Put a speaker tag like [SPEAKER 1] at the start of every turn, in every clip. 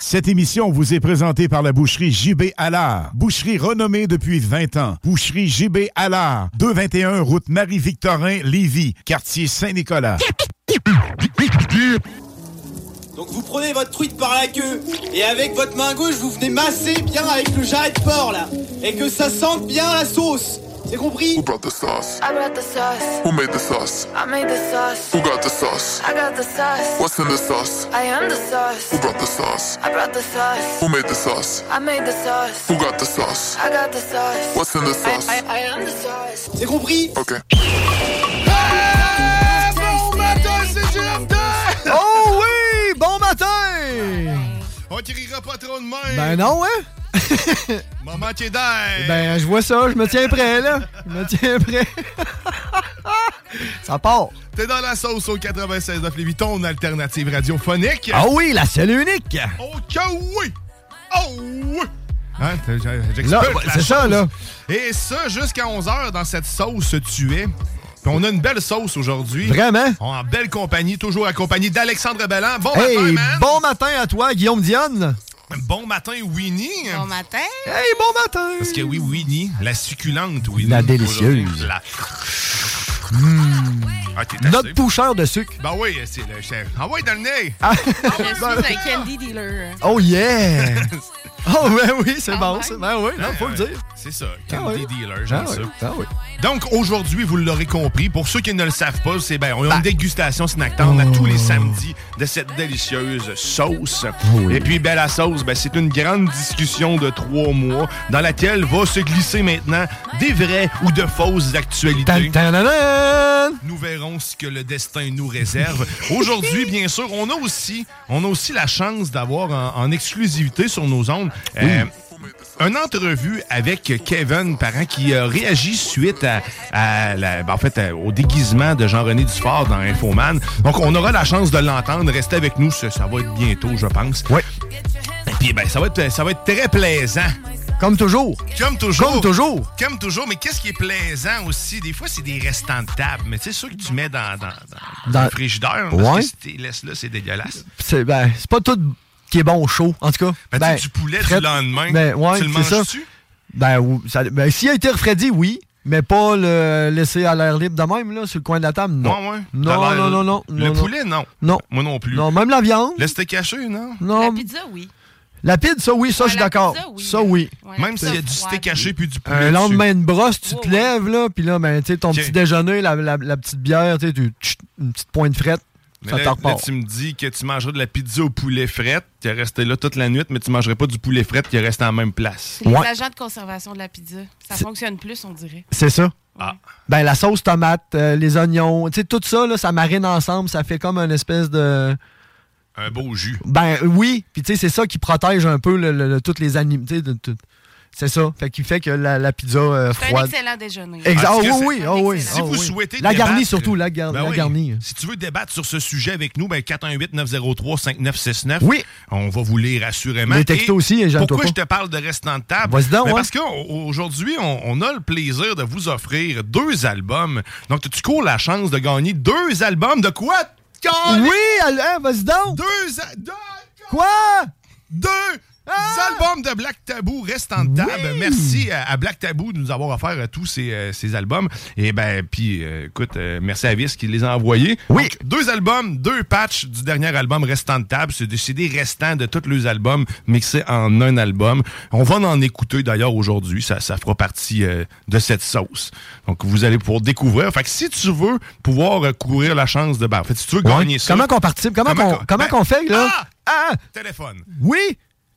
[SPEAKER 1] Cette émission vous est présentée par la boucherie JB Allard, boucherie renommée depuis 20 ans. Boucherie JB Allard, 221 route Marie-Victorin, Lévis, quartier Saint-Nicolas.
[SPEAKER 2] Donc vous prenez votre truite par la queue et avec votre main gauche vous venez masser bien avec le jarret de porc là et que ça sente bien la sauce. C'est compris
[SPEAKER 3] Who brought the sauce?
[SPEAKER 4] I brought the sauce.
[SPEAKER 3] Who made the sauce?
[SPEAKER 4] I made the sauce.
[SPEAKER 3] Who got the sauce?
[SPEAKER 4] I got the sauce.
[SPEAKER 3] What's in the sauce?
[SPEAKER 4] I am the
[SPEAKER 3] Who
[SPEAKER 4] sauce.
[SPEAKER 3] brought the sauce?
[SPEAKER 4] I brought the sauce.
[SPEAKER 3] Who made the sauce?
[SPEAKER 4] I made the sauce.
[SPEAKER 3] Who got the sauce?
[SPEAKER 4] I got the sauce.
[SPEAKER 3] What's in the
[SPEAKER 4] I,
[SPEAKER 3] sauce?
[SPEAKER 4] I, I am the sauce.
[SPEAKER 2] C'est compris
[SPEAKER 3] Okay.
[SPEAKER 5] Bon matin, c'est GMD!
[SPEAKER 6] Oh oui! Bon matin!
[SPEAKER 5] On criera pas trop de même.
[SPEAKER 6] Ben non, hein?
[SPEAKER 5] Maman manquer d'air.
[SPEAKER 6] Ben je vois ça, je me tiens prêt, là. Je me tiens prêt. ça part.
[SPEAKER 5] T'es dans la sauce au 96 9 Lévis, ton alternative radiophonique.
[SPEAKER 6] Ah oui, la seule unique!
[SPEAKER 5] Oh que oui! Oh oui! Hein, t'as- j'ai- j'expulse
[SPEAKER 6] Là,
[SPEAKER 5] la
[SPEAKER 6] c'est ça,
[SPEAKER 5] chose.
[SPEAKER 6] là.
[SPEAKER 5] Et ça, jusqu'à 11h, dans cette sauce tu es. Puis on a une belle sauce aujourd'hui.
[SPEAKER 6] Vraiment?
[SPEAKER 5] En belle compagnie, toujours accompagné d'Alexandre Belland. Bon
[SPEAKER 6] Hey,
[SPEAKER 5] matin, man!
[SPEAKER 6] bon matin à toi, Guillaume Dionne!
[SPEAKER 5] Bon matin, Winnie!
[SPEAKER 7] Bon matin.
[SPEAKER 6] Hey, bon matin!
[SPEAKER 5] Parce que oui, Winnie, la succulente Winnie.
[SPEAKER 6] La délicieuse.
[SPEAKER 5] La... Ah, t'es
[SPEAKER 6] Notre
[SPEAKER 5] assez-
[SPEAKER 6] poucheur Hmm. de sucre.
[SPEAKER 5] Ben oui, c'est le chef. Ah oui, dans le nez!
[SPEAKER 6] Ah,
[SPEAKER 7] Je suis un candy dealer.
[SPEAKER 6] Oh yeah! oh ben oui, c'est
[SPEAKER 7] Ah
[SPEAKER 6] bon,
[SPEAKER 7] ouais?
[SPEAKER 6] c'est ben oui, non, faut le dire.
[SPEAKER 5] C'est ça,
[SPEAKER 6] Ah
[SPEAKER 5] candy
[SPEAKER 6] ouais.
[SPEAKER 5] dealer,
[SPEAKER 6] Ah
[SPEAKER 5] j'aime
[SPEAKER 6] oui,
[SPEAKER 5] ça.
[SPEAKER 6] ah oui.
[SPEAKER 5] Donc aujourd'hui, vous l'aurez compris, pour ceux qui ne le savent pas, c'est bien, on
[SPEAKER 6] Bah.
[SPEAKER 5] a une dégustation snack town à tous les
[SPEAKER 6] Oh.
[SPEAKER 5] samedis de cette délicieuse sauce. Et puis, ben, la sauce, ben, c'est une grande discussion de trois mois dans laquelle va se glisser maintenant des vraies ou de fausses actualités.
[SPEAKER 6] Tan, tan, nan, nan.
[SPEAKER 5] Nous verrons ce que le destin nous réserve. Aujourd'hui, bien sûr, on a aussi, on a aussi la chance d'avoir en, en exclusivité sur nos ondes euh, une entrevue avec Kevin Parent qui a réagi suite à, à la- ben, en fait, à- au déguisement de Jean-René Dufort dans Infoman. Donc, on aura la chance de l'entendre. Restez avec nous, ça, ça va être bientôt, je pense. Oui. Et puis, ben, ça va être, ça va être très plaisant.
[SPEAKER 6] Comme toujours.
[SPEAKER 5] Comme toujours.
[SPEAKER 6] Comme toujours.
[SPEAKER 5] Comme toujours, mais qu'est-ce qui est plaisant aussi, des fois, c'est des restants de table, mais c'est sûr que tu mets dans, dans, dans,
[SPEAKER 6] Dans-
[SPEAKER 5] le frigidaire,
[SPEAKER 6] Ouais.
[SPEAKER 5] parce que si tu les laisses là, c'est dégueulasse.
[SPEAKER 6] C'est ben, c'est pas tout qui est bon chaud, en tout cas.
[SPEAKER 5] Ben, tu
[SPEAKER 6] Ben,
[SPEAKER 5] sais, du poulet
[SPEAKER 6] fret-
[SPEAKER 5] du lendemain,
[SPEAKER 6] ben, ouais,
[SPEAKER 5] tu le
[SPEAKER 6] c'est ça.
[SPEAKER 5] manges-tu?
[SPEAKER 6] Ben, ou- ça- ben, s'il a été refroidi, oui. Mais pas le laisser à l'air libre de même, là, sur le coin de la table, non.
[SPEAKER 5] Ouais, ouais.
[SPEAKER 6] Non,
[SPEAKER 5] Dans
[SPEAKER 6] non,
[SPEAKER 5] le-
[SPEAKER 6] non, non, non.
[SPEAKER 5] Le
[SPEAKER 6] non,
[SPEAKER 5] poulet, non.
[SPEAKER 6] Non.
[SPEAKER 5] Moi non plus.
[SPEAKER 6] Non, même la viande.
[SPEAKER 5] Le steak haché, non?
[SPEAKER 6] Non.
[SPEAKER 7] La pizza, oui.
[SPEAKER 6] La pide, ça oui, ça, je suis
[SPEAKER 7] Ouais, la
[SPEAKER 6] d'accord.
[SPEAKER 7] pizza, oui.
[SPEAKER 6] Ça oui.
[SPEAKER 7] Ouais,
[SPEAKER 5] Même
[SPEAKER 7] ça,
[SPEAKER 5] s'il y a du
[SPEAKER 7] froid.
[SPEAKER 5] steak haché puis du poulet.
[SPEAKER 6] Un
[SPEAKER 5] dessus.
[SPEAKER 6] lendemain de brosse, tu te
[SPEAKER 7] Ouais, ouais.
[SPEAKER 6] lèves, là, puis là, ben, tu sais, ton
[SPEAKER 5] Ok.
[SPEAKER 6] petit déjeuner, la, la- la petite bière, tu sais, tu- tch, une petite pointe frette,
[SPEAKER 5] Mais
[SPEAKER 6] ça
[SPEAKER 5] là,
[SPEAKER 6] t'en
[SPEAKER 5] là,
[SPEAKER 6] repart.
[SPEAKER 5] tu me dis que tu mangerais de la pizza au poulet fret, tu resté là toute la nuit, mais tu mangerais pas du poulet fret qui resté en même place.
[SPEAKER 7] Les
[SPEAKER 6] Ouais.
[SPEAKER 7] agents de conservation de la pizza. Ça
[SPEAKER 6] C'est-
[SPEAKER 7] fonctionne plus, on dirait.
[SPEAKER 6] C'est ça.
[SPEAKER 5] Ah.
[SPEAKER 6] Ben, la sauce tomate, euh, les oignons, tu sais, tout ça, là, ça marine ensemble, ça fait comme une espèce de.
[SPEAKER 5] Un beau jus.
[SPEAKER 6] Ben oui, puis tu sais, c'est ça qui protège un peu le, le- le- toutes les animaux. tu sais, de tout. C'est ça. Fait qu'il fait que la, la pizza euh,
[SPEAKER 7] C'est un
[SPEAKER 6] froide.
[SPEAKER 7] excellent déjeuner.
[SPEAKER 6] Exact.
[SPEAKER 5] Ah,
[SPEAKER 6] Ah,
[SPEAKER 5] est-ce que
[SPEAKER 6] oui, oui,
[SPEAKER 7] c'est-
[SPEAKER 6] ah oui.
[SPEAKER 7] Si
[SPEAKER 6] ah
[SPEAKER 5] vous
[SPEAKER 6] oui.
[SPEAKER 5] souhaitez
[SPEAKER 6] La garnie
[SPEAKER 5] débattre-
[SPEAKER 6] surtout, la, gar-
[SPEAKER 5] Ben
[SPEAKER 6] la
[SPEAKER 5] oui.
[SPEAKER 6] garnie.
[SPEAKER 5] Si tu veux débattre sur ce sujet avec nous, ben 418-903-5969.
[SPEAKER 6] Oui.
[SPEAKER 5] On va vous lire assurément.
[SPEAKER 6] Les textos
[SPEAKER 5] Et
[SPEAKER 6] aussi, et gêne-toi
[SPEAKER 5] Pourquoi
[SPEAKER 6] pas.
[SPEAKER 5] je te parle de restant de table?
[SPEAKER 6] Vas-y donc,
[SPEAKER 5] Ben
[SPEAKER 6] ouais.
[SPEAKER 5] Parce qu'aujourd'hui, on, on a le plaisir de vous offrir deux albums. Donc, tu cours la chance de gagner deux albums de quoi?
[SPEAKER 6] Oui, allez, hein, vas-y donc.
[SPEAKER 5] Deux... a- deux-
[SPEAKER 6] Quoi?
[SPEAKER 5] Deux
[SPEAKER 6] Hein?
[SPEAKER 5] Les albums de Black Tabou restent en table. Merci à, à Black Tabou de nous avoir offert euh, tous ces, euh, ces albums. Et ben, puis, euh, écoute, euh, merci à Vis qui les a envoyés.
[SPEAKER 6] Oui.
[SPEAKER 5] Donc, deux albums, deux patchs du dernier album restant de table. C'est des CD restants de tous les albums mixés en un album. On va en écouter d'ailleurs aujourd'hui. Ça, ça fera partie euh, de cette sauce. Donc, vous allez pouvoir découvrir. Fait que si tu veux pouvoir euh, courir la chance de. Ben, en fait, si tu veux
[SPEAKER 6] Ouais.
[SPEAKER 5] gagner ça.
[SPEAKER 6] Comment qu'on participe? Comment, qu'on,
[SPEAKER 5] qu'on-
[SPEAKER 6] comment
[SPEAKER 5] ben-
[SPEAKER 6] qu'on fait, là?
[SPEAKER 5] Ah!
[SPEAKER 6] Ah!
[SPEAKER 5] Téléphone.
[SPEAKER 6] Oui!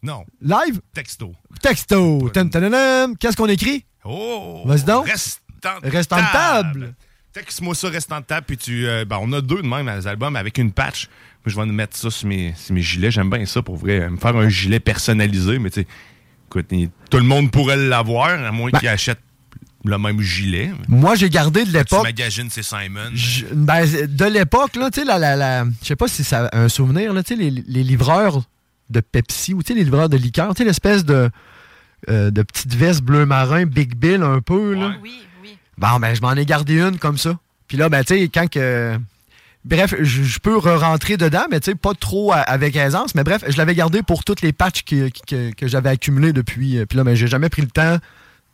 [SPEAKER 5] Non.
[SPEAKER 6] Live?
[SPEAKER 5] Texto.
[SPEAKER 6] Texto! Tan, tan, tan, tan. Qu'est-ce qu'on écrit?
[SPEAKER 5] Oh!
[SPEAKER 6] Vas-y donc.
[SPEAKER 5] Restante
[SPEAKER 6] Restante table.
[SPEAKER 5] Texte-moi ça, restante table, puis tu. euh, ben, on a deux de même dans les albums avec une patch. Moi, je vais nous mettre ça sur mes, sur mes gilets. J'aime bien ça pour vrai. euh, Me faire un gilet personnalisé, mais tu sais, écoute, il- tout le monde pourrait l'avoir, à moins qu'il achète le même gilet.
[SPEAKER 6] Moi, j'ai gardé Ben- de
[SPEAKER 5] Tu
[SPEAKER 6] l'époque.
[SPEAKER 5] magazine, c'est Simon.
[SPEAKER 6] Je- ben, c'est- de l'époque, là, tu sais, la, la, la- je sais pas si c'est un souvenir, là, tu sais, les, les livreurs de Pepsi ou tu sais, les livreurs de liqueur, tu sais, l'espèce de, euh, de petite veste bleu marin, Big Bill un peu, là.
[SPEAKER 7] Oui, oui.
[SPEAKER 6] Bon, ben, je m'en ai gardé une comme ça. Puis là, ben, tu sais, quand que. Bref, je je peux rentrer dedans, mais tu sais, pas trop à- avec aisance. Mais bref, je l'avais gardé pour toutes les patchs qui- qui- que, que j'avais accumulés depuis. euh, Puis là, ben, j'ai jamais pris le temps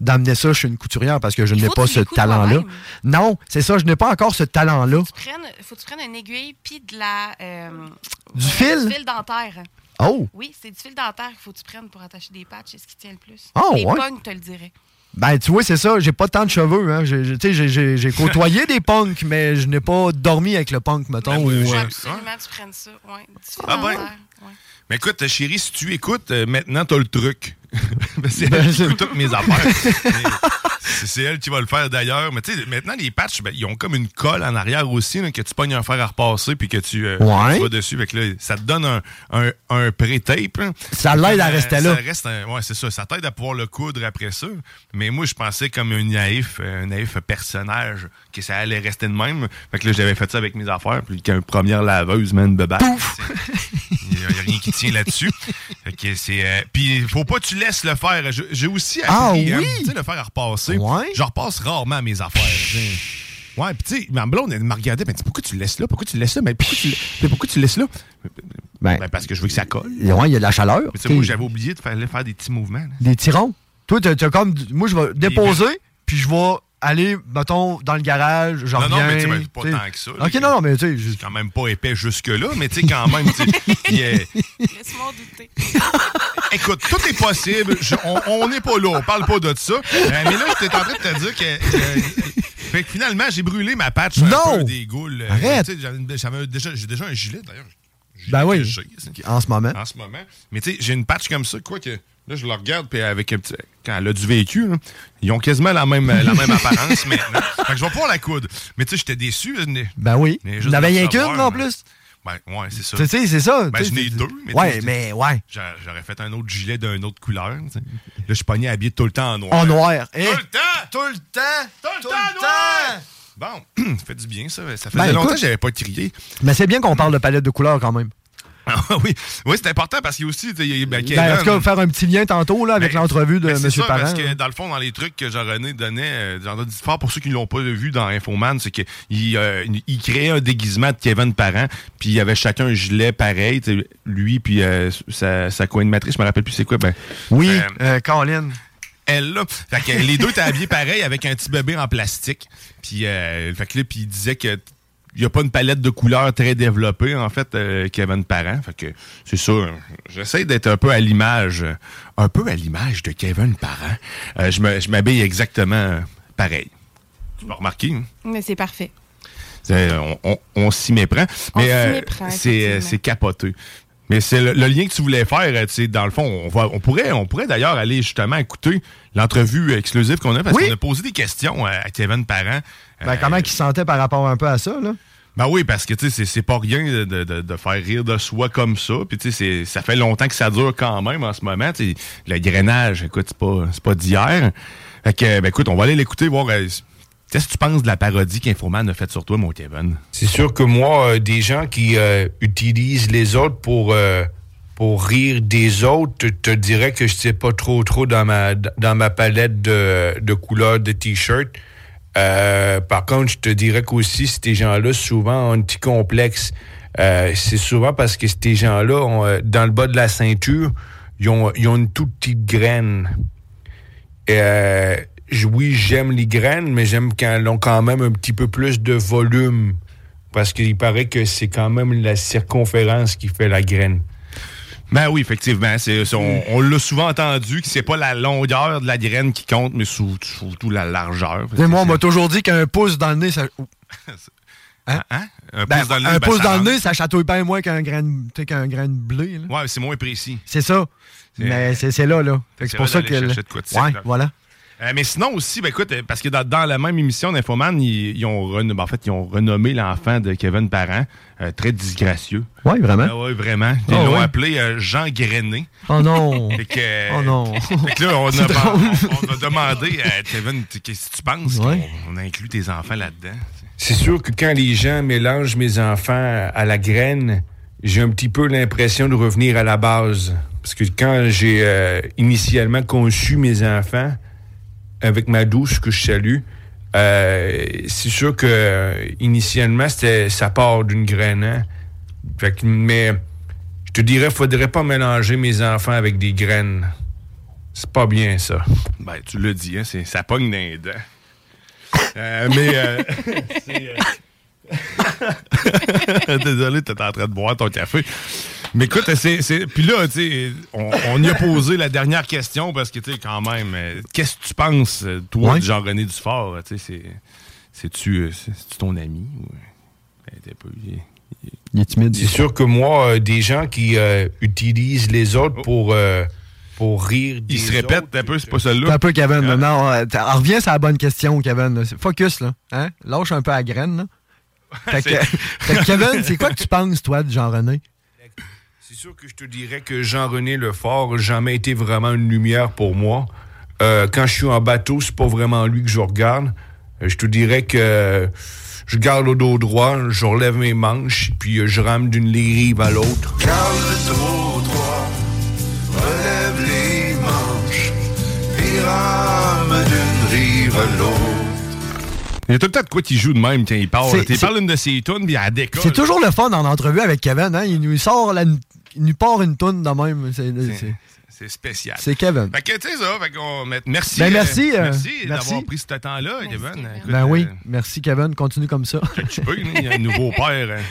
[SPEAKER 6] d'amener ça chez une couturière parce que je
[SPEAKER 7] Il
[SPEAKER 6] n'ai
[SPEAKER 7] faut
[SPEAKER 6] pas
[SPEAKER 7] que tu
[SPEAKER 6] ce
[SPEAKER 7] les coupes
[SPEAKER 6] talent-là.
[SPEAKER 7] toi-même.
[SPEAKER 6] Non, c'est ça, je n'ai pas encore ce talent-là.
[SPEAKER 7] Faut que tu prennes- faut que tu prennes une aiguille puis de la. euh,
[SPEAKER 6] Du
[SPEAKER 7] euh,
[SPEAKER 6] fil?
[SPEAKER 7] Du fil dentaire.
[SPEAKER 6] Oh!
[SPEAKER 7] Oui, c'est du fil dentaire qu'il faut que tu prennes pour attacher des patchs. C'est ce qui tient le plus.
[SPEAKER 6] Ah,
[SPEAKER 7] les
[SPEAKER 6] ouais?
[SPEAKER 7] pognes, te le dirais.
[SPEAKER 6] Ben, tu vois, c'est ça, j'ai pas tant de cheveux. Hein. J'ai- j'ai- Tu sais, j'ai- j'ai j'ai côtoyé des punks, mais je n'ai pas dormi avec le punk, mettons.
[SPEAKER 5] Ben,
[SPEAKER 6] ou,
[SPEAKER 7] Faut
[SPEAKER 5] Ouais.
[SPEAKER 6] euh,
[SPEAKER 7] absolument que tu prennes ça. Ouais, du fil
[SPEAKER 5] Ah, ben.
[SPEAKER 7] dentaire. ouais.
[SPEAKER 5] Mais écoute, euh, chérie, si tu écoutes, euh, maintenant, t'as le truc. Ben, c'est
[SPEAKER 6] Ben,
[SPEAKER 5] elle qui
[SPEAKER 6] je-
[SPEAKER 5] écoute toutes mes affaires. Mais c'est c'est elle qui va le faire d'ailleurs. Mais tu sais, maintenant, les patchs, ben, ils ont comme une colle en arrière aussi, là, que tu pognes un fer à repasser puis que tu, euh,
[SPEAKER 6] Ouais.
[SPEAKER 5] tu vas dessus. Fait que là, ça te donne un, un, un pré-tape. hein.
[SPEAKER 6] Ça l'aide à
[SPEAKER 5] Euh,
[SPEAKER 6] rester
[SPEAKER 5] ça
[SPEAKER 6] là.
[SPEAKER 5] reste un- ouais, c'est ça. Ça t'aide à pouvoir le coudre après ça. Mais moi, je pensais comme un naïf, euh, un naïf personnage, que ça allait rester de même. Fait que là, j'avais fait ça avec mes affaires, puis qu'une première laveuse, man, bye-bye. Bah, Il n'y a, rien qui tient là-dessus. Fait que c'est, euh, puis il faut pas que tu laisses le faire. Je- J'ai aussi
[SPEAKER 6] Ah
[SPEAKER 5] appris hein,
[SPEAKER 6] oui?
[SPEAKER 5] tu sais, le faire à repasser.
[SPEAKER 6] Ouais.
[SPEAKER 5] Je repasse rarement mes affaires. tu sais. Ouais, puis tu sais, ma blonde, elle m'a regardé, ben, tu sais, pourquoi tu le laisses là? Pourquoi tu le laisses là? Mais pourquoi tu, le- mais pourquoi tu le laisses là?
[SPEAKER 6] Ben,
[SPEAKER 5] Ben, parce que je veux que ça colle.
[SPEAKER 6] ouais, il y a de la chaleur.
[SPEAKER 5] Mais tu
[SPEAKER 6] tu
[SPEAKER 5] sais,
[SPEAKER 6] sais.
[SPEAKER 5] moi, j'avais oublié de faire, faire des petits mouvements. là.
[SPEAKER 6] Des tirons. Toi, t'as t'as comme. Moi, je vais déposer, puis je vais aller, mettons, dans le garage, j'en
[SPEAKER 5] Non, non, mais
[SPEAKER 6] reviens,
[SPEAKER 5] tu sais, ben, pas
[SPEAKER 6] tu sais.
[SPEAKER 5] tant que ça,
[SPEAKER 6] Ok,
[SPEAKER 5] là.
[SPEAKER 6] non, non, mais tu sais. je-
[SPEAKER 5] C'est quand même pas épais jusque-là, mais tu sais, quand même, tu sais, il est-
[SPEAKER 7] Laisse-moi en douter.
[SPEAKER 5] écoute, tout est possible. Je- on- on n'est pas là, on parle pas de ça. Euh, mais là, j'étais en train de te dire que. euh, fait que finalement, j'ai brûlé ma patch un
[SPEAKER 6] Non!
[SPEAKER 5] peu des goules. Euh,
[SPEAKER 6] Arrête!
[SPEAKER 5] tu sais, j'avais une- j'avais déjà, j'ai déjà un gilet, d'ailleurs. Gilet
[SPEAKER 6] Ben oui.
[SPEAKER 5] que j'ai, c'est-
[SPEAKER 6] En ce moment.
[SPEAKER 5] en ce moment. Mais tu sais, j'ai une patch comme ça, quoi que là, je la regarde, puis avec un petit. Quand elle a du vécu, là, ils ont quasiment la même, la même apparence maintenant. Fait que je vais pouvoir la coude. Mais tu sais, j'étais déçu. je n'ai-
[SPEAKER 6] Ben oui.
[SPEAKER 5] je n'ai
[SPEAKER 6] Il
[SPEAKER 5] juste
[SPEAKER 6] n'y avait
[SPEAKER 5] de
[SPEAKER 6] rien qu'une,
[SPEAKER 5] savoir,
[SPEAKER 6] là, en
[SPEAKER 5] mais-
[SPEAKER 6] plus.
[SPEAKER 5] Ben, ouais, c'est ça.
[SPEAKER 6] Tu sais, c'est ça.
[SPEAKER 5] Ben,
[SPEAKER 6] tu sais,
[SPEAKER 5] j'en ai
[SPEAKER 6] c'est-
[SPEAKER 5] deux, mais
[SPEAKER 6] Ouais,
[SPEAKER 5] tu sais,
[SPEAKER 6] mais ouais.
[SPEAKER 5] J'a- J'aurais fait un autre gilet d'une autre couleur. tu sais. Là, je suis pogné habillé tout le temps en noir.
[SPEAKER 6] En noir. eh.
[SPEAKER 5] Tout le temps!
[SPEAKER 6] Tout le temps!
[SPEAKER 5] Tout le temps noir! Bon, ça fait du bien, ça. Ça faisait
[SPEAKER 6] Ben,
[SPEAKER 5] longtemps
[SPEAKER 6] écoute.
[SPEAKER 5] que j'avais pas crié.
[SPEAKER 6] Mais c'est bien qu'on parle de palette de couleurs quand même.
[SPEAKER 5] Ah oui, oui c'est important parce qu'il y a aussi... tu sais, il y a- ben,
[SPEAKER 6] Ben, en
[SPEAKER 5] Kevin,
[SPEAKER 6] tout cas, faire un petit lien tantôt là, avec
[SPEAKER 5] Ben,
[SPEAKER 6] l'entrevue de
[SPEAKER 5] ben, c'est
[SPEAKER 6] M.
[SPEAKER 5] ça,
[SPEAKER 6] Parent.
[SPEAKER 5] Parce que dans le fond, dans les trucs que Jean-René donnait, euh, j'en ai dit fort pour ceux qui ne l'ont pas vu dans Infoman, c'est qu'il euh, il créait un déguisement de Kevin Parent, puis il y avait chacun un gilet pareil, tu sais, lui, puis euh, sa, sa co-animatrice, je me rappelle plus c'est quoi. Ben,
[SPEAKER 6] Oui,
[SPEAKER 5] euh,
[SPEAKER 6] euh, Colin.
[SPEAKER 5] elle là. Fait que les deux étaient habillés pareil avec un petit bébé en plastique. Puis euh, fait que là, puis il disait que il n'y a pas une palette de couleurs très développée, en fait, euh, Kevin Parent. Fait que c'est ça. euh, J'essaie d'être un peu à l'image. euh, Un peu à l'image de Kevin Parent. Euh, je me- je m'habille exactement euh, pareil. Tu l'as remarqué, hein?
[SPEAKER 7] Mais c'est parfait.
[SPEAKER 5] C'est- On, on- on s'y méprend.
[SPEAKER 7] On
[SPEAKER 5] Mais
[SPEAKER 7] s'y
[SPEAKER 5] euh,
[SPEAKER 7] méprend,
[SPEAKER 5] c'est euh,
[SPEAKER 7] effectivement.
[SPEAKER 5] c'est capoté. Mais c'est le, le lien que tu voulais faire, euh, tu sais, dans le fond, on, va, on pourrait, on pourrait d'ailleurs aller justement écouter l'entrevue exclusive qu'on a parce
[SPEAKER 6] Oui.
[SPEAKER 5] qu'on a posé des questions à, à Kevin Parent. Euh,
[SPEAKER 6] Ben, comment il se sentait par rapport un peu à ça, là?
[SPEAKER 5] ben oui, parce que tu sais, c'est- c'est pas rien de, de- de- de faire rire de soi comme ça. Puis tu sais, c'est- ça fait longtemps que ça dure quand même en ce moment. Tu sais, le grainage, écoute, c'est pas, c'est pas d'hier. Fait que, ben écoute, on va aller l'écouter, voir euh, qu'est-ce que tu penses de la parodie qu'Infoman a faite sur toi, mon Kevin.
[SPEAKER 8] C'est sûr que moi, euh, des gens qui euh, utilisent les autres pour, euh, pour rire des autres, je te dirais que je sais pas trop trop dans ma, dans ma palette de, de couleurs de t-shirt. Euh, par contre, je te dirais qu'aussi, ces gens-là, souvent, ont un petit complexe. Euh, c'est souvent parce que ces gens-là, ont, euh, dans le bas de la ceinture, Ils ont, ils ont une toute petite graine. Euh, j- oui, j'aime les graines, mais j'aime quand elles ont quand même un petit peu plus de volume. Parce qu'il paraît que c'est quand même la circonférence qui fait la graine. Mm.
[SPEAKER 5] Ben oui, effectivement. c'est- c'est- on on l'a souvent entendu que c'est pas la longueur de la graine qui compte, mais sou- surtout la largeur.
[SPEAKER 6] Tu sais, Moi, on m'a toujours dit qu'un pouce dans le nez, ça. Hein?
[SPEAKER 5] Un
[SPEAKER 6] Ben,
[SPEAKER 5] pouce dans le nez, ben,
[SPEAKER 6] un pouce
[SPEAKER 5] ça
[SPEAKER 6] dans le
[SPEAKER 5] rentre.
[SPEAKER 6] nez, ça chatouille bien moins qu'un grain, de- tu sais, qu'un grain de blé. là.
[SPEAKER 5] Ouais, mais c'est moins précis.
[SPEAKER 6] C'est ça. Mais c'est c'est là, là. Fait que C'est pour ça que. le- Ouais, voilà.
[SPEAKER 5] Euh, mais sinon aussi, ben écoute, euh, parce que dans, dans la même émission d'Infoman, ils, ils ont reno- ben, en fait, ils ont renommé l'enfant de Kevin Parent, euh, très disgracieux. Euh,
[SPEAKER 6] Oui, vraiment.
[SPEAKER 5] oui, vraiment. Ils
[SPEAKER 6] Ah
[SPEAKER 5] l'ont
[SPEAKER 6] ouais.
[SPEAKER 5] appelé euh, Jean Grené.
[SPEAKER 6] Oh non.
[SPEAKER 5] Fait que, euh,
[SPEAKER 6] Oh non.
[SPEAKER 5] fait que là, on a,
[SPEAKER 6] C'est drôle.
[SPEAKER 5] on- on a demandé à Kevin, t- qu'est-ce que tu penses qu'on-
[SPEAKER 8] Ouais.
[SPEAKER 5] on, inclut tes enfants là-dedans?
[SPEAKER 8] C'est sûr que quand les gens mélangent mes enfants à la graine,
[SPEAKER 5] Euh,
[SPEAKER 8] j'ai un petit peu l'impression de revenir à la base. Parce que quand j'ai euh, initialement conçu mes enfants, avec ma douce que je salue, euh, c'est sûr que euh, initialement, c'était, ça part d'une graine. hein. Fait que- mais je te dirais, faudrait pas mélanger mes enfants avec des graines. C'est pas bien, ça.
[SPEAKER 5] Ben, tu l'as dit, hein, c'est, ça pogne dans les dents. Euh, mais. euh, c'est, euh, Désolé, t'étais en train de boire ton café. Mais écoute, c'est. c'est- Puis là, tu sais, on, on y a posé la dernière question parce que, tu sais, quand même, euh, qu'est-ce que tu penses, euh, toi,
[SPEAKER 8] Ouais.
[SPEAKER 5] de Jean-René Dufort? euh, Tu sais, c'est. C'est-tu euh, c'est- c'est-tu ton ami? ou- Ben, t'es pas- il-
[SPEAKER 8] C'est sûr que moi, euh, des gens qui euh, utilisent les autres pour, euh, pour rire des euh,
[SPEAKER 5] Il Oh. se répète un peu, c'est pas celle-là.
[SPEAKER 6] T'as un peu, Kevin. Maintenant, on, t'as- on revient sur la bonne question, Kevin. là. C'est- Focus, là. Hein? Lâche un peu la graine, là. Fait que,
[SPEAKER 8] C'est-
[SPEAKER 6] fait que, Kevin, c'est quoi que tu penses, toi, de Jean-René?
[SPEAKER 8] C'est sûr que je te dirais que Jean-René Lefort n'a jamais été vraiment une lumière pour moi. Euh, quand je suis en bateau, c'est pas vraiment lui que je regarde. Euh, je te dirais que euh, je garde le dos droit, je relève mes manches, puis euh, je rame d'une rive à l'autre.
[SPEAKER 9] Garde le dos droit, relève les manches et rame d'une rive à l'autre.
[SPEAKER 5] Il y a tout le temps de quoi qu'il joue de même quand il parle.
[SPEAKER 6] C'est-
[SPEAKER 5] Il
[SPEAKER 6] c'est-
[SPEAKER 5] parle une de ses tunes, puis elle décolle.
[SPEAKER 6] C'est toujours le fun en entrevue avec Kevin. Hein? Il nous sort, la- il nous part une toune de même. C'est- c'est-
[SPEAKER 5] C'est spécial.
[SPEAKER 6] C'est Kevin.
[SPEAKER 5] Fait que, tu sais, ça, fait qu'on met- merci.
[SPEAKER 6] Ben, merci,
[SPEAKER 5] euh,
[SPEAKER 6] euh,
[SPEAKER 5] merci
[SPEAKER 6] merci.
[SPEAKER 5] d'avoir pris ce temps-là, Kevin. Écoute,
[SPEAKER 6] Ben oui,
[SPEAKER 5] euh,
[SPEAKER 6] merci Kevin, continue comme ça.
[SPEAKER 5] tu peux, il y a un nouveau père. hein.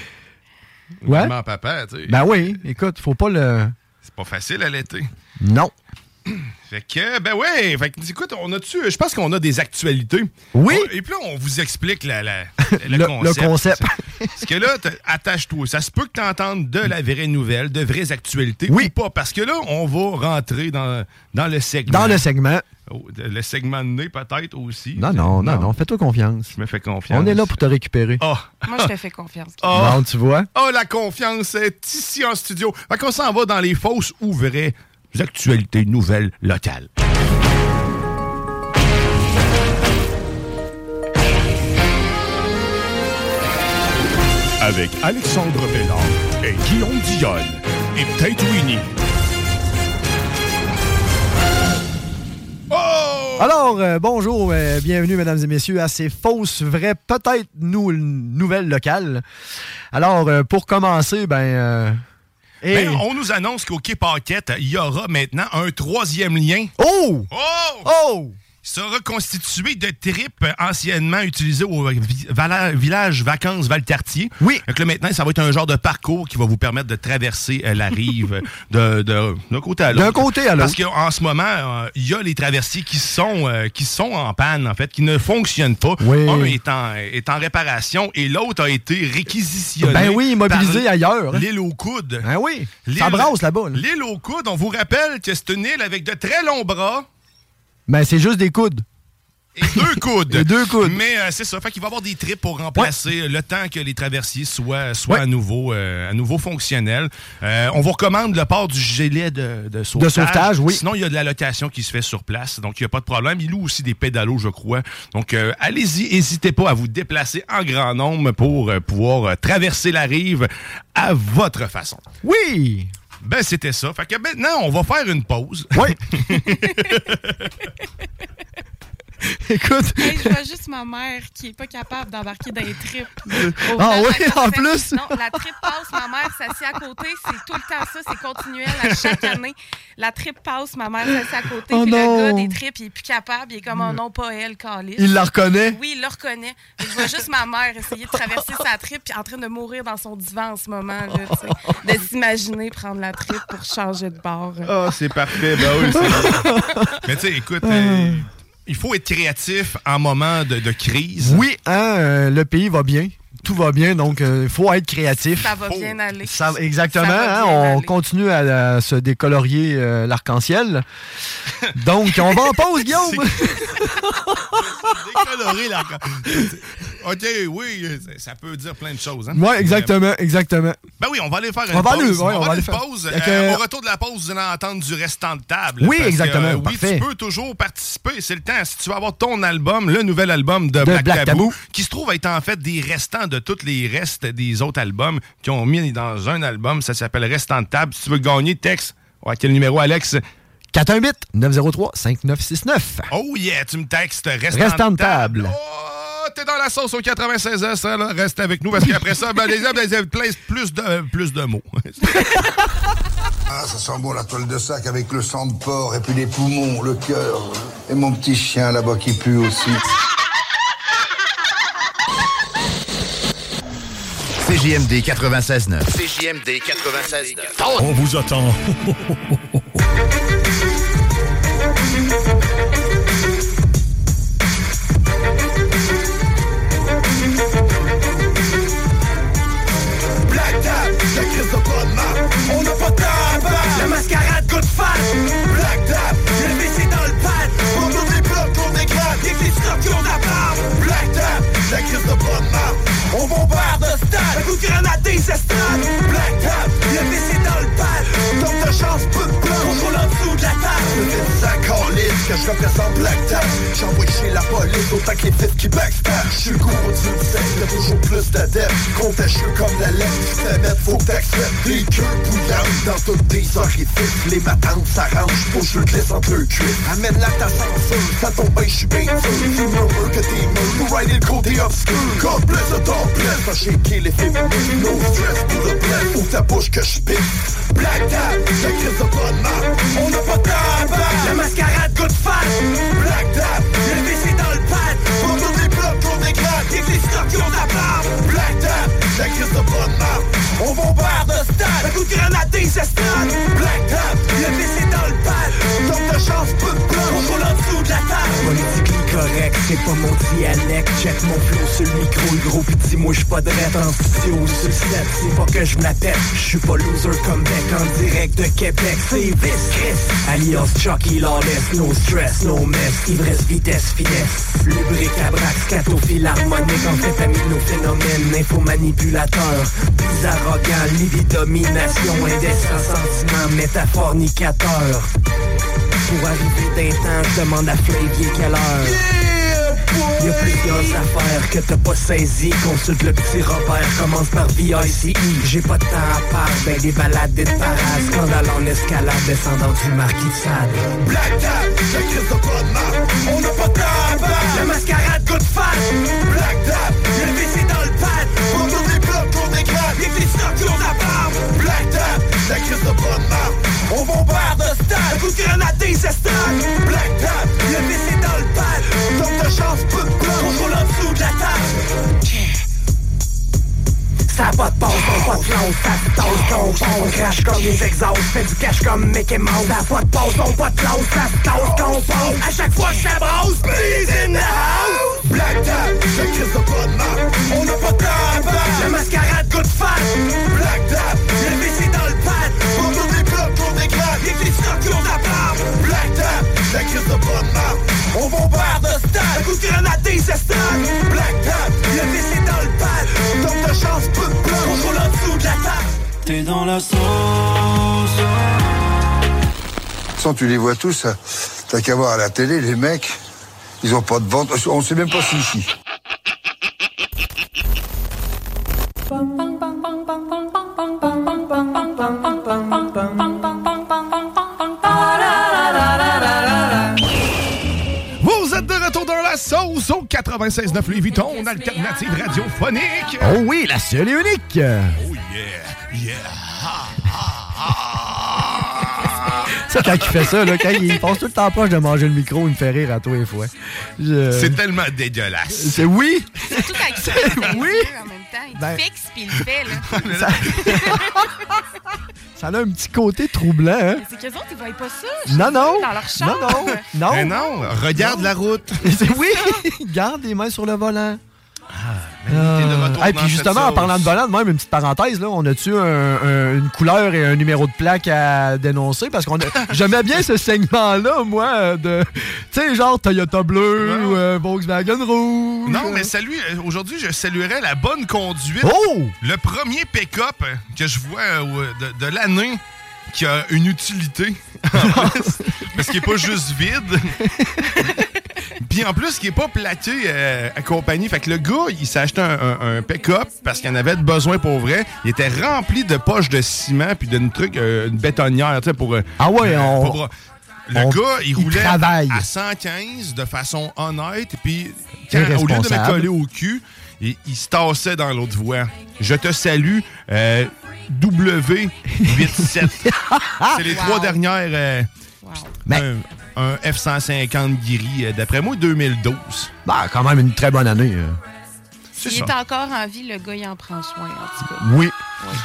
[SPEAKER 6] Ouais.
[SPEAKER 5] Maman, papa, tu sais.
[SPEAKER 6] Ben oui, écoute, faut pas le.
[SPEAKER 5] C'est pas facile à l'été.
[SPEAKER 6] Non.
[SPEAKER 5] Fait que, ben ouais, fait que, écoute, on a-tu, je pense qu'on a des actualités.
[SPEAKER 6] Oui.
[SPEAKER 5] et puis là, on vous explique la, la-
[SPEAKER 6] Le- le concept.
[SPEAKER 5] Parce que là, t'as- attache-toi. Ça se peut que tu entendes de la vraie nouvelle, de vraies actualités. Oui. Ou pas, parce que là, on va rentrer dans, dans le segment.
[SPEAKER 6] Dans le segment.
[SPEAKER 5] Oh, de- le segment de nez, peut-être aussi.
[SPEAKER 6] Non, non, non, non, fais-toi confiance.
[SPEAKER 5] Je me fais confiance.
[SPEAKER 6] On est là pour te récupérer.
[SPEAKER 5] Ah.
[SPEAKER 7] Moi, je te fais confiance.
[SPEAKER 5] Ah.
[SPEAKER 6] Bon, tu vois.
[SPEAKER 5] Ah, la confiance est ici en studio. Fait qu'on s'en va dans les fausses ou vraies actualités nouvelles locales. Avec Alexandre Bellard et Guillaume Dionne et peut-être Winnie. Oh!
[SPEAKER 6] Alors, euh, bonjour, euh, bienvenue, mesdames et messieurs, à ces fausses, vraies, peut-être nou- nouvelles locales. Alors, euh, pour commencer, ben. euh, eh,
[SPEAKER 5] Ben, on nous annonce qu'au Quai Paquette, il y aura maintenant un troisième lien.
[SPEAKER 6] Oh!
[SPEAKER 5] Oh! Sera constitué de tripes anciennement utilisées au vi- vala- village Vacances Valcartier.
[SPEAKER 6] Oui.
[SPEAKER 5] Donc là, maintenant, ça va être un genre de parcours qui va vous permettre de traverser euh, la rive de, de- d'un côté à l'autre.
[SPEAKER 6] D'un côté à l'autre.
[SPEAKER 5] Parce qu'en ce moment, euh, il y a les traversiers qui sont, euh, qui sont en panne, en fait, qui ne fonctionnent pas.
[SPEAKER 6] Oui.
[SPEAKER 5] Un est en, est en réparation et l'autre a été réquisitionné.
[SPEAKER 6] Ben oui, mobilisé
[SPEAKER 5] par
[SPEAKER 6] ailleurs, hein.
[SPEAKER 5] L'île aux coudes.
[SPEAKER 6] Ben oui. Ça brasse là-bas. là.
[SPEAKER 5] L'île aux coudes, on vous rappelle que c'est une île avec de très longs bras.
[SPEAKER 6] Ben, c'est juste des coudes.
[SPEAKER 5] Et deux coudes.
[SPEAKER 6] Et deux coudes.
[SPEAKER 5] Mais euh, c'est ça. Fait qu'il va y avoir des trips pour remplacer euh, le temps que les traversiers soient, soient
[SPEAKER 6] Ouais.
[SPEAKER 5] à, nouveau, euh, à nouveau fonctionnels. Euh, on vous recommande le port du gilet de, de sauvetage.
[SPEAKER 6] sauvetage, oui.
[SPEAKER 5] Sinon, il y a de la location qui se fait sur place. Donc, il n'y a pas de problème. Il loue aussi des pédalos, je crois. Donc, euh, allez-y. N'hésitez pas à vous déplacer en grand nombre pour euh, pouvoir euh, traverser la rive à votre façon.
[SPEAKER 6] Oui!
[SPEAKER 5] Ben, c'était ça. Fait que maintenant, on va faire une pause.
[SPEAKER 6] Oui! Écoute.
[SPEAKER 7] Hey, je vois juste ma mère qui est pas capable d'embarquer dans les tripes. Au
[SPEAKER 6] Ah
[SPEAKER 7] final,
[SPEAKER 6] oui,
[SPEAKER 7] la
[SPEAKER 6] en
[SPEAKER 7] concept-
[SPEAKER 6] plus?
[SPEAKER 7] Non, la tripe passe, ma mère s'assied à côté. C'est tout le temps ça, c'est continuel à chaque année. La tripe passe, ma mère s'assied à côté.
[SPEAKER 6] Oh
[SPEAKER 7] puis
[SPEAKER 6] non.
[SPEAKER 7] le gars des tripes, il est plus capable. Il est comme, oh non, pas elle, Carlis.
[SPEAKER 6] Il la reconnaît?
[SPEAKER 7] Oui, il la reconnaît. Fait que je vois juste ma mère essayer de traverser sa tripe puis en train de mourir dans son divan en ce moment. Là, tu sais. de s'imaginer prendre la tripe pour changer de bord.
[SPEAKER 5] Ah, c'est parfait. Ben oui, c'est- Mais tu sais, écoute, euh, il faut être créatif en moment de, de crise.
[SPEAKER 6] Oui, hein, euh, le pays va bien. Tout va bien, donc il faut être créatif.
[SPEAKER 7] Ça va bien aller.
[SPEAKER 6] Ça- exactement,
[SPEAKER 7] Ça va
[SPEAKER 6] hein,
[SPEAKER 7] bien
[SPEAKER 6] on
[SPEAKER 7] aller.
[SPEAKER 6] continue à, à se décolorier euh, l'arc-en-ciel. Donc, on va en pause, Guillaume.
[SPEAKER 5] Décoloré, là. OK, oui, ça peut dire plein de choses. Hein?
[SPEAKER 6] Oui, exactement, exactement.
[SPEAKER 5] Ben oui, on va aller faire une
[SPEAKER 6] On va
[SPEAKER 5] pause.
[SPEAKER 6] aller, ouais,
[SPEAKER 5] on va aller faire une pause.
[SPEAKER 6] Fait
[SPEAKER 5] Euh,
[SPEAKER 6] que-
[SPEAKER 5] Au retour de la pause, vous allez entendre du restant de table.
[SPEAKER 6] Oui,
[SPEAKER 5] Parce que,
[SPEAKER 6] exactement,
[SPEAKER 5] euh, oui,
[SPEAKER 6] parfait.
[SPEAKER 5] tu peux toujours participer. C'est le temps. Si tu veux avoir ton album, le nouvel album de, Black,
[SPEAKER 6] Black
[SPEAKER 5] Tabou,
[SPEAKER 6] Tabou.
[SPEAKER 5] qui se trouve être en fait des restants de tous les restes des autres albums qui ont mis dans un album. Ça s'appelle Restant de table. Si tu veux gagner, texte. À quel numéro, Alex?
[SPEAKER 6] 418-903-5969.
[SPEAKER 5] Oh yeah, tu me textes. Restant,
[SPEAKER 6] Restant de
[SPEAKER 5] de table.
[SPEAKER 6] table.
[SPEAKER 5] Oh, T'es dans la sauce au 96 s reste avec nous parce qu'après ça, ben, les hommes, ils avaient plein- plus de, plus de mots.
[SPEAKER 10] Ah, ça sent bon la toile de sac avec le sang de porc et puis les poumons, le cœur. Et mon petit chien là-bas qui pue aussi.
[SPEAKER 11] CJMD 96.9.
[SPEAKER 12] CJMD 96.
[SPEAKER 11] On vous attend.
[SPEAKER 9] Black Tab, la crise de pas de marque. On n'a pas de temps à perdre. La mascarade goûte fade. Black Tab, le PC dans le pad. On ouvre les blocs, on éclate. Et c'est ça qu'on aborde. Black Tab, la crise de pas de marque. On bombarde de stade. Un coup de grenade des estrades. Black Tab, le PC dans le pad. Donc de chance, peu de plan. On roule en dessous de la table. Je fais ça calisse que je représente Black Tab. J'envoie chez la police autant que les petites qui backstab. Je suis le gourou d'une secte, y'a toujours plus d'adeptes. Contagieux comme la lèvre qui se mettent, faut que t'acceptes. Les queues bouillantes dans toutes tes orifices. Les matantes s'arrangent pour que je le glisse entre eux cuisses. Amène-la ta censure, ça tombe bien, je suis bien sûr. Tu murmures que t'es mûr, pour rider le côté obscur. God bless the dog bless, va shaker les féminines. No stress pour le bless, ou ta bouche que je pisse. Black tap, la crise de bonne marque. On n'a pas de temps à perdre. La mascarade goûte face. Black tap, le PC dans le pad. On tourne les blocs, on éclate. Et les stocks, on aborde. Black tap, la crise de bonne marque. On bombarde de stade. Un coup de grenade des estrades. Black tap, le PC dans le pad. Tant de chance, peu de plan. On roule en dessous de la table.
[SPEAKER 13] Politiquement correct, c'est pas mon dialecte. Check mon flow sur le micro, le gros, pis dis-moi j'suis pas drette en studio ou sur le set. C'est pas que je m'attête, j'suis pas loser comme Beck en direct de Québec. C'est Vice Chris, alias Chucky Lawless, no stress, no mess, ivresse, vitesse, finesse. Lubrique à brax, catophile harmonique, en fait aminophénomène, info manipulateur. Plus arrogant, libidomination, indécent sentiment, métaphornicateur. Pour arriver d'un temps, je demande à Flavier quelle heure. Y'a plusieurs affaires que t'as pas saisies Consulte le petit repère, commence par VICE J'ai pas de temps à perdre, ben des balades des parades Scandale en escalade, descendant du marquis de Sade
[SPEAKER 9] Black Tap, la crise de pas de marque. On n'a pas de temps à perdre. La mascarade goûte face. Black Tap, le PC dans le pad. On tourne les blocs, on éclate. Les petits stocks, on aborde. Black Tap, la crise de pas de marque. On bombarde de stade. Un coup de grenade des estrades. Black Tap, le PC dans le pad. Tant de chance, peu de plan. On roule en dessous de la table.
[SPEAKER 13] Ça a pas de pause, on pas de lance, ça se tasse donc On crache comme les exhausts, fais du cash comme Mickey Mouse Ça a pas de pause, on pas de lance, ça se tasse qu'on pose À chaque fois que ça brosse, please in the house
[SPEAKER 9] Black Tap, la crise de pas de marque. On n'a pas de temps à
[SPEAKER 13] hein.
[SPEAKER 9] perdre. La mascarade goûte face. Black Tap, le PC dans le pad. On tourne les blocs, on éclate. Y'a que les stocks, on aborde. Black Tap, la crise de pas de marque. On bombarde de stade. Un coup de grenade des estrades. Black Tap, le PC dans le pad. Tant de chance, peu de plan. On roule en dessous de la table.
[SPEAKER 2] T'es dans la sauce.
[SPEAKER 10] Sans, tu les vois tous, hein. t'as qu'à voir à la télé, les mecs, ils ont pas de ventre. On sait même pas s'ils chient.
[SPEAKER 5] Vous êtes de retour dans Vous au 96.9 Lévis, ton alternative radiophonique.
[SPEAKER 6] Oh oui, la seule et unique!
[SPEAKER 5] Oh yeah, yeah. ha, ha, ha.
[SPEAKER 6] Ça, quand il fait ça, là, quand il passe tout le temps proche de manger le micro, il me fait rire à tous les fois. Je-
[SPEAKER 5] C'est tellement dégueulasse.
[SPEAKER 6] C'est oui!
[SPEAKER 7] Surtout quand il fait des
[SPEAKER 6] Oui.
[SPEAKER 7] interviews en même temps. Il
[SPEAKER 6] Ben-
[SPEAKER 7] fixe puis il le fait, là.
[SPEAKER 6] Ça- Ça a un petit côté troublant, hein?
[SPEAKER 7] C'est qu'eux autres, ils voient pas ça.
[SPEAKER 6] Non, non!
[SPEAKER 7] Dans leur chambre.
[SPEAKER 6] Non, non!
[SPEAKER 5] Mais non, regarde la route!
[SPEAKER 6] oui! Garde les mains sur le volant.
[SPEAKER 5] Ah, t'es de retour
[SPEAKER 6] Ah,
[SPEAKER 5] dans
[SPEAKER 6] puis justement,
[SPEAKER 5] cette
[SPEAKER 6] en parlant de volant, de même une petite parenthèse, là, on a-tu un- un- une couleur et un numéro de plaque à dénoncer? Parce qu'on a- j'aimais bien ce segment-là, moi, euh, de, tu sais, genre Toyota bleu ou euh, Volkswagen rouge.
[SPEAKER 5] Non, mais salut, euh, aujourd'hui, je saluerais la bonne conduite.
[SPEAKER 6] Oh!
[SPEAKER 5] Le premier pick-up euh, que je vois euh, de, de l'année qui a une utilité. en plus. parce qu'il n'est pas juste vide. Puis en plus, il n'est pas plaqué euh, à compagnie. Fait que le gars, il s'est acheté un, un- un pick-up parce qu'il en avait de besoin pour vrai. Il était rempli de poches de ciment puis d'une truc, euh, une bétonnière, tu sais, pour. euh,
[SPEAKER 6] ah ouais, on-
[SPEAKER 5] le
[SPEAKER 6] on-
[SPEAKER 5] gars, il
[SPEAKER 6] il
[SPEAKER 5] roulait
[SPEAKER 6] travaille.
[SPEAKER 5] à 115 de façon honnête, puis
[SPEAKER 6] T'es
[SPEAKER 5] quand- au lieu de me
[SPEAKER 6] responsable.
[SPEAKER 5] coller au cul, il, il se tassait dans l'autre voie. Je te salue, euh, W87. C'est les trois dernières. euh,
[SPEAKER 6] Ben-
[SPEAKER 5] un, un F-150 gris, euh, d'après moi, 2012.
[SPEAKER 6] Bah, quand même une très bonne année. euh.
[SPEAKER 7] S'il est encore en vie, le gars, il en prend soin, en tout cas.
[SPEAKER 6] Oui.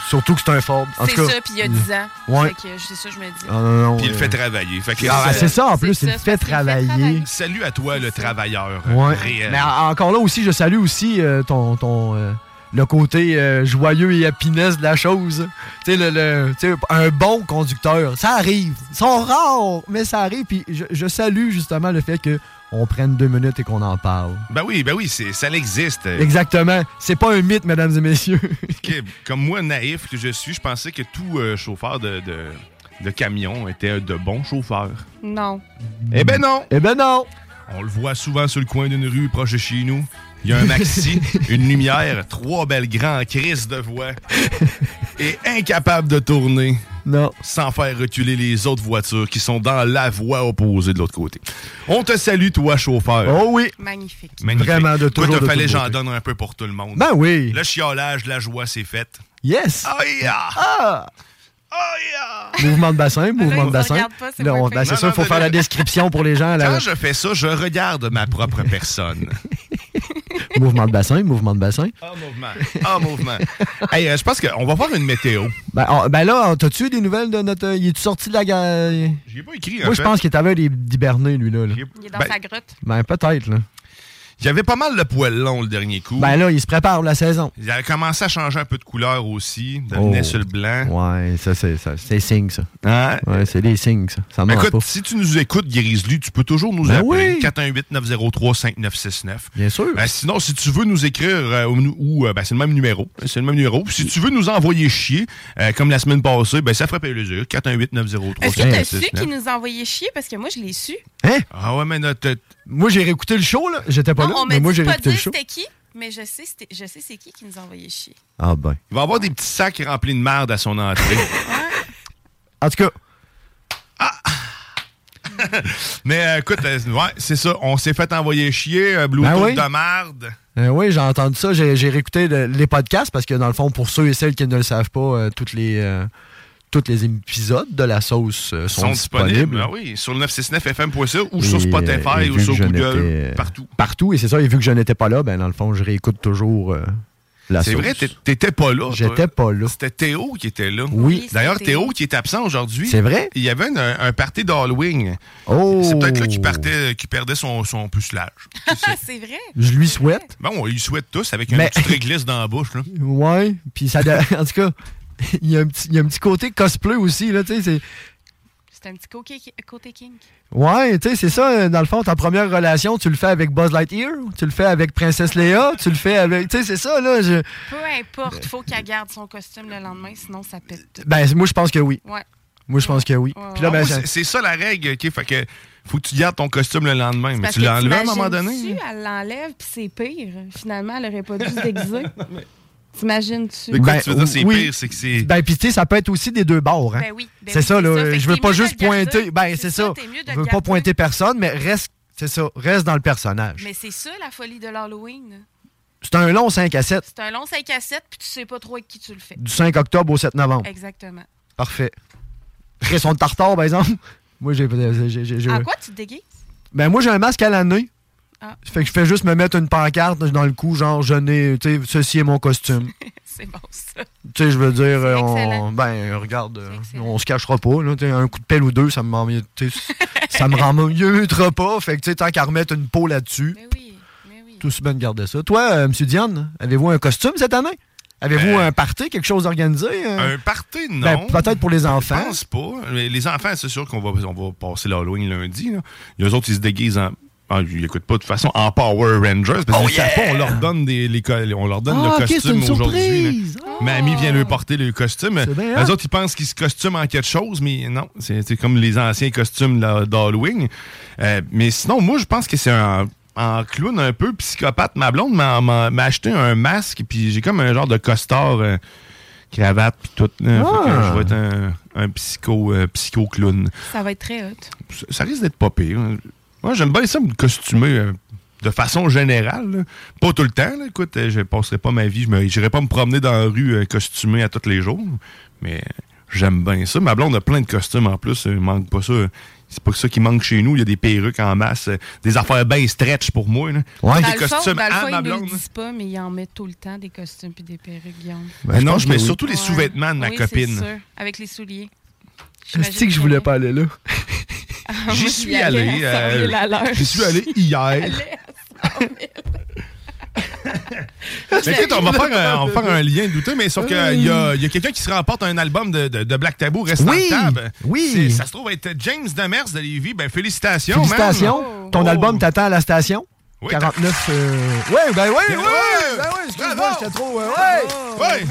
[SPEAKER 6] Surtout que c'est un Ford. En
[SPEAKER 7] C'est
[SPEAKER 6] tout cas,
[SPEAKER 7] ça, puis il y a 10 ans.
[SPEAKER 6] Ouais.
[SPEAKER 7] Fait que, euh, c'est ça, je me dis.
[SPEAKER 6] Ah, non, non,
[SPEAKER 5] Puis il le
[SPEAKER 6] euh,
[SPEAKER 5] fait travailler. Fait que
[SPEAKER 6] Ah, c'est ça, en plus, il le fait travailler.
[SPEAKER 5] Salut à toi, le travailleur euh,
[SPEAKER 6] Ouais.
[SPEAKER 5] réel.
[SPEAKER 6] Mais en- encore là aussi, je salue aussi euh, ton, ton euh, le côté euh, joyeux et happiness de la chose. Tu sais, le, le- tu sais, un bon conducteur, ça arrive. Ils sont rares, mais ça arrive. Puis je, je salue justement le fait que on prenne deux minutes et qu'on en parle.
[SPEAKER 5] Ben oui, ben oui, c'est- ça existe.
[SPEAKER 6] Exactement. C'est pas un mythe, mesdames et messieurs.
[SPEAKER 5] Que- comme moi, naïf que je suis, je pensais que tout euh, chauffeur de, de, de camion était de bons chauffeurs.
[SPEAKER 7] Non.
[SPEAKER 5] Eh ben non!
[SPEAKER 6] Eh ben non!
[SPEAKER 5] On le voit souvent sur le coin d'une rue proche de chez nous. Il y a un maxi, une lumière, trois belles grands crises de voix. Et incapable de tourner.
[SPEAKER 6] Non.
[SPEAKER 5] Sans faire reculer les autres voitures qui sont dans la voie opposée de l'autre côté. On te salue, toi, chauffeur.
[SPEAKER 6] Oh oui.
[SPEAKER 7] Magnifique.
[SPEAKER 5] Magnifique.
[SPEAKER 6] Vraiment, de
[SPEAKER 5] Toi,
[SPEAKER 6] toujours,
[SPEAKER 5] t'as
[SPEAKER 6] de
[SPEAKER 5] fallait
[SPEAKER 6] toute
[SPEAKER 5] j'en
[SPEAKER 6] beauté.
[SPEAKER 5] donne un peu pour tout le monde.
[SPEAKER 6] Ben oui.
[SPEAKER 5] Le chiolage, la joie, c'est faite.
[SPEAKER 6] Yes!
[SPEAKER 5] Oh yeah!
[SPEAKER 6] Ah! Mouvement de bassin, mouvement de
[SPEAKER 5] on
[SPEAKER 6] bassin.
[SPEAKER 5] regarde pas, c'est
[SPEAKER 6] Là,
[SPEAKER 5] moins
[SPEAKER 6] on-
[SPEAKER 5] fait.
[SPEAKER 6] ben, c'est
[SPEAKER 5] Non,
[SPEAKER 6] sûr,
[SPEAKER 5] non,
[SPEAKER 6] faut
[SPEAKER 5] mais
[SPEAKER 6] faire
[SPEAKER 5] là-
[SPEAKER 6] la description pour les gens. Ah, là.
[SPEAKER 5] Quand je fais ça, je regarde ma propre personne.
[SPEAKER 6] Mouvement de bassin, mouvement de bassin.
[SPEAKER 5] Ah, mouvement. Ah, mouvement. Hey, euh, je pense qu'on va voir une météo.
[SPEAKER 6] Ben, on- ben là, t'as-tu eu des nouvelles de notre. Il est sorti de la. ga-
[SPEAKER 5] J'ai pas écrit, en
[SPEAKER 6] Moi, je
[SPEAKER 5] fait.
[SPEAKER 6] pense qu'il t'avait d'hiberner, lui-là. là.
[SPEAKER 7] Il est dans
[SPEAKER 5] Ben-
[SPEAKER 7] sa grotte.
[SPEAKER 6] Ben, peut-être, là.
[SPEAKER 5] J'avais pas mal le poil long le dernier coup.
[SPEAKER 6] Ben là, il se prépare pour la saison.
[SPEAKER 5] Il avait commencé à changer un peu de couleur aussi. Devenait
[SPEAKER 6] Oh.
[SPEAKER 5] sur le blanc.
[SPEAKER 6] Ouais, ça, c'est ça, c'est signe, ça.
[SPEAKER 5] Hein?
[SPEAKER 6] Ouais, c'est des signes, ça. Ça
[SPEAKER 5] Ben,
[SPEAKER 6] manque
[SPEAKER 5] écoute,
[SPEAKER 6] Ah, pas.
[SPEAKER 5] si tu nous écoutes, Grizzly, tu peux toujours nous
[SPEAKER 6] Ben
[SPEAKER 5] appeler.
[SPEAKER 6] oui.
[SPEAKER 5] 418-903-5969.
[SPEAKER 6] Bien sûr.
[SPEAKER 5] Ben, sinon, si tu veux nous écrire, euh, ou, nous- ou, euh, ben, c'est le même numéro. C'est le même numéro. Si tu veux nous envoyer chier, euh, comme la semaine passée, ben, ça ferait plaisir. 418 903
[SPEAKER 7] Est-ce que t'as su qu'il nous envoyait chier? Parce que moi, je l'ai su.
[SPEAKER 6] Hein?
[SPEAKER 5] Ah ouais, mais notre.
[SPEAKER 6] Moi, j'ai réécouté le show, là. J'étais pas
[SPEAKER 7] non,
[SPEAKER 6] là,
[SPEAKER 7] on
[SPEAKER 6] mais
[SPEAKER 7] m'a
[SPEAKER 6] moi,
[SPEAKER 7] dit
[SPEAKER 6] j'ai
[SPEAKER 7] pas
[SPEAKER 6] réécouté
[SPEAKER 7] dire
[SPEAKER 6] le show.
[SPEAKER 7] c'était qui, mais je sais, c'était- je sais c'est qui qui nous envoyait chier.
[SPEAKER 6] Ah, ben.
[SPEAKER 5] Il va avoir des petits sacs remplis de merde à son entrée.
[SPEAKER 6] En tout cas.
[SPEAKER 5] Ah! mais euh, écoute, euh, ouais, c'est ça. On s'est fait envoyer chier, euh, Bluetooth
[SPEAKER 6] Ben oui.
[SPEAKER 5] de merde.
[SPEAKER 6] Euh, oui, j'ai entendu ça. J'ai j'ai réécouté le- les podcasts parce que, dans le fond, pour ceux et celles qui ne le savent pas, euh, toutes les, euh, tous les épisodes de la sauce euh, sont, disponibles.
[SPEAKER 5] Ah oui, sur le 969fm.ca ou
[SPEAKER 6] Et,
[SPEAKER 5] sur
[SPEAKER 6] euh,
[SPEAKER 5] Spotify
[SPEAKER 6] et
[SPEAKER 5] ou
[SPEAKER 6] vu
[SPEAKER 5] sur
[SPEAKER 6] que je
[SPEAKER 5] Google.
[SPEAKER 6] n'étais-
[SPEAKER 5] Partout.
[SPEAKER 6] Partout, et c'est ça. Et vu que je n'étais pas là, ben, dans le fond, je réécoute toujours euh, la
[SPEAKER 5] C'est
[SPEAKER 6] sauce.
[SPEAKER 5] vrai, t'é- t'étais pas là. toi.
[SPEAKER 6] J'étais pas là.
[SPEAKER 5] C'était Théo qui était là.
[SPEAKER 6] Oui.
[SPEAKER 5] D'ailleurs,
[SPEAKER 6] c'était Théo.
[SPEAKER 5] Théo qui est absent aujourd'hui.
[SPEAKER 6] C'est vrai?
[SPEAKER 5] Il y avait une- un, un party d'Halloween.
[SPEAKER 6] Oh!
[SPEAKER 5] C'est peut-être là qu'il partait- qu'il perdait son, son pucelage.
[SPEAKER 7] c'est vrai.
[SPEAKER 6] Je lui souhaite.
[SPEAKER 5] Bon, on lui souhaite tous avec une
[SPEAKER 6] Mais-
[SPEAKER 5] petite réglisse dans la bouche. Là.
[SPEAKER 6] Ouais, puis ça. de- en tout cas, il y, a un petit- il y a un petit côté cosplay aussi, là, tu sais. c'est-
[SPEAKER 7] C'est un petit côté, côté kink.
[SPEAKER 6] Ouais, tu sais, c'est ça, euh, dans le fond, ta première relation, tu le fais avec Buzz Lightyear, tu le fais avec Princesse Léa, tu le fais avec. Tu sais, c'est ça, là. je-
[SPEAKER 7] Peu importe, faut qu'elle garde son costume le lendemain, sinon ça pète tout.
[SPEAKER 6] Ben, moi, je pense que oui.
[SPEAKER 7] Ouais.
[SPEAKER 6] Moi, je pense que oui. Puis là,
[SPEAKER 5] Ah
[SPEAKER 6] ben,
[SPEAKER 5] oui,
[SPEAKER 6] ça-
[SPEAKER 5] c'est- c'est ça la règle. ok? Fait que faut que tu gardes ton costume le lendemain. Mais
[SPEAKER 7] Parce
[SPEAKER 5] tu
[SPEAKER 7] que
[SPEAKER 5] l'as enlevé à un moment
[SPEAKER 7] t'imagines-tu,
[SPEAKER 5] donné.
[SPEAKER 7] elle l'enlève, puis c'est pire. Finalement, elle aurait pas dû se déguiser. T'imagines-tu?
[SPEAKER 5] Mais quoi
[SPEAKER 6] Ben,
[SPEAKER 5] tu veux dire, c'est
[SPEAKER 6] oui.
[SPEAKER 5] pire, c'est que c'est.
[SPEAKER 6] Ben, puis tu sais, ça peut être aussi des deux bords. Hein?
[SPEAKER 7] Ben oui, ben
[SPEAKER 6] c'est
[SPEAKER 7] oui,
[SPEAKER 6] ça,
[SPEAKER 7] c'est
[SPEAKER 6] là.
[SPEAKER 7] ça. Fait que
[SPEAKER 6] je veux
[SPEAKER 7] t'es
[SPEAKER 6] pas
[SPEAKER 7] mieux de
[SPEAKER 6] juste
[SPEAKER 7] le garder.
[SPEAKER 6] pointer. Ben, c'est ça.
[SPEAKER 7] t'es mieux de
[SPEAKER 6] Je
[SPEAKER 7] le
[SPEAKER 6] veux pas
[SPEAKER 7] garder.
[SPEAKER 6] pointer personne, mais reste. tu C'est ça. Reste dans le personnage.
[SPEAKER 7] Mais c'est ça, la folie de l'Halloween.
[SPEAKER 6] C'est un long 5 à 7.
[SPEAKER 7] C'est un long 5 à 7, puis tu sais pas trop avec qui tu le fais.
[SPEAKER 6] Du 5 octobre au 7 novembre.
[SPEAKER 7] Exactement.
[SPEAKER 6] Parfait. Frisson de tartare, par exemple. Moi, j'ai. j'ai- j'ai- j'ai-
[SPEAKER 7] À quoi tu te déguises?
[SPEAKER 6] Ben, moi, j'ai un masque à l'année.
[SPEAKER 7] Ah.
[SPEAKER 6] Fait que je fais juste me mettre une pancarte dans le cou, genre, je n'ai. Tu sais, ceci est mon costume.
[SPEAKER 7] c'est bon, ça.
[SPEAKER 6] Tu sais, je veux dire, euh, on,
[SPEAKER 7] excellent.
[SPEAKER 6] ben, euh, regarde, euh, on se cachera pas. Là, tu sais, un coup de pelle ou deux, ça me rend mieux. tu sais, ça me rend mieux ultra pas. Fait que, tu sais, tant qu'à remettre une peau là-dessus, tout se bien de garder ça. Toi, euh, M. Diane, avez-vous un costume cette année? Avez-vous un party, quelque chose organisé? euh?
[SPEAKER 5] Euh, Un party, non.
[SPEAKER 6] Ben, Peut-être pour les enfants.
[SPEAKER 5] Je pense pas. Les les enfants, c'est sûr qu'on va, on va passer l'Halloween lundi. Là. Les autres, ils se déguisent en. ah, ils n'écoutent pas de toute façon en Power Rangers. Parce
[SPEAKER 9] Oh
[SPEAKER 5] qu'ils savent
[SPEAKER 9] yeah!
[SPEAKER 5] pas, on leur donne, des, les co- on leur donne
[SPEAKER 9] Ah,
[SPEAKER 5] le
[SPEAKER 9] ok, c'est
[SPEAKER 5] costume
[SPEAKER 9] une
[SPEAKER 5] aujourd'hui. là.
[SPEAKER 9] surprise!
[SPEAKER 5] Mamie Ah. vient leur porter le costume.
[SPEAKER 9] C'est bien,
[SPEAKER 5] Les
[SPEAKER 9] hein?
[SPEAKER 5] autres, ils pensent qu'ils se costument en quelque chose, mais non. C'est c'est comme les anciens costumes là, d'Halloween. Euh, mais sinon, moi, je pense que c'est un. En clown un peu psychopathe, ma blonde m'a- m'a m'a acheté un masque, puis j'ai comme un genre de costard, euh, cravate, puis tout. là. Fait que
[SPEAKER 7] Ah!
[SPEAKER 5] je vais être un, un psycho, euh, psycho-clown.
[SPEAKER 7] Ça va être très hot.
[SPEAKER 5] Ça- Ça risque d'être pas pire. hein. Moi, j'aime bien ça me costumer euh, de façon générale. là. Pas tout le temps. là. Écoute, euh, je passerai pas ma vie. Je n'irai pas me promener dans la rue euh, costumé à tous les jours. Mais j'aime bien ça. Ma blonde a plein de costumes en plus. euh, Il manque pas ça. C'est pas ça qui manque chez nous. Il y a des perruques en masse, euh, des affaires bien stretch pour moi. Là.
[SPEAKER 7] Dans
[SPEAKER 5] Des
[SPEAKER 7] le fond-
[SPEAKER 5] costumes
[SPEAKER 7] dans le
[SPEAKER 5] à
[SPEAKER 7] fond,
[SPEAKER 5] ma
[SPEAKER 7] ils ne le
[SPEAKER 5] blonde.
[SPEAKER 7] disent pas, mais ils en mettent tout le temps des costumes puis des perruques, Guillaume.
[SPEAKER 5] Ben, je non, pense je que mets oui. surtout les sous-vêtements de ma
[SPEAKER 7] Oui,
[SPEAKER 5] copine.
[SPEAKER 7] c'est sûr. Avec les souliers.
[SPEAKER 6] Est-ce que je voulais pas aller là?
[SPEAKER 5] J'y suis
[SPEAKER 7] Ah,
[SPEAKER 5] allé. euh, J'y suis allé hier. Mais écoute, on va faire, euh, on va faire un lien douteux, mais sauf qu'il
[SPEAKER 6] Euh.
[SPEAKER 5] y a, il y a quelqu'un qui se remporte un album de, de- de Black Tabou restant
[SPEAKER 6] Oui,
[SPEAKER 5] table.
[SPEAKER 6] oui.
[SPEAKER 5] C'est- Ça se trouve être James Demers de Lévis. Ben, félicitations, Oh. man.
[SPEAKER 6] Félicitations. Ton album t'attend à la station. 49. euh, Ouais, ben ouais, ouais,
[SPEAKER 9] Ben
[SPEAKER 6] ouais,
[SPEAKER 9] ouais,
[SPEAKER 6] ben ouais, excuse-moi, j'étais trop. euh, ouais,
[SPEAKER 5] ouais.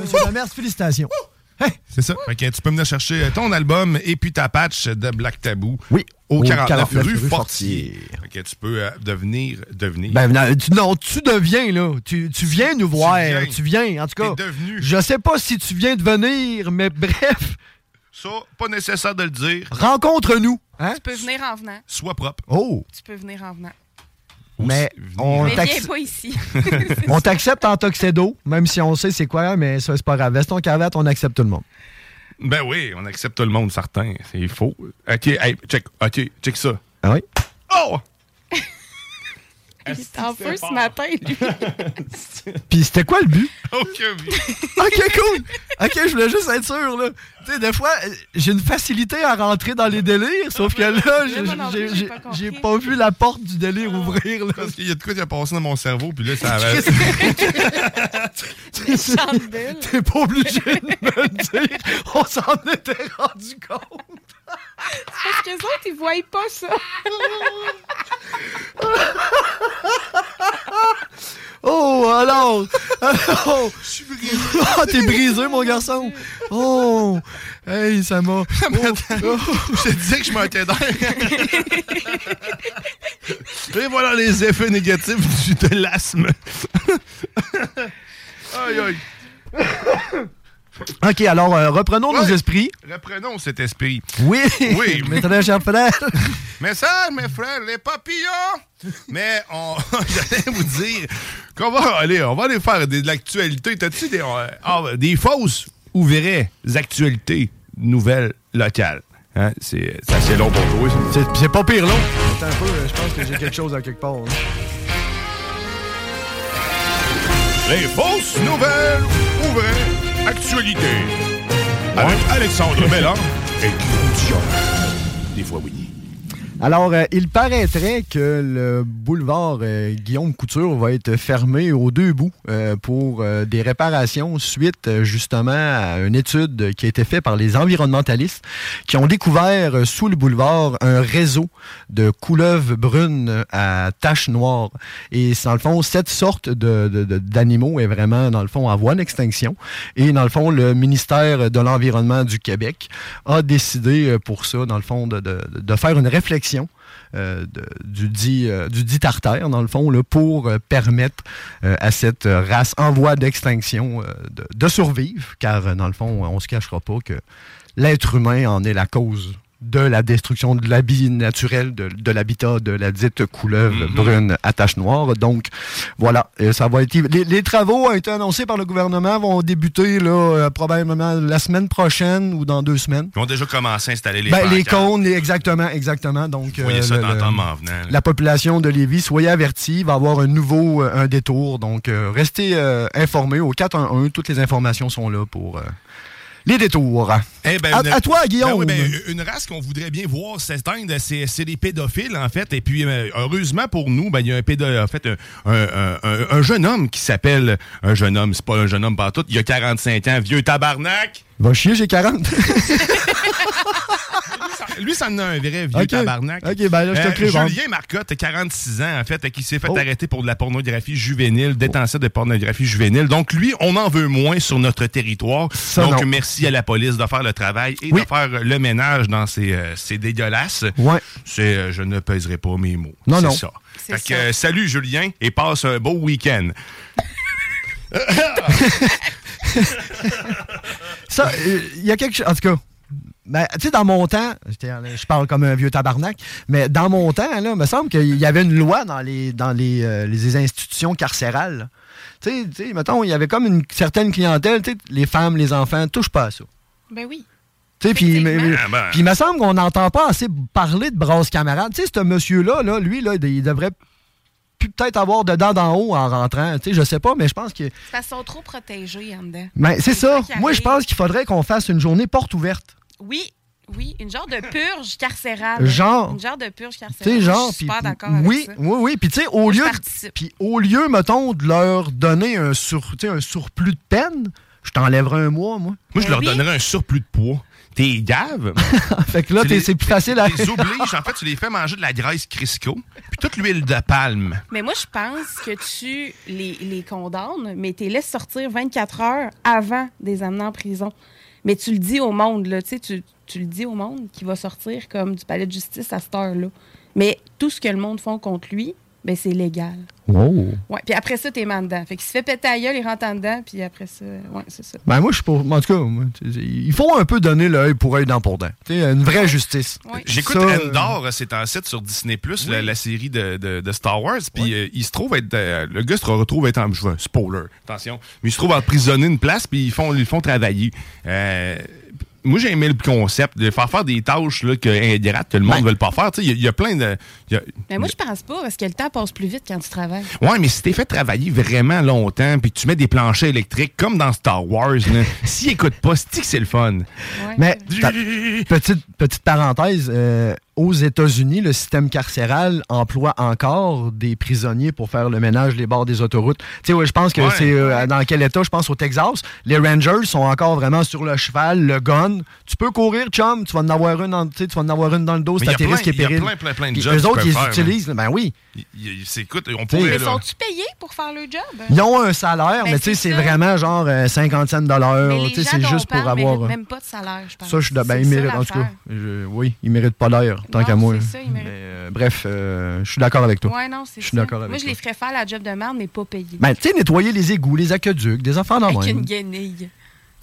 [SPEAKER 6] Monsieur Lemers, félicitations.
[SPEAKER 5] C'est ça. Fait que tu peux venir chercher ton album et puis ta patch de Black Tabou.
[SPEAKER 6] Oui.
[SPEAKER 5] Au
[SPEAKER 6] au
[SPEAKER 5] 49,
[SPEAKER 6] 49
[SPEAKER 5] rue
[SPEAKER 6] rue
[SPEAKER 5] Fortier. Fait que tu peux euh, devenir, devenir.
[SPEAKER 6] Ben, non, tu, non, tu deviens, là. Tu, tu viens nous voir. Tu viens, en tout cas. Je sais pas si tu viens de venir, mais bref,
[SPEAKER 5] Ça, pas nécessaire de le dire.
[SPEAKER 6] rencontre-nous. Hein?
[SPEAKER 7] Tu peux venir en venant.
[SPEAKER 5] Sois propre.
[SPEAKER 6] Oh!
[SPEAKER 7] Tu peux venir en venant.
[SPEAKER 6] Mais on
[SPEAKER 7] mais viens
[SPEAKER 6] t'accepte.
[SPEAKER 7] pas ici.
[SPEAKER 6] On t'accepte en tuxedo, même si on sait c'est quoi, mais ça, c'est pas grave. Veston cravate, on accepte tout le monde.
[SPEAKER 5] Ben oui, on accepte tout le monde, certain. C'est faux. OK, hey, check. OK, check ça.
[SPEAKER 6] Ah oui?
[SPEAKER 5] Oh!
[SPEAKER 6] Ah,
[SPEAKER 7] Il est en feu ce matin, lui.
[SPEAKER 6] Puis c'était quoi le but?
[SPEAKER 5] OK,
[SPEAKER 6] OK, cool. OK, je voulais juste être sûr, là. Tu sais, des fois, euh, j'ai une facilité à rentrer dans les délires, sauf que là, Ah, j'ai-
[SPEAKER 9] moi non plus,
[SPEAKER 6] j'ai-
[SPEAKER 9] j'ai
[SPEAKER 6] j'ai-
[SPEAKER 9] pas compris. Ah
[SPEAKER 6] j'ai pas vu la porte du délire ouvrir, là.
[SPEAKER 5] Parce qu'il y a de quoi qui a passé dans mon cerveau, puis là, ça avait.
[SPEAKER 6] T'es pas obligé de me le dire. On s'en était rendu compte.
[SPEAKER 7] Parce que les autres, ils voient pas ça.
[SPEAKER 6] Oh, alors! alors. Je suis brisé. Oh, t'es brisé, mon garçon! Oh! Hey, ça m'a.
[SPEAKER 5] Je te disais que je m'étais dans. Et voilà les effets négatifs du, de l'asthme. aïe, aïe.
[SPEAKER 6] OK, alors, euh, reprenons nos
[SPEAKER 5] Ouais.
[SPEAKER 6] esprits.
[SPEAKER 5] Reprenons cet esprit.
[SPEAKER 6] Oui!
[SPEAKER 5] Oui.
[SPEAKER 6] Mes très chers frères.
[SPEAKER 5] Mes soeurs, mes frères, les papillons! Mais on. J'allais vous dire qu'on va aller, on va aller faire des- de l'actualité. T'as-tu des, euh, ah, des fausses ou vraies actualités nouvelles locales? Hein? C'est c'est assez long pour jouer.
[SPEAKER 6] C'est pas pire long. Attends un peu, euh, je pense que j'ai quelque chose à quelque part. hein. là.
[SPEAKER 5] Les fausses nouvelles ou vraies actualités. Avec Alexandre Belland et Guillaume Dion. Des fois Winnie.
[SPEAKER 6] Alors, euh, il paraîtrait que le boulevard euh, Guillaume Couture va être fermé aux deux bouts euh, pour euh, des réparations suite euh, justement à une étude qui a été faite par les environnementalistes qui ont découvert euh, sous le boulevard un réseau de couleuvres brunes à taches noires. Et c'est, dans le fond, cette sorte de- de- de- d'animaux est vraiment, dans le fond, en voie d'extinction. Et dans le fond, le ministère de l'Environnement du Québec a décidé euh, pour ça, dans le fond, de, de- de faire une réflexion euh, de- du, dit, euh, du dit tartare, dans le fond, là, pour euh, permettre euh, à cette euh, race en voie d'extinction euh, de, de survivre, car euh, dans le fond, on ne se cachera pas que l'être humain en est la cause. de la destruction de l'habit naturel, de, de l'habitat de la dite couleuvre
[SPEAKER 14] Mhm.
[SPEAKER 6] brune à tache noire. Donc, voilà, euh, ça va être... Les, les travaux ont été annoncés par le gouvernement, vont débuter là, euh, probablement la semaine prochaine ou dans deux semaines.
[SPEAKER 5] Ils ont déjà commencé à installer les
[SPEAKER 6] Ben, les
[SPEAKER 5] pancartes.
[SPEAKER 6] cônes, les- exactement, exactement. Donc,
[SPEAKER 5] Vous voyez
[SPEAKER 6] euh,
[SPEAKER 5] ça
[SPEAKER 6] le-
[SPEAKER 5] dans le
[SPEAKER 6] le-
[SPEAKER 5] temps m'en venant. là.
[SPEAKER 6] la population de Lévis, soyez avertis, il va y avoir un nouveau euh, un détour. Donc, euh, restez euh, informés au 411. Toutes les informations sont là pour euh, les détours.
[SPEAKER 5] Eh ben,
[SPEAKER 6] à,
[SPEAKER 5] une-
[SPEAKER 6] à toi, Guillaume.
[SPEAKER 5] Ben oui, ben, une race qu'on voudrait bien voir s'éteindre, c'est c'est les pédophiles, en fait. Et puis, euh, heureusement pour nous, ben, il y a un pédophile, en fait, un, un- un- un jeune homme qui s'appelle... Un jeune homme, c'est pas un jeune homme partout. Il a 45 ans, vieux tabarnak!
[SPEAKER 6] Va chier, j'ai 40.
[SPEAKER 5] Lui, ça en a un vrai vieux
[SPEAKER 6] Ok.
[SPEAKER 5] tabarnak. Euh,
[SPEAKER 6] Ok, ben là, je te Oh. crée, bon.
[SPEAKER 5] Julien Marcotte, 46 ans, en fait, qui s'est fait arrêter pour de la pornographie juvénile, détention de pornographie juvénile. Donc, lui, on en veut moins sur notre territoire.
[SPEAKER 6] Ça,
[SPEAKER 5] Donc,
[SPEAKER 6] non.
[SPEAKER 5] merci à la police de faire le travail et de faire le ménage dans ces, euh, ces dégueulasses.
[SPEAKER 6] Ouais.
[SPEAKER 5] C'est, euh, je ne pèserai pas mes mots.
[SPEAKER 6] Non,
[SPEAKER 5] C'est
[SPEAKER 6] non.
[SPEAKER 5] ça. Fait que, euh, salut, Julien, et passe un beau week-end.
[SPEAKER 6] Ça, euh, il y a quelque chose. En tout cas. ben, tu sais, dans mon temps, j'étais en- je parle comme un vieux tabarnak, mais dans mon temps, là, me semble qu'il y avait une loi dans les, dans les, euh, les institutions carcérales. là. Tu sais- tu sais, mettons, il y avait comme une certaine clientèle, tu sais, les femmes, les enfants, touchent pas à ça.
[SPEAKER 7] Ben oui.
[SPEAKER 6] Tu sais, puis mais-
[SPEAKER 7] Effectivement. Ah ben.
[SPEAKER 6] puis il me semble qu'on n'entend pas assez parler de brasse camarade. Tu sais, ce monsieur-là, là, lui, là, il devrait plus peut-être avoir dedans d'en haut en rentrant. Tu sais, je sais pas, mais je pense que.
[SPEAKER 7] De toute façon, trop protégés en dedans.
[SPEAKER 6] Ben, c'est ça.
[SPEAKER 7] qui
[SPEAKER 6] Moi, je
[SPEAKER 7] arrive.
[SPEAKER 6] pense qu'il faudrait qu'on fasse une journée porte ouverte.
[SPEAKER 7] Oui, oui, une genre de purge carcérale.
[SPEAKER 6] Genre.
[SPEAKER 7] Une genre de purge
[SPEAKER 6] Tu
[SPEAKER 7] carcérale.
[SPEAKER 6] sais, genre.
[SPEAKER 7] Je suis
[SPEAKER 6] puis-
[SPEAKER 7] super d'accord
[SPEAKER 6] oui,
[SPEAKER 7] avec ça.
[SPEAKER 6] oui, oui. Puis, tu sais, au
[SPEAKER 7] Je
[SPEAKER 6] lieu. de-
[SPEAKER 7] participe.
[SPEAKER 6] Puis, au lieu, mettons, de leur donner un, sur, tu sais, un surplus de peine, je t'enlèverais un mois, moi.
[SPEAKER 5] Moi, je
[SPEAKER 7] Ben
[SPEAKER 5] leur donnerais un surplus de poids. T'es gave?
[SPEAKER 6] fait que là,
[SPEAKER 5] Tu
[SPEAKER 6] t'es-
[SPEAKER 5] les-
[SPEAKER 6] c'est plus facile à.
[SPEAKER 5] Tu les obliges, en fait, tu les fais manger de la graisse Crisco, puis toute l'huile de palme.
[SPEAKER 7] Mais moi, je pense que tu les, les condamnes, mais tu les laisses sortir 24 heures avant de les amener en prison. Mais tu le dis au monde, là, tu sais, tu, tu le dis au monde qui va sortir comme du palais de justice à cette heure-là. Mais tout ce que le monde font contre lui, ben c'est légal.
[SPEAKER 6] Wow.
[SPEAKER 7] Ouais. Puis après ça, t'es mandant. Fait qu'il se fait péter à gueule, il rentre en dedans, puis après ça, ouais, c'est ça.
[SPEAKER 6] Ben moi, je suis pour. En tout cas, moi, tu sais, il faut un peu donner l'œil pour œil dans pour dent. Tu sais, une vraie justice.
[SPEAKER 5] J'écoute
[SPEAKER 6] Ça, euh,
[SPEAKER 5] Endor, c'est un site sur Disney, la, la série de, de- de Star Wars. Puis euh, il se trouve être. euh, le gars se retrouve être en. Je veux, spoiler, attention. Mais il se trouve emprisonné une place, puis ils font, ils le font travailler. Euh, moi, j'ai aimé le concept de faire faire des tâches là, que ingrates, que le monde ne veut pas faire. Tu sais, Il y, a- il y a plein de. il y a-
[SPEAKER 7] Mais moi, je pense pas, parce que le temps passe plus vite quand tu travailles.
[SPEAKER 5] Ouais, mais si t'es fait travailler vraiment longtemps, puis que tu mets des planchers électriques, comme dans Star Wars, là, s'ils écoutent pas, c'est que c'est le fun.
[SPEAKER 6] Mais ta- petite, petite parenthèse, euh, aux États-Unis, le système carcéral emploie encore des prisonniers pour faire le ménage des bords des autoroutes. Tu sais, ouais, je pense que
[SPEAKER 14] Ouais.
[SPEAKER 6] c'est euh, dans quel état, je pense au Texas, les Rangers sont encore vraiment sur le cheval, le gun. Tu peux courir, chum, tu vas en avoir une dans, tu sais, tu vas en avoir une dans le
[SPEAKER 5] Mais
[SPEAKER 6] dos, c'est à
[SPEAKER 5] y a
[SPEAKER 6] tes
[SPEAKER 5] plein-
[SPEAKER 6] risques et
[SPEAKER 5] y a
[SPEAKER 6] périls.
[SPEAKER 5] plein, plein, plein de
[SPEAKER 6] Puis
[SPEAKER 5] jobs
[SPEAKER 6] Eux
[SPEAKER 5] qu'ils
[SPEAKER 6] autres,
[SPEAKER 5] peuvent
[SPEAKER 6] ils
[SPEAKER 5] faire,
[SPEAKER 6] utilisent, ben oui.
[SPEAKER 5] Il- il- c'est- écoute, on
[SPEAKER 6] T'sais,
[SPEAKER 5] pourrait.
[SPEAKER 7] Mais
[SPEAKER 5] là-
[SPEAKER 7] sont-tu payés pour faire le job?
[SPEAKER 6] Ils ont un salaire, mais tu sais, c'est vraiment genre euh, 50 cents de dollars.
[SPEAKER 7] Ben Mais les
[SPEAKER 6] Tu sais,
[SPEAKER 7] gens
[SPEAKER 6] C'est
[SPEAKER 7] dont
[SPEAKER 6] juste
[SPEAKER 7] on parle
[SPEAKER 6] pour avoir.
[SPEAKER 7] méritent
[SPEAKER 6] euh,
[SPEAKER 7] même pas de salaire, je pense.
[SPEAKER 6] Ça, je suis de- ben,
[SPEAKER 7] C'est
[SPEAKER 6] il
[SPEAKER 7] ça,
[SPEAKER 6] mérite, en tout cas.
[SPEAKER 7] l'affaire.
[SPEAKER 6] Je- oui, il mérite pas l'air, tant
[SPEAKER 7] Non,
[SPEAKER 6] qu'à moi.
[SPEAKER 7] c'est ça, il mérite.
[SPEAKER 6] Mais, euh, bref, euh, je suis d'accord avec toi.
[SPEAKER 7] Ouais, non, c'est
[SPEAKER 6] Je
[SPEAKER 7] ça.
[SPEAKER 6] suis d'accord
[SPEAKER 7] Moi,
[SPEAKER 6] avec
[SPEAKER 7] je
[SPEAKER 6] toi.
[SPEAKER 7] les ferais faire la job de merde, mais pas payés.
[SPEAKER 6] Ben, tu sais, nettoyer les égouts, les aqueducs, des enfants dans
[SPEAKER 7] Avec une
[SPEAKER 6] même.
[SPEAKER 7] guenille.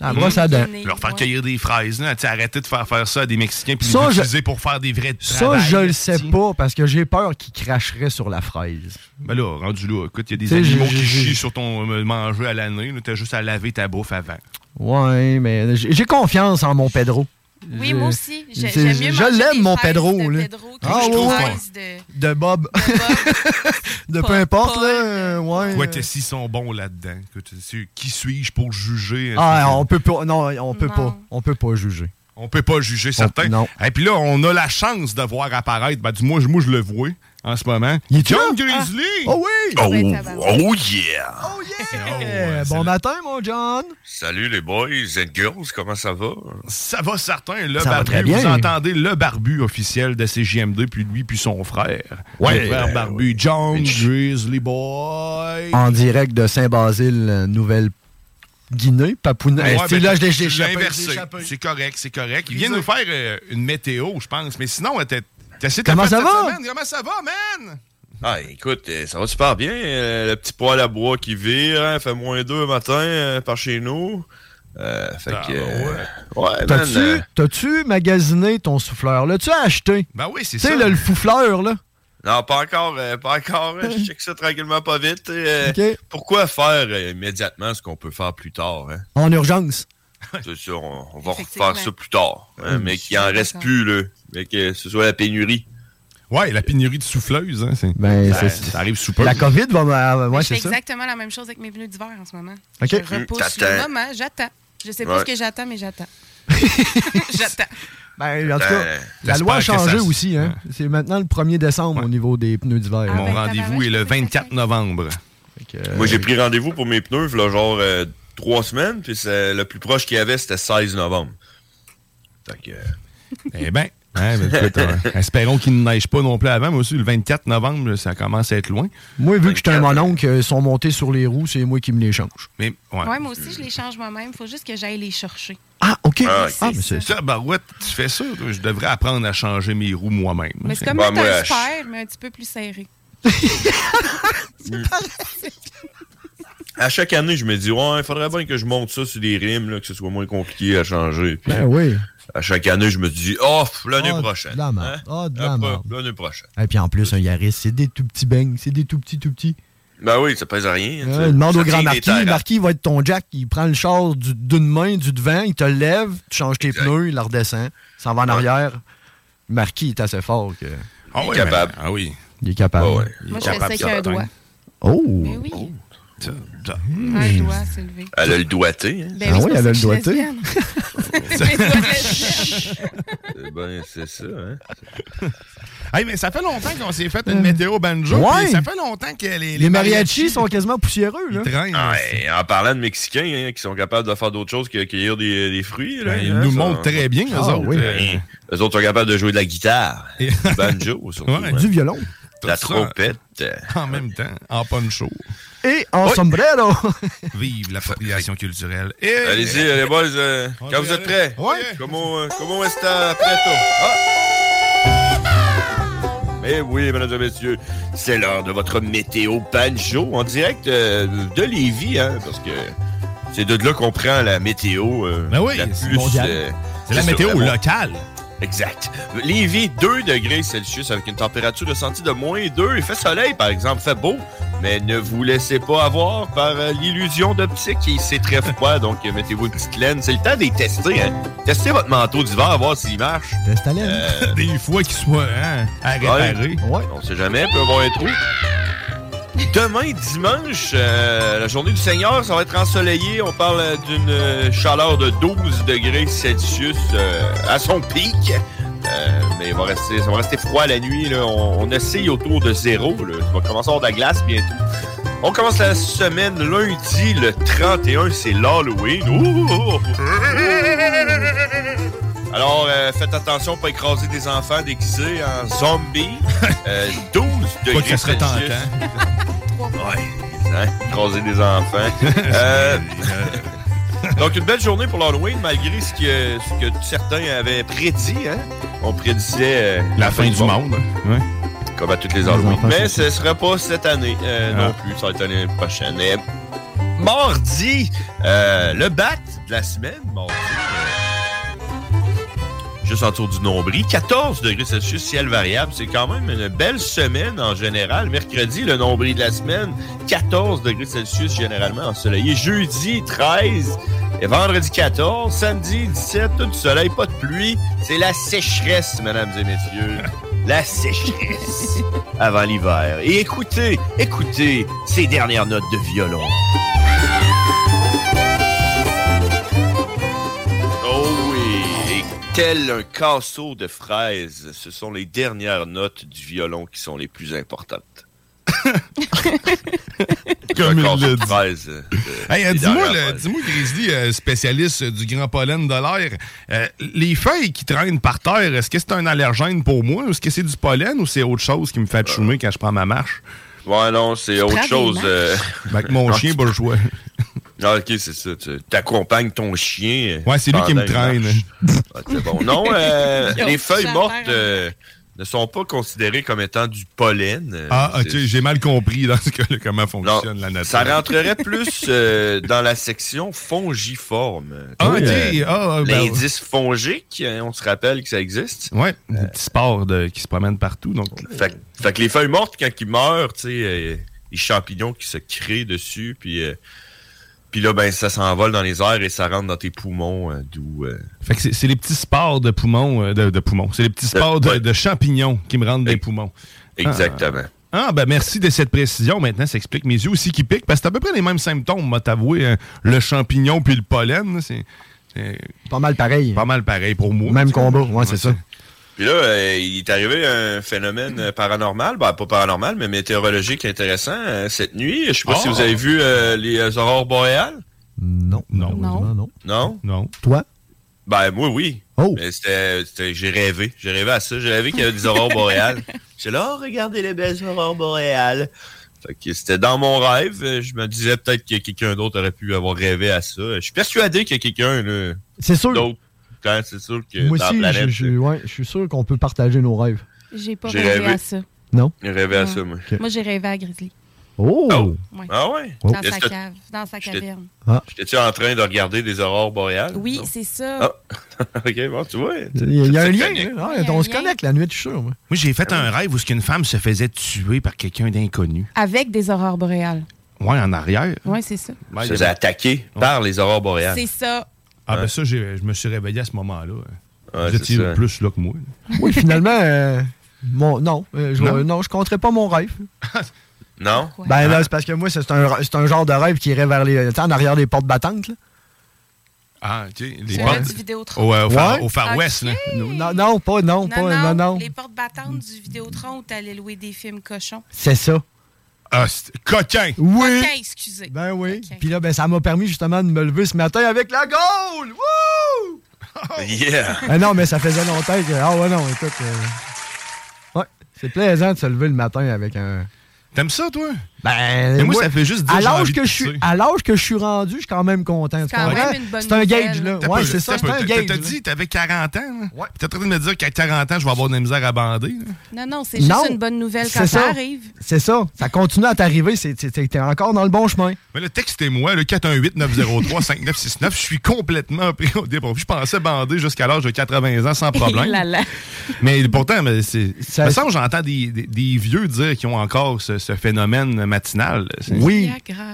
[SPEAKER 6] La
[SPEAKER 5] Mhm.
[SPEAKER 6] brosse à dents.
[SPEAKER 5] Leur faire cueillir des fraises, là. Tu sais, arrêter de faire faire ça à des Mexicains puis
[SPEAKER 6] Ça,
[SPEAKER 5] les
[SPEAKER 6] je-
[SPEAKER 5] utiliser pour faire des vrais
[SPEAKER 6] Ça,
[SPEAKER 5] travail.
[SPEAKER 6] je le sais pas, parce que j'ai peur qu'ils cracheraient sur la fraise.
[SPEAKER 5] Ben là, rendu là, écoute, il y a des
[SPEAKER 6] T'sais,
[SPEAKER 5] animaux
[SPEAKER 6] j'ai-
[SPEAKER 5] qui
[SPEAKER 6] j'ai-
[SPEAKER 5] chient sur ton euh, manger à l'année. là. T'as juste à laver ta bouffe avant.
[SPEAKER 6] Ouais, mais j'ai j'ai confiance en mon Pedro.
[SPEAKER 7] Oui,
[SPEAKER 6] Je-
[SPEAKER 7] moi aussi. J'ai-
[SPEAKER 6] c'est-
[SPEAKER 7] j'aime mieux
[SPEAKER 6] Je
[SPEAKER 7] manger des
[SPEAKER 6] l'aime, mon
[SPEAKER 7] fraises
[SPEAKER 6] Pedro.
[SPEAKER 7] de
[SPEAKER 6] là.
[SPEAKER 7] Pedro que
[SPEAKER 6] ah,
[SPEAKER 7] des
[SPEAKER 6] ouais.
[SPEAKER 7] fraises de-
[SPEAKER 6] De Bob. De peu
[SPEAKER 7] Paul.
[SPEAKER 6] importe, là. euh, Ouais.
[SPEAKER 5] Quoi, t'es s'ils sont bons là-dedans. Écoute, c'est- Qui suis-je pour juger?
[SPEAKER 6] Ah, on peut pas. Non, on peut pas. On peut pas juger.
[SPEAKER 5] On peut pas juger certains.
[SPEAKER 6] non.
[SPEAKER 5] Et puis là, on a la chance de voir apparaître, ben, du moins, moi, je le vois en ce moment. John Grizzly!
[SPEAKER 6] Oh oui!
[SPEAKER 5] Oh,
[SPEAKER 15] Oh yeah!
[SPEAKER 6] Oh yeah! bon matin, mon John!
[SPEAKER 15] Salut les boys and girls, comment ça va?
[SPEAKER 5] Ça Ah, va certain, le
[SPEAKER 15] Ça va
[SPEAKER 5] barbu.
[SPEAKER 15] très bien.
[SPEAKER 5] Vous entendez le barbu officiel de CGMD, puis lui, puis son frère.
[SPEAKER 6] Ouais.
[SPEAKER 5] Le frère barbu, John Grizzly Boy.
[SPEAKER 6] En direct de Saint-Basile, euh, Nouvelle-Guinée, Papounet.
[SPEAKER 5] Ouais,
[SPEAKER 6] Eh, c'est
[SPEAKER 5] ben,
[SPEAKER 6] là, je
[SPEAKER 5] tu-
[SPEAKER 6] l'ai
[SPEAKER 5] tu l'as
[SPEAKER 6] échappé,
[SPEAKER 5] inversé.
[SPEAKER 6] je l'ai échappé.
[SPEAKER 5] C'est correct, c'est correct. Il vient nous faire euh, une météo, je pense. Mais sinon, euh, t'as- t'as essayé de
[SPEAKER 15] Comment
[SPEAKER 5] faire
[SPEAKER 15] ça
[SPEAKER 5] cette
[SPEAKER 15] va?
[SPEAKER 5] semaine. Comment ça va, man?
[SPEAKER 15] Ah, écoute, euh, ça va super bien. euh, le petit poêle à bois qui vire, hein, fait moins deux matin euh, par chez nous. Euh, fait
[SPEAKER 5] Ah,
[SPEAKER 15] que. euh, ouais, man, euh,
[SPEAKER 6] T'as-tu- T'as-tu magasiné ton souffleur? L'as-tu acheté?
[SPEAKER 15] Ben oui, c'est
[SPEAKER 6] Tu
[SPEAKER 15] ça.
[SPEAKER 6] sais, le, le foufleur, là.
[SPEAKER 15] Non, pas encore, euh, pas encore. euh, Je check ça tranquillement, pas vite. euh,
[SPEAKER 6] Ok.
[SPEAKER 15] Pourquoi faire euh, immédiatement ce qu'on peut faire plus tard? Hein?
[SPEAKER 6] En urgence.
[SPEAKER 15] C'est ça, on, on va refaire ça plus tard. hein,
[SPEAKER 5] Mm.
[SPEAKER 15] mais qu'il en reste plus, là. Mais que ce soit la pénurie.
[SPEAKER 5] Ouais, la pénurie de souffleuses, hein, c'est-
[SPEAKER 6] Ben,
[SPEAKER 5] ça,
[SPEAKER 6] c'est-
[SPEAKER 5] ça arrive sous peu.
[SPEAKER 6] La COVID va. me- ah, ouais,
[SPEAKER 7] je fais
[SPEAKER 6] c'est ça.
[SPEAKER 7] exactement la même chose avec mes pneus d'hiver en ce moment.
[SPEAKER 6] Ok.
[SPEAKER 7] Je repousse
[SPEAKER 6] T'attends.
[SPEAKER 7] le moment, j'attends. Je sais pas
[SPEAKER 6] Ouais.
[SPEAKER 7] ce que j'attends, mais j'attends.
[SPEAKER 6] Ben, en tout cas,
[SPEAKER 5] Ben,
[SPEAKER 6] la loi a
[SPEAKER 5] j'espère que
[SPEAKER 6] changé
[SPEAKER 5] ça-
[SPEAKER 6] aussi. Hein? C'est maintenant le 1er décembre au niveau des pneus d'hiver.
[SPEAKER 5] Mon rendez-vous est le 24 novembre.
[SPEAKER 15] Moi,
[SPEAKER 6] Euh,
[SPEAKER 15] j'ai pris rendez-vous pour mes pneus, là, genre euh, trois semaines. Puis c'est- le plus proche qu'il y avait, c'était 16 novembre. Fait que. euh,
[SPEAKER 6] euh,
[SPEAKER 5] Eh bien, hein, espérons qu'il ne neige pas non plus avant. Moi aussi, le 24 novembre, ça commence à être loin.
[SPEAKER 6] Moi, vu que j'étais un mononcle, euh, ils sont montés sur les roues, c'est moi qui me les change.
[SPEAKER 5] Mais, ouais.
[SPEAKER 7] Ouais, moi aussi, je les change moi-même. Faut juste que j'aille les chercher.
[SPEAKER 6] Ah, OK.
[SPEAKER 5] Ah,
[SPEAKER 6] mais c'est
[SPEAKER 5] ça. Barouette, tu fais ça. toi, Je devrais apprendre à changer mes roues moi-même.
[SPEAKER 7] Mais c'est comme
[SPEAKER 15] Bah,
[SPEAKER 7] mettre un super, mais un petit peu plus serré.
[SPEAKER 15] À chaque année, je me dis, ouais, il faudrait bien que je monte ça sur des rimes, là, que ce soit moins compliqué à changer. Puis,
[SPEAKER 6] Ben oui.
[SPEAKER 15] À chaque année, je me dis, oh, pff, l'année
[SPEAKER 6] Ah,
[SPEAKER 15] prochaine.
[SPEAKER 6] de la merde.
[SPEAKER 15] Hein?
[SPEAKER 6] Ah, de
[SPEAKER 15] Ah,
[SPEAKER 6] la
[SPEAKER 15] pas-
[SPEAKER 6] merde.
[SPEAKER 15] L'année prochaine.
[SPEAKER 6] Et puis en plus, un Yaris, c'est des tout petits bangs, c'est des tout petits, tout petits.
[SPEAKER 15] Ben oui, ça pèse à rien.
[SPEAKER 6] Hein,
[SPEAKER 15] tu sais.
[SPEAKER 6] demande
[SPEAKER 15] Ça
[SPEAKER 6] au grand
[SPEAKER 15] tient des
[SPEAKER 6] marquis.
[SPEAKER 15] terres.
[SPEAKER 6] Marquis, il va être ton jack. Il prend le char du- d'une main, du devant, il te lève, tu changes tes pneus, il la redescend, il s'en va en arrière. Marquis est assez fort que.
[SPEAKER 5] Ah oui, capable. Ah oui.
[SPEAKER 6] Il est capable.
[SPEAKER 7] Moi, je fais ça avec un doigt.
[SPEAKER 6] Oh! Hmm.
[SPEAKER 7] Mais oui, un
[SPEAKER 5] Elle
[SPEAKER 7] doigt, c'est levé.
[SPEAKER 15] Elle a le doigté. Hein?
[SPEAKER 6] Ah
[SPEAKER 7] Ben oui, c'est pour ça que je suis lesbienne. Mes doigts de lesbienne.
[SPEAKER 15] Eh Ben, c'est ça. Hein?
[SPEAKER 5] Hey, mais ça fait longtemps qu'on s'est fait une météo banjo.
[SPEAKER 15] Ouais.
[SPEAKER 5] puis Ça fait longtemps que les,
[SPEAKER 6] Euh. Les mariachis sont quasiment poussiéreux, là.
[SPEAKER 15] Ah, et en parlant de Mexicains hein, qui sont capables de faire d'autres choses que cueillir des, des fruits. Là,
[SPEAKER 5] Ben, ils
[SPEAKER 15] hein,
[SPEAKER 5] nous
[SPEAKER 15] ça-
[SPEAKER 5] montrent très bien, eux
[SPEAKER 15] Ah,
[SPEAKER 5] autres.
[SPEAKER 15] oui.
[SPEAKER 5] Euh,
[SPEAKER 15] Eux autres sont capables de jouer de la guitare, du banjo, surtout, hein.
[SPEAKER 6] Du violon.
[SPEAKER 15] la
[SPEAKER 5] ça.
[SPEAKER 15] trompette.
[SPEAKER 5] En même temps, en poncho.
[SPEAKER 6] Et en sombrero.
[SPEAKER 5] Vive l'appropriation culturelle.
[SPEAKER 15] Allez-y, les boys, euh, quand vous êtes prêts. Comment, euh, comment est-ce prêto? Ah! Mais oui, mesdames et messieurs, c'est l'heure de votre météo banjo en direct euh, de Lévis, hein, parce que c'est de là qu'on prend la météo euh, la plus...
[SPEAKER 5] Ben
[SPEAKER 15] euh,
[SPEAKER 5] mondial. C'est la météo locale.
[SPEAKER 15] Exact. Lévis, 2 degrés Celsius avec une température ressentie de moins 2. Il fait soleil, par exemple, fait beau. Mais ne vous laissez pas avoir par euh, l'illusion d'optique. Il- C'est très froid, donc euh, mettez-vous une petite laine. C'est le temps de les tester. hein. Testez votre manteau d'hiver, voir s'il marche.
[SPEAKER 6] Teste à l'aide.
[SPEAKER 15] Euh,
[SPEAKER 5] Des fois qu'ils soient hein, à réparer.
[SPEAKER 6] Ouais.
[SPEAKER 15] On sait jamais, peut avoir un trou. Demain, dimanche, euh, la journée du Seigneur, ça va être ensoleillé. On parle euh, d'une euh, chaleur de 12 degrés Celsius euh, à son pic. Euh, mais il va rester, ça va rester froid la nuit. là. On, on oscille autour de zéro. Là. Il va commencer à avoir de la glace bientôt. On commence la semaine lundi, le 31, c'est l'Halloween. Ouh, ouh, ouh. Alors, euh, faites attention, pas écraser des enfants déguisés en zombies. Euh, 12 degrés
[SPEAKER 5] Pas que ça serait hein?
[SPEAKER 15] Celsius. Ouais, hein, écraser des enfants. Euh, donc, une belle journée pour l'Halloween, malgré ce que, ce que certains avaient prédit. hein. On prédisait... euh,
[SPEAKER 5] La fin du monde. Ouais.
[SPEAKER 15] Comme à toutes les Halloween.
[SPEAKER 5] enfants,
[SPEAKER 15] Mais ce ne sera pas cette année euh,
[SPEAKER 5] Ah.
[SPEAKER 15] non plus. Ça va être l'année prochaine. Et mardi, euh, le bat de la semaine, mardi, euh, juste autour du nombril, 14 degrés Celsius, ciel variable. C'est quand même une belle semaine en général. Mercredi, le nombril de la semaine, 14 degrés Celsius, généralement ensoleillé. Jeudi, 13. Et vendredi 14, samedi 17, tout du soleil, pas de pluie. C'est la sécheresse, mesdames et messieurs. La sécheresse avant l'hiver. Et écoutez, écoutez ces dernières notes de violon. Oh oui, et tel un casseau de fraises, ce sont les dernières notes du violon qui sont les plus importantes.
[SPEAKER 5] Comme
[SPEAKER 15] un
[SPEAKER 5] il
[SPEAKER 15] casseau
[SPEAKER 5] l'a
[SPEAKER 15] de
[SPEAKER 5] dit.
[SPEAKER 15] fraises. euh,
[SPEAKER 5] Hey, euh,
[SPEAKER 15] les
[SPEAKER 5] dis-moi,
[SPEAKER 15] dernières
[SPEAKER 5] le-
[SPEAKER 15] fraises.
[SPEAKER 5] dis-moi, Grizzly, euh, spécialiste du grand pollen de l'air, euh, les feuilles qui traînent par terre, est-ce que c'est un allergène pour moi? Est-ce que c'est du pollen ou c'est autre chose qui me fait choumer quand je prends ma marche?
[SPEAKER 15] Ouais, non, c'est
[SPEAKER 5] prends
[SPEAKER 15] autre
[SPEAKER 5] des
[SPEAKER 15] chose.
[SPEAKER 5] marches?
[SPEAKER 15] euh,
[SPEAKER 5] Ben, Avec mon
[SPEAKER 15] non,
[SPEAKER 5] chien bourgeois.
[SPEAKER 15] Ah, ok, c'est ça. Tu accompagnes ton chien. euh,
[SPEAKER 5] Ouais, c'est lui qui me
[SPEAKER 15] pendant une
[SPEAKER 5] traîne.
[SPEAKER 15] marche. Ah, c'est bon. Non, euh,
[SPEAKER 5] Yo,
[SPEAKER 15] les feuilles
[SPEAKER 5] ça
[SPEAKER 15] mortes
[SPEAKER 5] a l'air,
[SPEAKER 15] euh, ne sont pas considérés comme étant du pollen. Euh,
[SPEAKER 5] Ah,
[SPEAKER 15] c'est-
[SPEAKER 5] ok, j'ai mal compris dans ce cas-là comment fonctionne la nature.
[SPEAKER 15] ça rentrerait plus euh, dans la section fongiforme.
[SPEAKER 5] Ah, ok.
[SPEAKER 15] Euh,
[SPEAKER 5] Ah, ben-
[SPEAKER 15] L'indice fongique, euh, on se rappelle que ça existe.
[SPEAKER 5] Ouais, des petits spores de- qui se promènent partout. Donc,
[SPEAKER 15] Fait, que- fait que les feuilles mortes, quand ils meurent, tu sais, euh, les champignons qui se créent dessus, puis, euh, puis là, ben, ça s'envole dans les airs et ça rentre dans tes poumons, euh, d'où... euh,
[SPEAKER 5] Fait que c'est- c'est les petits spores de poumons, euh, de, de poumons. C'est les petits spores de, de champignons qui me rentrent des poumons.
[SPEAKER 15] Exactement.
[SPEAKER 5] Ah, ah, ben merci de cette précision. Maintenant, ça explique mes yeux aussi qui piquent, parce que c'est à peu près les mêmes symptômes, m'a t'avoué. hein. Le champignon puis le pollen, là, c'est...
[SPEAKER 6] Pas mal pareil.
[SPEAKER 5] Pas mal pareil pour moi.
[SPEAKER 6] Même combat, ouais, c'est ça.
[SPEAKER 15] Puis là, euh, il est arrivé un phénomène euh, paranormal, ben, pas paranormal, mais météorologique intéressant euh, cette nuit. Je sais pas
[SPEAKER 5] Oh!
[SPEAKER 15] si vous avez vu euh, les euh, aurores boréales.
[SPEAKER 6] Non.
[SPEAKER 5] Non.
[SPEAKER 6] Non. non.
[SPEAKER 15] Non?
[SPEAKER 5] Non.
[SPEAKER 6] Toi?
[SPEAKER 15] Ben, moi, oui. Mais c'était- c'était- J'ai rêvé. J'ai rêvé à ça. J'ai rêvé qu'il y avait des aurores boréales. J'étais là, oh, regardez les belles aurores boréales. Fait que c'était dans mon rêve. Je me disais peut-être que quelqu'un d'autre aurait pu avoir rêvé à ça. Je suis persuadé qu'il y a quelqu'un là,
[SPEAKER 6] C'est sûr.
[SPEAKER 15] d'autre. Quand c'est sûr que
[SPEAKER 6] Moi
[SPEAKER 15] dans
[SPEAKER 6] aussi,
[SPEAKER 15] la
[SPEAKER 6] je,
[SPEAKER 15] planète,
[SPEAKER 6] je- ouais, je suis sûr qu'on peut partager nos rêves.
[SPEAKER 7] J'ai pas
[SPEAKER 15] J'ai
[SPEAKER 7] rêvé
[SPEAKER 15] rêvé.
[SPEAKER 7] à ça.
[SPEAKER 6] Non?
[SPEAKER 15] j'ai rêvé à ça, moi.
[SPEAKER 7] Mm. Moi, j'ai rêvé à Grizzly.
[SPEAKER 6] Oh!
[SPEAKER 7] Ouais.
[SPEAKER 15] Ah ouais?
[SPEAKER 7] Dans
[SPEAKER 15] Est-ce
[SPEAKER 7] sa
[SPEAKER 15] que-
[SPEAKER 7] cave, dans sa
[SPEAKER 15] J'étais-
[SPEAKER 7] caverne.
[SPEAKER 6] Ah.
[SPEAKER 15] J'étais-tu en train de regarder des aurores boréales?
[SPEAKER 7] Oui,
[SPEAKER 15] Non.
[SPEAKER 7] c'est ça.
[SPEAKER 15] Ah, ok, bon, tu vois.
[SPEAKER 6] Il y a, il y a un
[SPEAKER 15] Ça
[SPEAKER 6] lien.
[SPEAKER 15] connecte.
[SPEAKER 6] hein. Ouais, on se connecte la nuit, je suis sûr. moi.
[SPEAKER 5] Moi, j'ai fait un rêve où ce qu'une femme se faisait tuer par quelqu'un d'inconnu.
[SPEAKER 7] Avec des aurores boréales.
[SPEAKER 5] Ouais, en arrière.
[SPEAKER 7] Oui, c'est ça.
[SPEAKER 15] Je me faisais attaquer par les aurores boréales.
[SPEAKER 7] C'est ça.
[SPEAKER 5] Ah, ben ça, j'ai- je me suis réveillé à ce moment-là. hein.
[SPEAKER 15] Ouais,
[SPEAKER 5] Vous étiez
[SPEAKER 15] c'est ça.
[SPEAKER 5] plus là que moi.
[SPEAKER 6] Oui, finalement, euh, mon, non, euh, je,
[SPEAKER 5] Non?
[SPEAKER 6] non. je compterai pas mon rêve.
[SPEAKER 15] Non?
[SPEAKER 6] Ben là, c'est parce que moi, c'est un, c'est un genre de rêve qui irait vers les, tu sais, en arrière des portes battantes. là.
[SPEAKER 5] Ah, ok. Les
[SPEAKER 7] Sur
[SPEAKER 5] portes-
[SPEAKER 7] du Vidéotron.
[SPEAKER 5] Au, euh, au Far,
[SPEAKER 6] Ouais.
[SPEAKER 5] au Far
[SPEAKER 7] Ah, Ok.
[SPEAKER 5] West, là.
[SPEAKER 6] Non, non, pas, non,
[SPEAKER 7] Non,
[SPEAKER 6] pas,
[SPEAKER 7] non,
[SPEAKER 6] non, non.
[SPEAKER 7] Les portes battantes du Vidéotron où t'allais louer des films cochons.
[SPEAKER 6] C'est ça.
[SPEAKER 5] Ah, c'est- coquin!
[SPEAKER 6] Oui!
[SPEAKER 7] Ok, excusez.
[SPEAKER 6] Ben oui. Puis là, ben, ça m'a permis justement de me lever ce matin avec la gaule! Wouh!
[SPEAKER 15] Yeah!
[SPEAKER 6] Ah non, mais ça faisait longtemps que. Ah ouais, non, écoute. euh, Ouais, c'est plaisant de se lever le matin avec un.
[SPEAKER 5] T'aimes ça, toi?
[SPEAKER 6] Ben.
[SPEAKER 5] Mais moi, ça fait juste dire
[SPEAKER 6] à
[SPEAKER 5] j'ai
[SPEAKER 6] l'âge
[SPEAKER 5] envie
[SPEAKER 6] que
[SPEAKER 5] de
[SPEAKER 6] je suis
[SPEAKER 5] pisser.
[SPEAKER 6] À l'âge que je suis rendu, je suis quand même content. tu
[SPEAKER 7] quand même
[SPEAKER 6] comprends?
[SPEAKER 7] une bonne
[SPEAKER 6] C'est un gage, là.
[SPEAKER 7] nouvelle.
[SPEAKER 5] T'as
[SPEAKER 6] Ouais,
[SPEAKER 5] peu,
[SPEAKER 6] c'est ça,
[SPEAKER 5] t'as
[SPEAKER 6] c'est
[SPEAKER 5] peu,
[SPEAKER 6] un
[SPEAKER 5] t'as-
[SPEAKER 6] gage.
[SPEAKER 5] T'as
[SPEAKER 6] là.
[SPEAKER 5] dit, t'avais 40 ans. là. T'es en train de me dire qu'à 40 ans, je vais avoir de la misère à bander. là.
[SPEAKER 7] Non, non, c'est juste
[SPEAKER 6] Non,
[SPEAKER 7] une bonne nouvelle
[SPEAKER 6] c'est
[SPEAKER 7] quand ça,
[SPEAKER 6] ça.
[SPEAKER 7] arrive.
[SPEAKER 6] C'est ça. Ça continue à t'arriver. c'est- c'est- c'est- T'es encore dans le bon chemin.
[SPEAKER 5] Mais le textez-moi, le 418-903-5969. Je suis complètement pris au dépôt. Je pensais bander jusqu'à l'âge de 80 ans sans
[SPEAKER 9] Oh
[SPEAKER 5] problème.
[SPEAKER 7] là, là.
[SPEAKER 5] Mais pourtant, mais c'est.
[SPEAKER 6] Ça-
[SPEAKER 5] me semble que j'entends des, des- des vieux dire qu'ils ont encore ce, ce phénomène matinal. C'est-
[SPEAKER 6] Oui.
[SPEAKER 7] Viagra.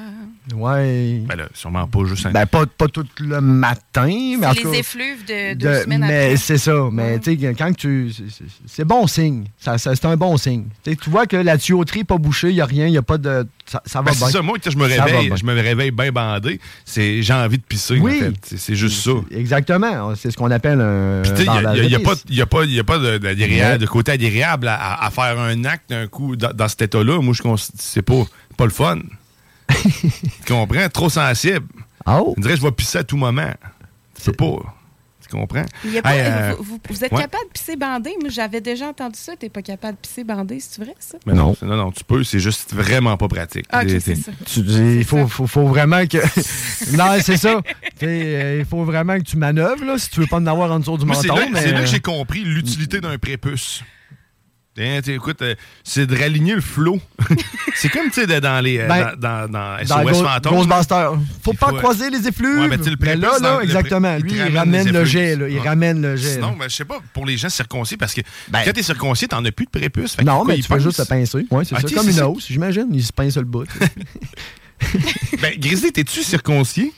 [SPEAKER 6] Ouais.
[SPEAKER 5] Ben là, sûrement pas juste un.
[SPEAKER 6] Ben, pas, pas tout le matin, mais en
[SPEAKER 7] C'est
[SPEAKER 6] tout
[SPEAKER 7] les
[SPEAKER 6] cas-
[SPEAKER 7] effluves de deux
[SPEAKER 6] De-
[SPEAKER 7] semaines
[SPEAKER 6] mais
[SPEAKER 7] après.
[SPEAKER 6] c'est ça. Mais tu sais, quand que tu. c'est- c'est- C'est bon signe. Ça, ça- c'est un bon signe. Tu sais, tu vois que la tuyauterie n'est pas bouchée, il n'y a rien, il n'y a pas de. Ça, ça va
[SPEAKER 5] Ben,
[SPEAKER 6] bien.
[SPEAKER 5] c'est ça, moi, quand je me
[SPEAKER 6] Ça va
[SPEAKER 5] réveille,
[SPEAKER 6] bien.
[SPEAKER 5] je me réveille bien bandé, c'est j'ai envie de pisser,
[SPEAKER 6] Oui.
[SPEAKER 5] en fait. C'est- C'est juste ça.
[SPEAKER 6] Exactement. C'est ce qu'on appelle un.
[SPEAKER 5] Puis, tu sais,
[SPEAKER 6] Euh, dans la
[SPEAKER 5] il n'y a,
[SPEAKER 6] release.
[SPEAKER 5] pas- y a pas, y a pas de, de- d'agréable-
[SPEAKER 6] Ouais.
[SPEAKER 5] de côté agréable à, à- à faire un acte d'un coup dans, dans cet état-là. Moi, je cons- c'est pas, pas le fun. tu comprends? Trop sensible.
[SPEAKER 6] Oh.
[SPEAKER 5] Je dirais, je vais pisser à tout moment. Tu peux pas. Tu comprends?
[SPEAKER 7] Il y a pas-
[SPEAKER 5] Hey, euh,
[SPEAKER 7] vous, vous- vous êtes
[SPEAKER 5] ouais.
[SPEAKER 7] capable de pisser bandé? Moi, j'avais déjà entendu ça. T'es pas capable de pisser bandé, c'est vrai, ça?
[SPEAKER 5] Mais non. non, non, tu peux, c'est juste vraiment pas pratique.
[SPEAKER 7] Ah, ok,
[SPEAKER 5] T'es-
[SPEAKER 7] c'est
[SPEAKER 5] t'es-
[SPEAKER 7] ça.
[SPEAKER 6] Tu- Il faut, faut, faut vraiment que. non, c'est ça. Tu sais, euh, il faut vraiment que tu manœuvres, là, si tu veux pas en avoir en dessous du
[SPEAKER 5] Moi, c'est
[SPEAKER 6] menton.
[SPEAKER 5] là,
[SPEAKER 6] mais... euh,
[SPEAKER 5] c'est là que j'ai compris l'utilité d'un prépuce. Hein, t'sais, écoute, euh, c'est de raligner le flot. c'est comme tu sais de- dans les euh,
[SPEAKER 6] Ben,
[SPEAKER 5] dans, dans, dans
[SPEAKER 6] Dans
[SPEAKER 5] SOS
[SPEAKER 6] Ghost-
[SPEAKER 5] fantôme.
[SPEAKER 6] Ghostbusters. Faut
[SPEAKER 5] Il
[SPEAKER 6] pas
[SPEAKER 5] faut, euh,
[SPEAKER 6] croiser les effluves.
[SPEAKER 5] ouais, mais tu sais, le
[SPEAKER 6] Hum. Mais là,
[SPEAKER 5] prépuce dans-
[SPEAKER 6] là,
[SPEAKER 5] le
[SPEAKER 6] exactement.
[SPEAKER 5] pré-
[SPEAKER 6] Lui,
[SPEAKER 5] il
[SPEAKER 6] il
[SPEAKER 5] te ramène
[SPEAKER 6] ramène
[SPEAKER 5] les
[SPEAKER 6] le
[SPEAKER 5] effluves.
[SPEAKER 6] jet, là. Il
[SPEAKER 5] Ouais.
[SPEAKER 6] ramène le jet. là.
[SPEAKER 5] Sinon, ben, je sais pas, pour les gens circoncis, parce que quand t'es circoncis, t'en as plus de prépuce. Fait que
[SPEAKER 6] Non,
[SPEAKER 5] pourquoi
[SPEAKER 6] mais
[SPEAKER 5] ils
[SPEAKER 6] tu peux juste
[SPEAKER 5] pensent?
[SPEAKER 6] le pincer. Oui, c'est
[SPEAKER 5] Ah,
[SPEAKER 6] ça.
[SPEAKER 5] t'sais,
[SPEAKER 6] Comme
[SPEAKER 5] c'est
[SPEAKER 6] une
[SPEAKER 5] ça.
[SPEAKER 6] hausse, j'imagine. Il se pince le bout.
[SPEAKER 5] Ben, Grizzly, t'es-tu circoncis?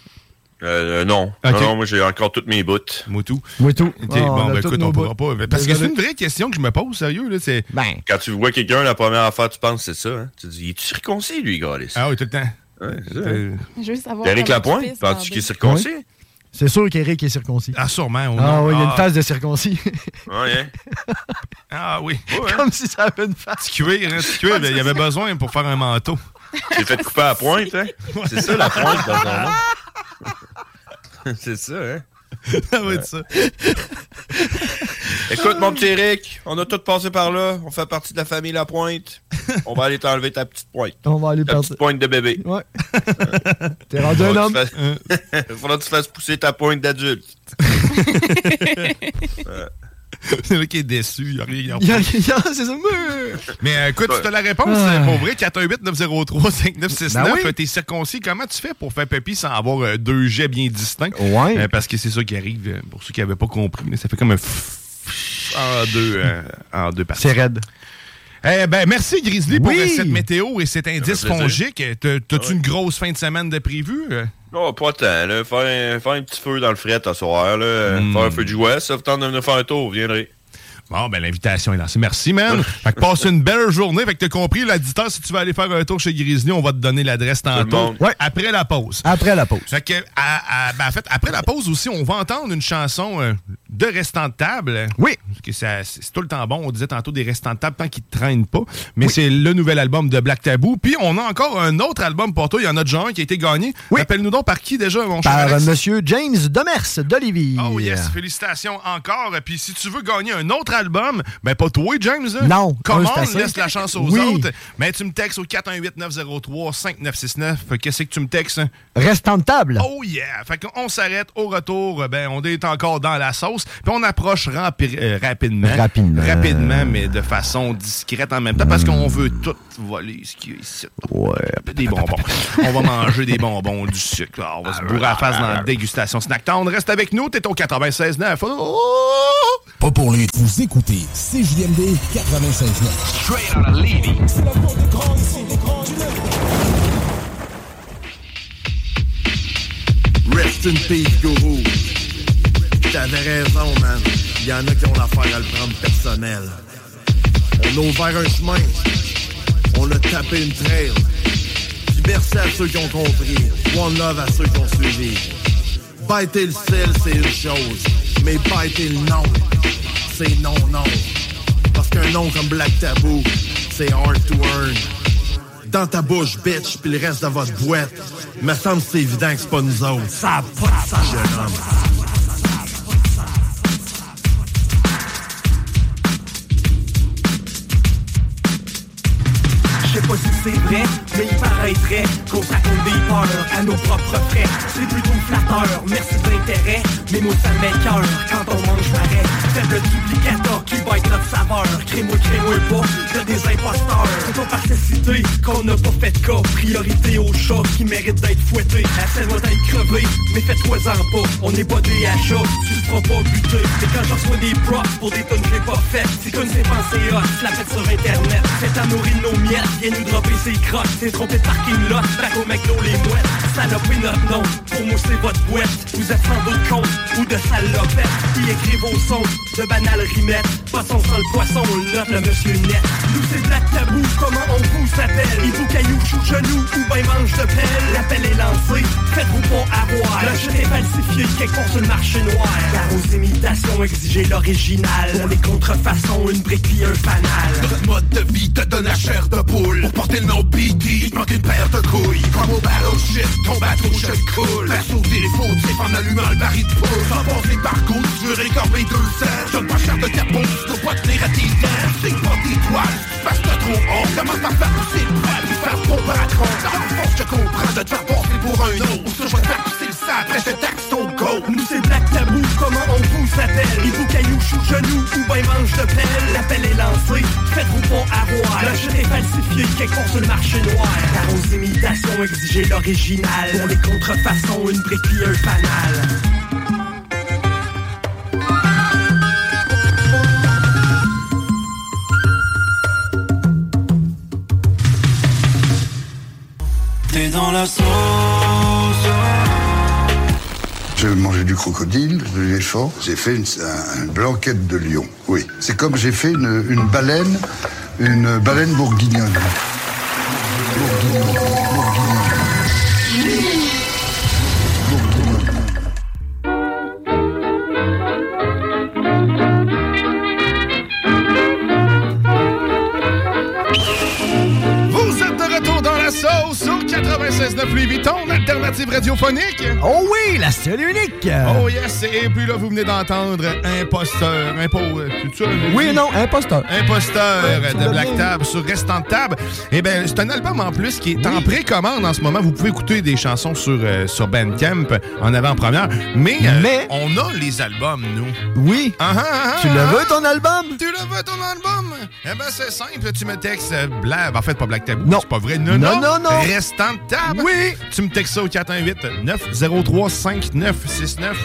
[SPEAKER 15] Euh, euh, non.
[SPEAKER 5] Ok.
[SPEAKER 15] non. non, moi j'ai encore toutes mes bouts.
[SPEAKER 5] Moutou.
[SPEAKER 6] Moutou.
[SPEAKER 5] Ok, bon, ben, écoute, on pourra pas. Parce que c'est une vraie question que je me pose, sérieux. Là, c'est...
[SPEAKER 6] Ben.
[SPEAKER 15] Quand tu vois quelqu'un, la première affaire, tu penses, c'est ça. hein? Tu te dis, il est circoncis, lui, Galis?
[SPEAKER 5] Ah oui, tout le temps.
[SPEAKER 15] Ouais, c'est ça.
[SPEAKER 5] Euh,
[SPEAKER 15] hein?
[SPEAKER 7] Je veux savoir.
[SPEAKER 15] Derek
[SPEAKER 7] comment tu
[SPEAKER 15] Lapointe,
[SPEAKER 7] pisses
[SPEAKER 15] penses-tu
[SPEAKER 7] bandé.
[SPEAKER 15] qu'il est circoncis?
[SPEAKER 6] C'est sûr qu'Éric est circoncis.
[SPEAKER 5] Ah, sûrement.
[SPEAKER 6] Ah
[SPEAKER 5] non.
[SPEAKER 6] oui, il y a une
[SPEAKER 5] Ah.
[SPEAKER 6] phase de circoncis.
[SPEAKER 15] Ouais, hein?
[SPEAKER 5] Ah oui.
[SPEAKER 6] Comme si ça avait une face.
[SPEAKER 5] Petit cuir, hein, petit cuir, ben, il y avait besoin pour faire un manteau.
[SPEAKER 15] J'ai fait couper à la pointe, hein? C'est ça, la pointe, dans ton nom. c'est ça, hein?
[SPEAKER 5] Ça va être ça.
[SPEAKER 15] Écoute, mon petit Eric, on a tous passé par là. On fait partie de la famille La Pointe. On va aller t'enlever ta petite pointe.
[SPEAKER 6] On va aller
[SPEAKER 15] Ta
[SPEAKER 6] par-
[SPEAKER 15] petite pointe de bébé.
[SPEAKER 6] Ouais. T'es rendu un homme.
[SPEAKER 15] Faudra que tu fasses pousser ta pointe d'adulte. Ouais.
[SPEAKER 5] C'est vrai qui est déçu. Il a rien. il a
[SPEAKER 6] Il y a-
[SPEAKER 5] rien.
[SPEAKER 6] il y a- c'est ça. meuh.
[SPEAKER 5] Ah, Mais euh, écoute, tu as la réponse,
[SPEAKER 6] Ah.
[SPEAKER 5] euh, pour vrai, 418-903-5969.
[SPEAKER 6] Ben oui.
[SPEAKER 5] Euh, T'es circoncis. Comment tu fais pour faire papy sans avoir euh, deux jets bien distincts?
[SPEAKER 6] Ouais.
[SPEAKER 5] Euh, parce que c'est ça qui arrive, euh, pour ceux qui n'avaient pas compris. mais ça fait comme un fff en deux, euh, en deux parties. C'est
[SPEAKER 6] raide.
[SPEAKER 5] Eh ben, merci Grizzly pour
[SPEAKER 15] Oui.
[SPEAKER 5] euh, cette météo et cet indice
[SPEAKER 15] fait plaisir. Ah
[SPEAKER 5] fongique. Euh, t'as- T'as-tu une grosse fin de semaine de prévu? euh?
[SPEAKER 15] Non, Oh, pas tant. Là. Faire, un, faire un petit feu dans le fret à soir. Là. Faire un feu de jouet. Ça vous tente de venir faire un tour, vous viendrez.
[SPEAKER 5] Hmm. Bon, ben l'invitation est lancée. Merci, man. fait que passe une belle journée. Fait que t'as compris, l'auditeur, si tu veux aller faire un tour chez Grizzly, on va te donner l'adresse tantôt.
[SPEAKER 6] monde. Ouais.
[SPEAKER 5] Après la pause.
[SPEAKER 6] Après la pause.
[SPEAKER 5] Fait que, à- à- ben, en fait, après la pause aussi, on va entendre une chanson euh, de restant de table.
[SPEAKER 6] Oui.
[SPEAKER 5] Parce que ça- c'est c'est tout le temps bon. On disait tantôt des restants de table tant qu'ils ne traînent pas. Mais c'est le nouvel album de Black Tabou. Puis on a encore un autre album pour toi. Il y en a déjà un qui a été gagné. Rappelle-nous donc par qui déjà, mon cher
[SPEAKER 6] Par
[SPEAKER 5] Alex?
[SPEAKER 6] euh, Monsieur James Demers d'Olivier.
[SPEAKER 5] Oh yes, félicitations encore. Puis si tu veux gagner un autre album, ben pas toi, James. hein?
[SPEAKER 6] Non,
[SPEAKER 5] Comment
[SPEAKER 6] un, c'est assez.
[SPEAKER 5] laisse la chance aux
[SPEAKER 6] Oui.
[SPEAKER 5] autres? Mais tu me textes au 418-903-5969. Qu'est-ce que tu me textes? hein?
[SPEAKER 6] Restant de table.
[SPEAKER 5] Oh yeah! Fait qu'on s'arrête au retour. Ben, on est encore dans la sauce. Puis on approche rampi- euh, rapidement.
[SPEAKER 6] Rapidement.
[SPEAKER 5] Rapidement, mais de façon discrète en même temps. Parce qu'on veut tout voler ce qu'il y a ici. Des bonbons. on va manger des bonbons, du sucre. Ah, On va se bourrer la face dans la dégustation snack town. Reste avec nous. T'es au 96.9. Oh!
[SPEAKER 14] Pas pour lui. Vous écoutez CJMD 96.9.
[SPEAKER 9] Straight out of Levy.
[SPEAKER 16] Rest in peace, gourou. T'avais raison, man. Il y en a qui ont l'affaire à le prendre personnel. On a ouvert un chemin. On a tapé une trail. Puis merci à ceux qui ont compris. One love à ceux qui ont suivi. Biter le sel, c'est une chose. Mais biter le nom, c'est non, non. Parce qu'un nom comme Black Tabou, c'est hard to earn. Dans ta bouche, bitch, puis le reste de votre boîte. Me semble que c'est évident que c'est pas nous autres. Ça a pas de sens, jeune homme.
[SPEAKER 9] Je sais pas si c'est vrai, mais il paraîtrait qu'on raconte des peurs à nos propres frais. C'est plutôt flatteur, merci d'intérêt. Mes mots ça m'écoeure quand on mange pareil. Faible duplicateur qui bite notre saveur. Crée-moi, crée-moi pas, y'a des imposteurs. C'est pas par cécité qu'on n'a pas fait de cas. Priorité aux chats qui méritent d'être fouettés. Assez-moi d'être crevé, mais faites-toi-en pas. On n'est pas des achats, tu te feras pas buter. Et quand je reçois des props pour des tonnes que j'ai pas faites, c'est comme ces pensées hot, la fête sur internet. Faites à nourrir nos miettes, viens nous dropper ses crottes. T'es trompé de parking lot, back au McDo les mouettes. Salopez notre nom, pour moi c'est votre boîte. Vous êtes sans d'autres compte ou de salopette. Qui écrivent au son de banales rimettes. Poisson sans le poisson, on note le monsieur net. Nous c'est de la tabou, comment on vous s'appelle Il vous caillou, chou, genou ou ben mange de pelle. L'appel est lancé, faites-vous pas avoir. Le jeu est falsifié, quelque part sur le marché noir. Car aux imitations, exigez l'original. Pour les contrefaçons, une brique puis un fanal.
[SPEAKER 16] Notre mode de vie te donne la chair de poule. Pour porter le nom de BT, il te manque une paire de couilles. Comme au battleship, ton bateau je le coule. Faire sauter les faux types en allumant le baril de poule. Sans passer les barcoudes, tu veux récorber deux cents. Donne pas cher de ta peau, tu dois pas tenir à tes dents. C'est pas tes toiles, parce que t'as trop honte. Commence par faire pousser le poil, puis faire ton patron. Dans le fond, je te comprends de te faire passer pour un autre. Je vais te faire pousser le sang, après je te taxe ton go.
[SPEAKER 9] Nous c'est Black Tabou, comment on vous s'appelle Il vous caillou, chou, genou ou ben mange de pelle L'appel est lancé, faites-vous pas avoir Le jeu est falsifié, quelque part sur le marché noir Car aux imitations, exigez l'original Pour les contrefaçons, une brique puis un fanal
[SPEAKER 2] T'es dans la sauce.
[SPEAKER 10] J'ai mangé du crocodile, de l'éléphant. J'ai fait une, un, un blanquette de lion. Oui. C'est comme j'ai fait une, une baleine, une baleine bourguignonne.
[SPEAKER 5] Vous êtes de retour dans la sauce au 96.9 Louis Vuitton, alternative coopérative radiophonique.
[SPEAKER 6] Oh oui, la seule et unique.
[SPEAKER 5] Oh yes, et puis là, vous venez d'entendre Imposteur, Impo... tout ça, j'ai
[SPEAKER 6] Oui,
[SPEAKER 5] dit.
[SPEAKER 6] non, imposteur.
[SPEAKER 5] Imposteur
[SPEAKER 6] Ouais, tu
[SPEAKER 5] de
[SPEAKER 6] l'as
[SPEAKER 5] Black
[SPEAKER 6] bien.
[SPEAKER 5] Tab sur Restant de Table. Eh bien, c'est un album en plus qui est en précommande en ce moment. Vous pouvez écouter des chansons sur, euh, sur Bandcamp en avant-première, mais, euh, on a les albums, nous. Ah,
[SPEAKER 6] Oui.
[SPEAKER 9] Tu le veux,
[SPEAKER 6] ton album?
[SPEAKER 5] Tu le veux, ton album? Eh bien, c'est simple. Tu me textes euh, Blab. En fait, pas Black Tabou. C'est pas vrai. Non,
[SPEAKER 6] Non,
[SPEAKER 5] non.
[SPEAKER 6] non, non.
[SPEAKER 5] Restant de table. Oui. Tu me textes ça au 418-903-5969.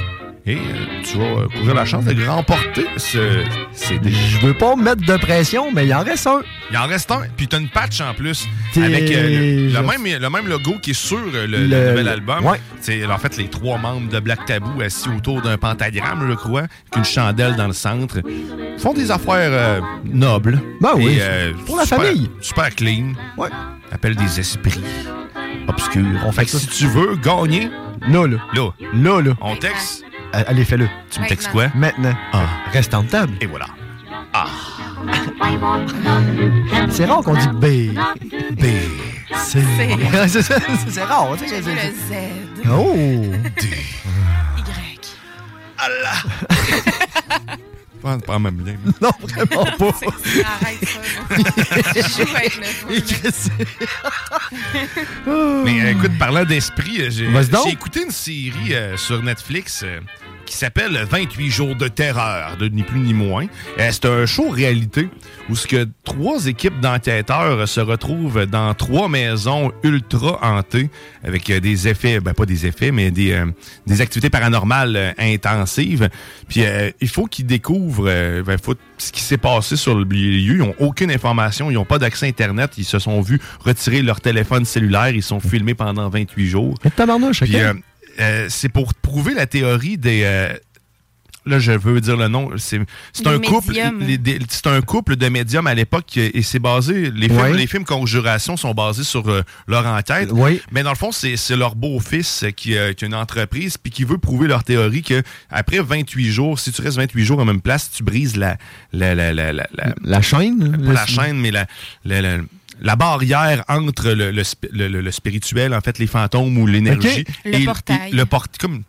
[SPEAKER 5] Et euh, tu vas euh, courir la chance de remporter ce CD.
[SPEAKER 6] Je veux pas mettre de pression, mais il en reste un.
[SPEAKER 5] Il en reste un. Puis t'as une patch en plus.
[SPEAKER 6] T'es-
[SPEAKER 5] Avec euh, le, le
[SPEAKER 6] je-
[SPEAKER 5] même, le même logo qui est sur euh, le, le
[SPEAKER 6] Le-
[SPEAKER 5] nouvel album. C'est en fait les trois membres de Black Tabou assis autour d'un pentagramme, je crois, qu'une chandelle dans le centre. Font des affaires euh, nobles.
[SPEAKER 6] Ben oui,
[SPEAKER 5] Et, euh,
[SPEAKER 6] pour la
[SPEAKER 5] super-
[SPEAKER 6] famille.
[SPEAKER 5] Super clean.
[SPEAKER 6] Ouais.
[SPEAKER 5] Appelle des esprits obscurs. On fait que si tu veux gagner.
[SPEAKER 6] Là, là.
[SPEAKER 5] Là.
[SPEAKER 6] Là, là.
[SPEAKER 5] On texte.
[SPEAKER 6] Euh, Allez, fais-le.
[SPEAKER 5] Tu me textes quoi?
[SPEAKER 6] Maintenant. Reste en table.
[SPEAKER 5] Et voilà. Ah.
[SPEAKER 6] C'est rare qu'on dit B. B. C.
[SPEAKER 9] C'est-
[SPEAKER 6] C'est ça, c'est rare. tu sais,
[SPEAKER 9] J'ai
[SPEAKER 6] c'est-
[SPEAKER 9] vu le Z.
[SPEAKER 6] c'est- Oh.
[SPEAKER 5] Pas, pas en même bien.
[SPEAKER 6] Non, vraiment pas.
[SPEAKER 9] Arrête ça. Joue avec le
[SPEAKER 5] Mais euh, écoute, parlant d'esprit, euh, j'ai
[SPEAKER 6] Vas-y donc.
[SPEAKER 5] j'ai écouté une série euh, sur Netflix euh, qui s'appelle 28 jours de terreur, de ni plus ni moins. Euh, C'est un show réalité où ce que trois équipes d'enquêteurs euh, se retrouvent dans trois maisons ultra hantées avec euh, des effets, ben pas des effets, mais des, euh, des activités paranormales euh, intensives. Puis euh, il faut qu'ils découvrent euh, ben, faut- ce qui s'est passé sur le lieu. Ils n'ont aucune information, ils n'ont pas d'accès Internet. Ils se sont vus retirer leur téléphone cellulaire. Ils sont filmés pendant 28 jours.
[SPEAKER 6] Tabarnouche, ok.
[SPEAKER 5] Puis, euh, euh, c'est pour prouver la théorie des. euh, là, je veux dire le nom. C'est c'est
[SPEAKER 9] Des
[SPEAKER 5] un couple.
[SPEAKER 9] médiums.
[SPEAKER 5] les- des- C'est un couple de médiums à l'époque qui- et c'est basé. Les films,
[SPEAKER 6] Ouais.
[SPEAKER 5] les films Conjuration sont basés sur euh, leur enquête. Mais dans le fond, c'est c'est leur beau-fils qui, euh, qui a une entreprise puis qui veut prouver leur théorie que après 28 jours, si tu restes 28 jours en même place, tu brises la la la la la, la-
[SPEAKER 6] La chaîne?
[SPEAKER 5] pas la
[SPEAKER 6] Le-
[SPEAKER 5] chaîne, mais la, la, la- la barrière entre le, le sp- le- le- le spirituel, en fait, les fantômes ou l'énergie.
[SPEAKER 6] Ok. Le portail.
[SPEAKER 5] le port- comme,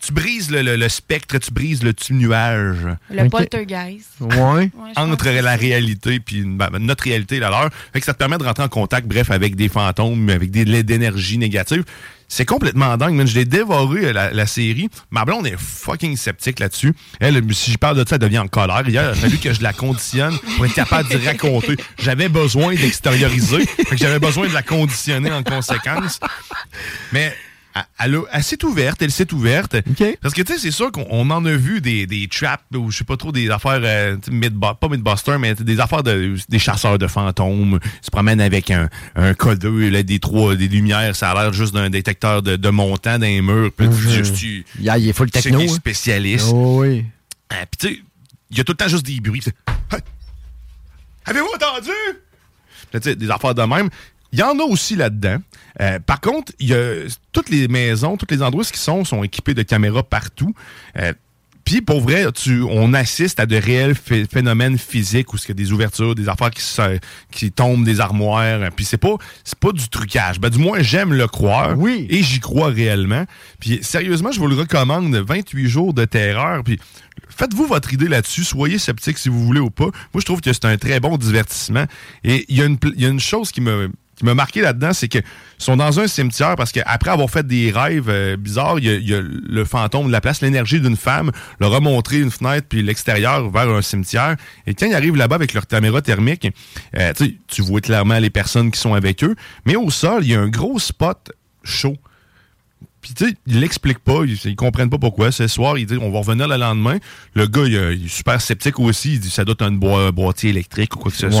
[SPEAKER 5] tu brises le, le- le spectre, tu brises le petit nuage.
[SPEAKER 7] Le poltergeist.
[SPEAKER 6] Ouais.
[SPEAKER 5] Entre la réalité puis ben, ben, notre réalité et la leur. Fait que ça te permet de rentrer en contact, bref, avec des fantômes, avec des lait d'énergie négative. C'est complètement dingue, man. Je l'ai dévoré, euh, la, la série. Ma blonde est fucking sceptique là-dessus. Elle, euh, si je parle de ça, elle devient en colère. Hier, il a fallu que je la conditionne pour être capable de raconter. J'avais besoin d'extérioriser. Fait que j'avais besoin de la conditionner en conséquence. Mais elle, elle s'est ouverte, elle s'est ouverte. Parce que, tu sais, c'est sûr qu'on on en a vu des, des traps ou je sais pas trop, des affaires, euh, tu sais, Mythbu- pas Mythbuster, mais des affaires de des chasseurs de fantômes ils se promènent avec un, un code des trois, des lumières, ça a l'air juste d'un détecteur de, de montant d'un mur. Puis tu-
[SPEAKER 6] Je-
[SPEAKER 5] tu-
[SPEAKER 6] Yeah, il est Ah, full
[SPEAKER 5] tu sais
[SPEAKER 6] techno,
[SPEAKER 5] qu'il est
[SPEAKER 6] hein.
[SPEAKER 5] spécialiste.
[SPEAKER 6] Oh oui.
[SPEAKER 5] Ah, puis tu sais, il y a tout le temps juste des bruits. tu sais. Hey! Avez-vous entendu? Là, tu sais, des affaires de même. Il y en a aussi là-dedans. Euh, par contre, il y a toutes les maisons, tous les endroits qui sont, sont équipés de caméras partout. Euh, puis pour vrai, tu, on assiste à de réels phé- phénomènes physiques où il y a des ouvertures, des affaires qui, se- qui tombent des armoires. Euh, Puis c'est pas, c'est pas du trucage. Ben, du moins, j'aime le croire. Oui. Et j'y crois réellement. Puis sérieusement, je vous le recommande. 28 jours de terreur. Puis faites-vous votre idée là-dessus. Soyez sceptique si vous voulez ou pas. Moi, je trouve que c'est un très bon divertissement. Et il y, a une pl- il y a une chose qui me qui m'a marqué là-dedans, c'est que ils sont dans un cimetière parce qu'après avoir fait des rêves euh, bizarres, il y a- il y, a le fantôme de la place, l'énergie d'une femme, leur a montré une fenêtre puis l'extérieur vers un cimetière. Et quand ils arrivent là-bas avec leur caméra thermique, euh, tu sais, tu vois clairement les personnes qui sont avec eux. Mais au sol, il y a un gros spot chaud. Puis, tu sais, ils l'expliquent pas, ils, ils comprennent pas pourquoi. Ce soir, ils disent, on va revenir le lendemain. Le gars, il, euh, il est super sceptique aussi. Il dit, ça doit être un boi- boîtier électrique ou quoi que ce soit.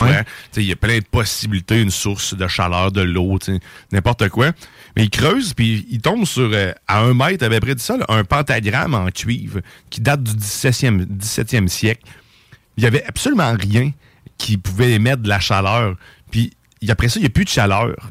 [SPEAKER 5] Ouais. T'sais, Il y a plein de possibilités, une source de chaleur, de l'eau, t'sais, n'importe quoi. Mais ils creusent, puis ils tombent sur, euh, à un mètre à peu près de ça, là, un pentagramme en cuivre qui date du 17e, 17e siècle. Il n'y avait absolument rien qui pouvait émettre de la chaleur. Puis y- après ça, il n'y a plus de chaleur.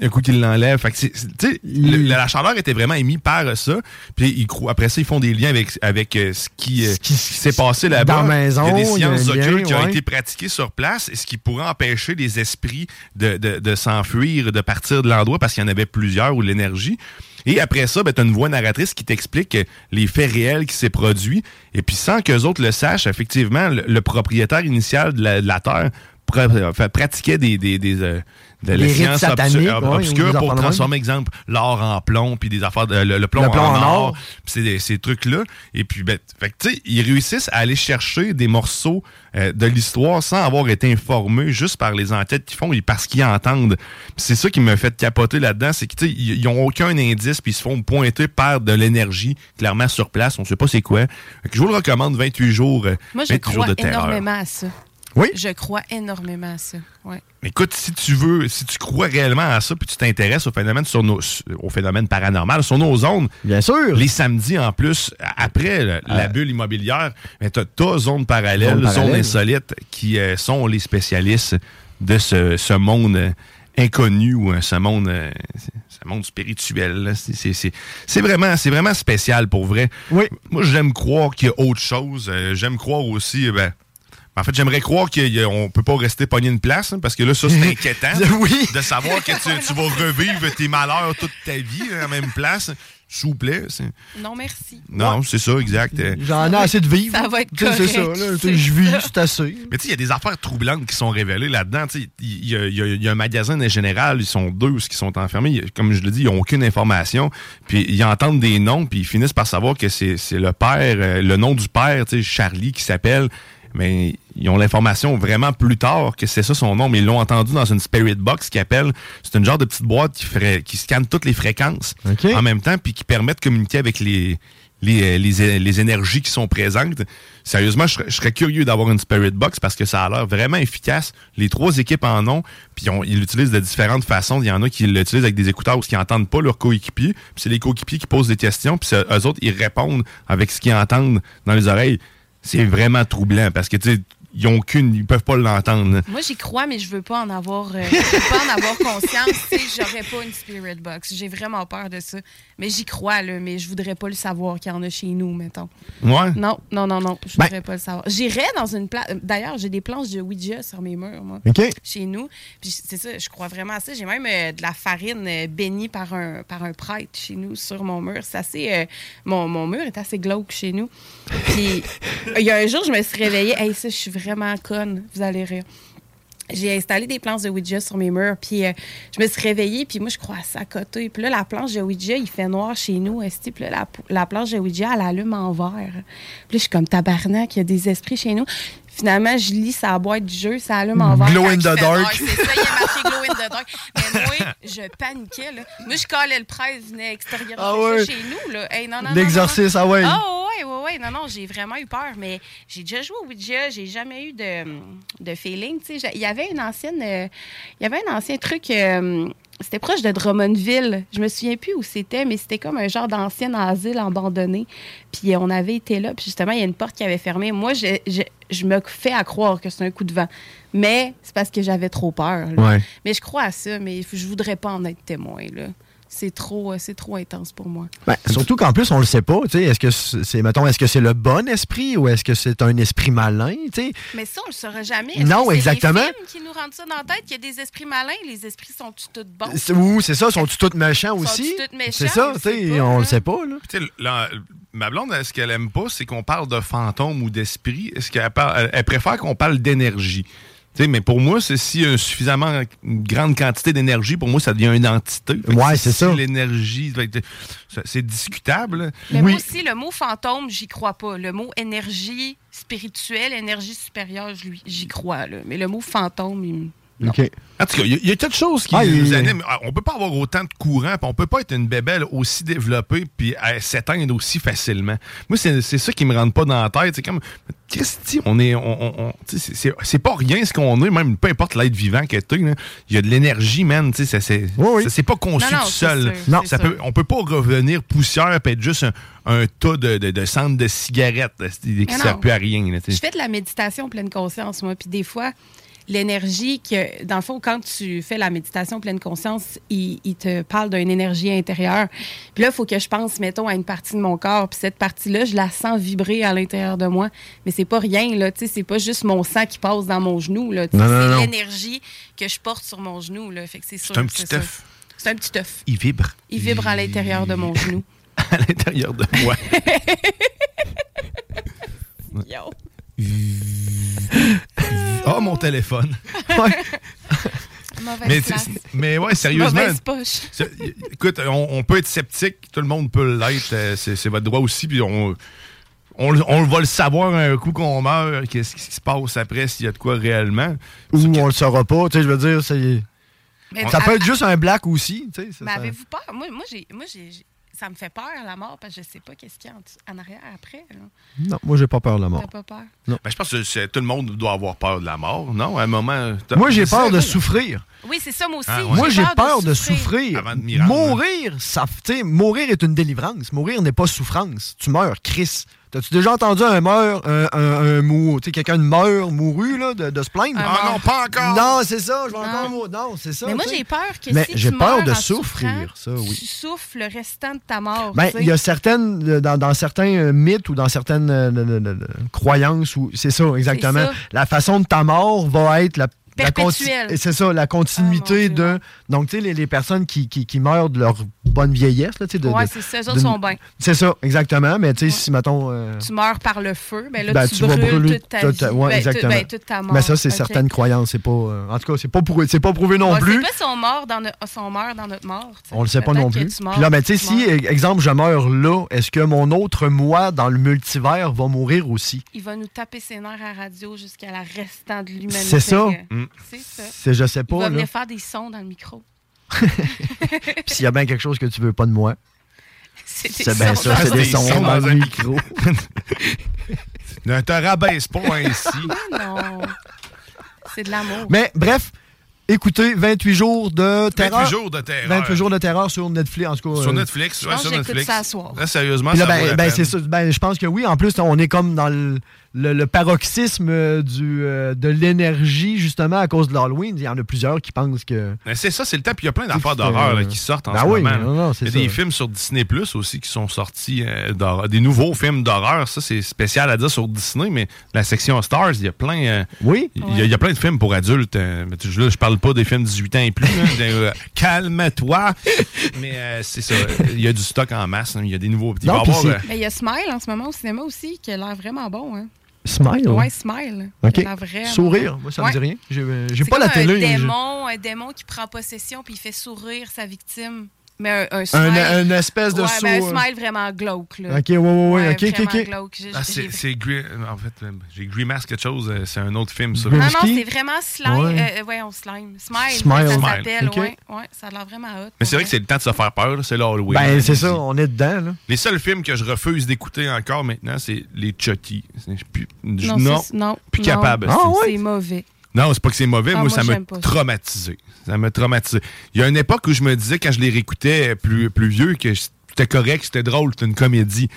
[SPEAKER 5] Un coup qu'ils l'enlèvent. Fait que c'est- c'est- t'sais, le-
[SPEAKER 6] Mm.
[SPEAKER 5] la, la chaleur était vraiment émise par euh, ça. Puis ils cro- après ça, ils font des liens avec, avec euh, ce qui euh, ce qui s'est passé là-bas.
[SPEAKER 6] dans la maison,
[SPEAKER 5] il y a des
[SPEAKER 6] il y a un
[SPEAKER 5] sciences
[SPEAKER 6] lien,
[SPEAKER 5] occultes qui ont
[SPEAKER 6] ouais.
[SPEAKER 5] été pratiquées sur place et ce qui pourrait empêcher les esprits de, de- de s'enfuir, de partir de l'endroit parce qu'il y en avait plusieurs ou l'énergie. Et après ça, ben, tu as une voix narratrice qui t'explique euh, les faits réels qui s'est produit. Et puis sans qu'eux autres le sachent, effectivement, le, le propriétaire initial de la, de la Terre pra- euh, fait- pratiquait des, des, des, euh, de
[SPEAKER 6] Des
[SPEAKER 5] la
[SPEAKER 6] rites
[SPEAKER 5] science obscu-
[SPEAKER 6] sataniques,
[SPEAKER 5] ob-
[SPEAKER 6] ouais, ou des
[SPEAKER 5] obscure
[SPEAKER 6] affaires
[SPEAKER 5] pour
[SPEAKER 6] de même.
[SPEAKER 5] transformer, exemple, l'or en plomb, puis des affaires de, le, le plomb,
[SPEAKER 6] Le plomb
[SPEAKER 5] en,
[SPEAKER 6] en
[SPEAKER 5] or,
[SPEAKER 6] or.
[SPEAKER 5] Pis c'est des- ces trucs-là. Et puis, ben, fait que, tu sais, ils réussissent à aller chercher des morceaux euh, de l'histoire sans avoir été informés juste par les entêtes qu'ils font et parce qu'ils entendent. Pis c'est ça qui me fait capoter là-dedans, c'est qu'ils ils n'ont aucun indice, puis ils se font pointer par de l'énergie, clairement sur place, on sait pas c'est quoi. Fait que je vous le recommande, 28 jours, euh,
[SPEAKER 7] Moi, je
[SPEAKER 5] 28 jours
[SPEAKER 7] crois
[SPEAKER 5] de terreur.
[SPEAKER 7] énormément à ça.
[SPEAKER 5] Oui?
[SPEAKER 7] Je crois énormément à ça. Ouais.
[SPEAKER 5] Écoute, si tu veux, si tu crois réellement à ça, puis tu t'intéresses au phénomène sur nos, au phénomène paranormal, sur nos zones.
[SPEAKER 6] Bien sûr. Euh.
[SPEAKER 5] Les samedis en plus, a- après le- la bulle immobilière, ben, t'as ta zone parallèle,
[SPEAKER 6] Zone
[SPEAKER 5] zone,
[SPEAKER 6] parallèle.
[SPEAKER 5] insolite, qui euh, sont les spécialistes de ce, ce monde euh, inconnu ou euh, ce monde, euh, ce monde spirituel. là. C'est- c'est- C'est c'est vraiment, c'est vraiment spécial pour vrai.
[SPEAKER 6] Oui.
[SPEAKER 5] Moi, j'aime croire qu'il y a autre chose. Euh, J'aime croire aussi, euh, ben. En fait, j'aimerais croire qu'on peut pas rester pogné une place, hein, parce que là, ça, c'est inquiétant.
[SPEAKER 6] Oui.
[SPEAKER 5] De savoir que tu, tu vas revivre tes malheurs toute ta vie hein, à la même place. S'il vous plaît. c'est-
[SPEAKER 7] Non, merci.
[SPEAKER 5] Non, c'est ça, exact. Euh,
[SPEAKER 6] J'en ai assez de vivre.
[SPEAKER 7] Ça va être
[SPEAKER 6] Tu sais, C'est ça,
[SPEAKER 7] correct,
[SPEAKER 6] là. Tu
[SPEAKER 7] c'est
[SPEAKER 6] sais, Je vis,
[SPEAKER 7] ça.
[SPEAKER 6] c'est assez.
[SPEAKER 5] Mais tu sais, il y a des affaires troublantes qui sont révélées là-dedans. Tu sais, Il y, a- il y a- il y a un magasin en général, ils sont deux ceux qui sont enfermés. Il y a- Comme je le dis, ils n'ont aucune information. Puis ils entendent des noms, puis ils finissent par savoir que c'est c'est le père, euh, le nom du père, tu sais, Charlie, qui s'appelle. Mais ils ont l'information vraiment plus tard que c'est ça son nom, mais ils l'ont entendu dans une spirit box qui appelle. C'est une genre de petite boîte qui, ferait, qui scanne toutes les fréquences en même temps, puis qui permet de communiquer avec les, les, les, les énergies qui sont présentes. Sérieusement, je serais, je serais curieux d'avoir une Spirit Box parce que ça a l'air vraiment efficace. Les trois équipes en ont, puis on- ils l'utilisent de différentes façons. Il y en a qui l'utilisent avec des écouteurs ou qui n'entendent pas leurs coéquipiers, puis c'est les coéquipiers qui posent des questions, puis c'est- eux autres, ils répondent avec ce qu'ils entendent dans les oreilles. C'est vraiment troublant parce que, tu sais, ils ont aucune, ils peuvent pas l'entendre. là.
[SPEAKER 7] Moi, j'y crois, mais je veux pas en avoir, euh, je veux pas en avoir conscience. Tu sais, J'aurais pas une spirit box. J'ai vraiment peur de ça. Mais j'y crois, là, mais je voudrais pas le savoir qu'il y en a chez nous, mettons.
[SPEAKER 5] Ouais.
[SPEAKER 7] Non, non, non, non. Je
[SPEAKER 5] Ben-
[SPEAKER 7] voudrais pas le savoir. J'irais dans une place. D'ailleurs, j'ai des planches de Ouija sur mes murs, moi.
[SPEAKER 6] OK.
[SPEAKER 7] Chez nous. Puis c'est ça, je crois vraiment à ça. J'ai même euh, de la farine euh, bénie par un, par un prêtre chez nous sur mon mur. C'est assez. euh, mon, mon mur est assez glauque chez nous. Puis il y a un jour, je me suis réveillée. Hey, ça, je suis vraiment conne. Vous allez rire. J'ai installé des planches de Ouija sur mes murs, puis euh, je me suis réveillée, puis moi, je crois à ça à côté. Puis là, la planche de Ouija, il fait noir chez nous, esti. Puis là, la, la planche de Ouija, elle allume en vert. Puis là, je suis comme tabarnak, il y a des esprits chez nous. Finalement, je lis sa boîte du jeu, ça allume en vert.
[SPEAKER 6] Glow
[SPEAKER 7] Quand
[SPEAKER 6] in
[SPEAKER 7] il
[SPEAKER 6] the
[SPEAKER 7] fait noir,
[SPEAKER 6] dark.
[SPEAKER 7] C'est ça, il est marqué Glow in the dark. Mais moi, je paniquais, là. Moi, je collais le prêtre, venait extérieur
[SPEAKER 6] Ah ouais.
[SPEAKER 7] chez nous, là. Hey, non, non, non, non,
[SPEAKER 6] L'exorciste,
[SPEAKER 7] non.
[SPEAKER 6] ah ouais.
[SPEAKER 7] Ah ouais, ouais, ouais. Non, non, j'ai vraiment eu peur, mais j'ai déjà joué au Ouija, j'ai jamais eu de, hum, de feeling. tu sais. J'a- Il y avait une ancienne, euh, il y avait un ancien truc. euh, c'était proche de Drummondville. Je me souviens plus où c'était, mais c'était comme un genre d'ancien asile abandonné. Puis euh, on avait été là, puis justement, il y a une porte qui avait fermé. Moi, je, je- je me fais à croire que c'est un coup de vent. Mais c'est parce que j'avais trop peur. là.
[SPEAKER 6] Ouais.
[SPEAKER 7] Mais je crois à ça, mais je voudrais pas en être témoin. Là. c'est trop, euh, c'est trop intense pour moi.
[SPEAKER 6] Ben, surtout qu'en plus, on le sait pas. tu sais, Est-ce que c'est, mettons, est-ce que c'est le bon esprit ou est-ce que c'est un esprit malin? tu sais?
[SPEAKER 7] Mais ça, on le saura jamais. Est-ce
[SPEAKER 6] Non,
[SPEAKER 7] que c'est
[SPEAKER 6] exactement.
[SPEAKER 7] Les films qui nous rendent ça dans la tête, qu'il y a des esprits malins, les esprits sont tous bons.
[SPEAKER 6] C'est- Ou c'est ça, sont-ils tous méchants aussi?
[SPEAKER 7] tous méchants,
[SPEAKER 6] C'est ça,
[SPEAKER 7] on le
[SPEAKER 6] tu
[SPEAKER 7] sait
[SPEAKER 6] sais,
[SPEAKER 7] pas,
[SPEAKER 6] on le sait pas. Là.
[SPEAKER 5] Tu sais, la- ma blonde, elle, ce qu'elle aime pas, c'est qu'on parle de fantôme ou d'esprit. Est-ce qu'elle par- elle- elle préfère qu'on parle d'énergie? Tu sais, mais pour moi, c'est si un suffisamment une grande quantité d'énergie, pour moi, ça devient une entité. ouais, c'est ça. L'énergie, fait que ça- c'est discutable.
[SPEAKER 7] Mais moi aussi, le mot fantôme, j'y crois pas. Le mot énergie spirituelle, énergie supérieure, je lui- j'y crois. là. Mais le mot fantôme, il me-
[SPEAKER 5] En tout cas, il y, a- il y a quelque chose qui
[SPEAKER 6] Ah, il-
[SPEAKER 5] nous anime. Ah, On peut pas avoir autant de courant, puis on peut pas être une bébelle aussi développée, puis euh, s'éteindre aussi facilement. Moi, c'est c'est ça qui me rentre pas dans la tête. C'est comme, Christy, on est, on, on- on- tu sais, c'est- c'est- c'est pas rien ce qu'on est, même peu importe l'être vivant que t'es. là. Il y a de l'énergie, man. tu sais, ça- C'est ça- c'est pas conçu
[SPEAKER 6] Non, non,
[SPEAKER 5] tout
[SPEAKER 6] c'est
[SPEAKER 5] seul.
[SPEAKER 6] sûr, Non. c'est
[SPEAKER 5] ça
[SPEAKER 6] sûr.
[SPEAKER 5] peut, on peut pas revenir poussière et être juste un, un tas de, de, de cendres de cigarettes là, qui
[SPEAKER 7] Mais
[SPEAKER 5] sert
[SPEAKER 7] non.
[SPEAKER 5] plus à rien. là, tu
[SPEAKER 7] Je
[SPEAKER 5] sais.
[SPEAKER 7] fais de la méditation pleine conscience, moi. Puis des fois, l'énergie que, dans le fond, quand tu fais la méditation pleine conscience, il, il te parle d'une énergie intérieure. Puis là, il faut que je pense, mettons, à une partie de mon corps. Puis cette partie-là, je la sens vibrer à l'intérieur de moi. Mais c'est pas rien, là. Tu sais, c'est pas juste mon sang qui passe dans mon genou, là. Tu sais,
[SPEAKER 5] Non, non, non.
[SPEAKER 7] C'est l'énergie que je porte sur mon genou, là. Fait que c'est sûr
[SPEAKER 5] un
[SPEAKER 7] que
[SPEAKER 5] petit
[SPEAKER 7] ça.
[SPEAKER 5] œuf.
[SPEAKER 7] C'est un petit œuf.
[SPEAKER 5] Il vibre
[SPEAKER 7] Il vibre à l'intérieur de mon genou.
[SPEAKER 5] à l'intérieur de moi.
[SPEAKER 7] Yo.
[SPEAKER 5] Ah, mon téléphone.
[SPEAKER 7] Mauvaise
[SPEAKER 5] mais,
[SPEAKER 7] place.
[SPEAKER 5] c'est- mais ouais, sérieusement.
[SPEAKER 7] Mauvaise poche.
[SPEAKER 5] c'est- Écoute, on, on peut être sceptique, tout le monde peut l'être, euh, c'est c'est votre droit aussi, puis on, on, le- on va le savoir un coup qu'on meurt, qu'est-ce qui se passe après, s'il y a de quoi réellement.
[SPEAKER 6] Ou on le saura pas, tu sais, je veux dire, c'est-
[SPEAKER 7] Mais
[SPEAKER 6] ça
[SPEAKER 7] tu-
[SPEAKER 6] peut être juste un black aussi, tu sais. ça-
[SPEAKER 7] Mais
[SPEAKER 6] ça-
[SPEAKER 7] avez-vous peur? Moi, moi, j'ai, moi j'ai, j'ai- ça me fait peur, la mort, parce que je sais pas qu'est-ce qu'il y a en, dessous- en arrière après. là.
[SPEAKER 6] Non, moi, j'ai pas peur de la
[SPEAKER 7] T'as
[SPEAKER 6] mort.
[SPEAKER 7] pas peur?
[SPEAKER 5] Ben, je pense que c'est- tout le monde doit avoir peur de la mort, non? À un moment. t'as-
[SPEAKER 6] Moi, j'ai
[SPEAKER 5] c'est
[SPEAKER 6] peur
[SPEAKER 5] ça,
[SPEAKER 6] de
[SPEAKER 5] oui.
[SPEAKER 6] souffrir.
[SPEAKER 7] Oui, c'est ça, moi aussi.
[SPEAKER 5] Ah ouais.
[SPEAKER 6] Moi, j'ai peur de souffrir.
[SPEAKER 5] Avant de m'y rendre.
[SPEAKER 6] Mourir, ça, tu sais, mourir est une délivrance. Mourir n'est pas souffrance. Tu meurs, Chris. T'as-tu déjà entendu un meurt, un, un, un mou- tu sais, quelqu'un de meurt, mouru, là, de, de se plaindre?
[SPEAKER 7] Un Ah non, mort. pas encore.
[SPEAKER 6] Non, c'est ça, je vais
[SPEAKER 7] Non.
[SPEAKER 6] encore mourir. Non, c'est ça.
[SPEAKER 7] Mais moi,
[SPEAKER 6] tu sais.
[SPEAKER 7] j'ai peur que
[SPEAKER 6] Mais
[SPEAKER 7] si
[SPEAKER 6] j'ai
[SPEAKER 7] tu
[SPEAKER 6] peur
[SPEAKER 7] meurs
[SPEAKER 6] de
[SPEAKER 7] en
[SPEAKER 6] souffrir, ça,
[SPEAKER 7] souffrant,
[SPEAKER 6] oui.
[SPEAKER 7] Tu souffres le restant de ta mort.
[SPEAKER 6] Ben,
[SPEAKER 7] tu sais.
[SPEAKER 6] il y a certaines, euh, dans, dans certains euh, mythes ou dans certaines euh, de- de- de- de- croyances, ou c'est ça, exactement.
[SPEAKER 7] ça.
[SPEAKER 6] la façon de ta mort va être la. la conti-
[SPEAKER 7] Perpétuelle. Ah,
[SPEAKER 6] et c'est ça, la continuité de. Donc, tu sais, les, les personnes qui, qui, qui meurent de leur bonne vieillesse, là, tu sais. de-
[SPEAKER 7] Ouais,
[SPEAKER 6] de-
[SPEAKER 7] c'est ça, eux
[SPEAKER 6] de-
[SPEAKER 7] autres sont bien.
[SPEAKER 6] C'est ça, exactement. Mais, tu sais, si, mettons. euh,
[SPEAKER 7] Tu meurs par le feu, ben là,
[SPEAKER 6] ben,
[SPEAKER 7] tu, brûles toute ta vie.
[SPEAKER 6] ouais,
[SPEAKER 7] Ben, tu-
[SPEAKER 6] exactement.
[SPEAKER 7] ben, toute ta mort.
[SPEAKER 6] Mais ça, c'est
[SPEAKER 7] Ok.
[SPEAKER 6] certaines croyances. C'est pas. euh, en tout cas, c'est pas, prouvé- c'est pas prouvé non
[SPEAKER 7] On
[SPEAKER 6] plus.
[SPEAKER 7] ne sait pas si on meurt dans, notre- si on meurt dans notre mort. tu sais.
[SPEAKER 6] On le sait pas
[SPEAKER 7] Peut-être
[SPEAKER 6] non
[SPEAKER 7] que
[SPEAKER 6] plus.
[SPEAKER 7] tu meurs,
[SPEAKER 6] Puis là, ben, tu sais,
[SPEAKER 7] tu meurs.
[SPEAKER 6] si, e- exemple, je meurs là, est-ce que mon autre moi dans le multivers va mourir aussi?
[SPEAKER 7] Il va nous taper ses nerfs à radio jusqu'à la restant de l'humanité.
[SPEAKER 6] C'est
[SPEAKER 7] Euh,
[SPEAKER 6] ça. Mm.
[SPEAKER 7] C'est ça.
[SPEAKER 6] C'est- je sais pas,
[SPEAKER 7] Il va
[SPEAKER 6] là.
[SPEAKER 7] venir faire des sons dans le micro.
[SPEAKER 6] Puis s'il y a bien quelque chose que tu veux pas de moi,
[SPEAKER 7] C'est
[SPEAKER 6] c'est bien ça, c'est des sons dans le micro.
[SPEAKER 5] ne te rabaisse pas ainsi.
[SPEAKER 7] Ah, Non. C'est de l'amour.
[SPEAKER 6] Mais bref, écoutez, 28 jours de terreur.
[SPEAKER 5] jours de terreur.
[SPEAKER 6] 28 jours de terreur sur Netflix, en tout cas.
[SPEAKER 5] Sur
[SPEAKER 6] euh,
[SPEAKER 5] Netflix, ouais, sur Netflix. Là, sérieusement,
[SPEAKER 6] Puis là,
[SPEAKER 5] ça vaut
[SPEAKER 6] ben,
[SPEAKER 5] la
[SPEAKER 6] ben,
[SPEAKER 5] peine.
[SPEAKER 6] c'est ça. Ben, je pense que oui. En plus, on est comme dans le, le- le paroxysme euh, du, euh, de l'énergie, justement, à cause de l'Halloween. Il y en a plusieurs qui pensent que.
[SPEAKER 5] Mais C'est ça, c'est le temps. Puis il y a plein d'affaires d'horreur là, qui sortent en
[SPEAKER 6] Ben
[SPEAKER 5] ce
[SPEAKER 6] oui,
[SPEAKER 5] moment. là.
[SPEAKER 6] non, non, c'est
[SPEAKER 5] il y a des
[SPEAKER 6] ça.
[SPEAKER 5] films sur Disney Plus aussi qui sont sortis, euh, d'horreur- des nouveaux films d'horreur. Ça, c'est spécial à dire sur Disney, mais la section Stars, il y a plein. euh, Il y, a- il y a plein de films pour adultes. euh, mais tu- là, je parle pas des films 18 ans et plus. hein, des, euh, Calme-toi. Mais euh, c'est ça. Il y a du stock en masse. hein, Il y a des nouveaux. petits
[SPEAKER 6] Non, puis c'est-
[SPEAKER 7] Mais il y a Smile en ce moment au cinéma aussi qui a l'air vraiment bon. Hein.
[SPEAKER 6] Smile?
[SPEAKER 7] Ouais, Smile.
[SPEAKER 6] OK.
[SPEAKER 7] Il a l'air vraiment
[SPEAKER 6] Sourire,
[SPEAKER 7] bon.
[SPEAKER 6] moi, ça me
[SPEAKER 7] Ouais.
[SPEAKER 6] dit rien. J'ai euh, j'ai
[SPEAKER 7] C'est
[SPEAKER 6] pas la
[SPEAKER 7] comme
[SPEAKER 6] télé.
[SPEAKER 7] Un
[SPEAKER 6] j'ai-
[SPEAKER 7] démon, un démon qui prend possession puis il fait sourire sa victime. Mais un, un smile.
[SPEAKER 6] un espèce de
[SPEAKER 7] ouais, ben,
[SPEAKER 6] sourd-
[SPEAKER 7] un smile vraiment glauque. Là.
[SPEAKER 6] Ok, ouais, ouais, ouais, ok, ok,
[SPEAKER 7] vraiment
[SPEAKER 6] ok.
[SPEAKER 7] Glauque. J'ai-
[SPEAKER 5] Ah,
[SPEAKER 7] j'ai-
[SPEAKER 5] c'est c'est Grey- En fait, euh, j'ai Grimace quelque chose. euh, C'est un autre film. ça.
[SPEAKER 7] Ah Non, non, c'est vraiment slime.
[SPEAKER 5] Ouais.
[SPEAKER 7] Ouais. Euh, ouais, on slime. Smile.
[SPEAKER 5] Smile.
[SPEAKER 7] Ça
[SPEAKER 5] Smile,
[SPEAKER 7] s'appelle,
[SPEAKER 5] ok.
[SPEAKER 7] ouais. Ouais, ça a l'air vraiment hot.
[SPEAKER 5] Mais c'est vrai que c'est le temps de se faire peur. là, C'est l'Halloween.
[SPEAKER 6] Ben, c'est ça, on est dedans, là.
[SPEAKER 5] Les seuls films que je refuse d'écouter encore maintenant, c'est les Chucky. C'est- Je suis plus, je-
[SPEAKER 7] Non,
[SPEAKER 5] non,
[SPEAKER 7] c'est- non,
[SPEAKER 5] plus
[SPEAKER 7] non. Ah,
[SPEAKER 5] capable.
[SPEAKER 6] Ah,
[SPEAKER 7] C'est mauvais.
[SPEAKER 5] Non, c'est pas que c'est mauvais,
[SPEAKER 7] Ah,
[SPEAKER 5] moi,
[SPEAKER 7] moi,
[SPEAKER 5] ça m'a
[SPEAKER 7] j'aime pas ça.
[SPEAKER 5] traumatisé. Ça m'a traumatisé. Il y a une époque où je me disais, quand je les réécoutais euh, plus, plus vieux, que c'était correct, c'était drôle, c'était une comédie.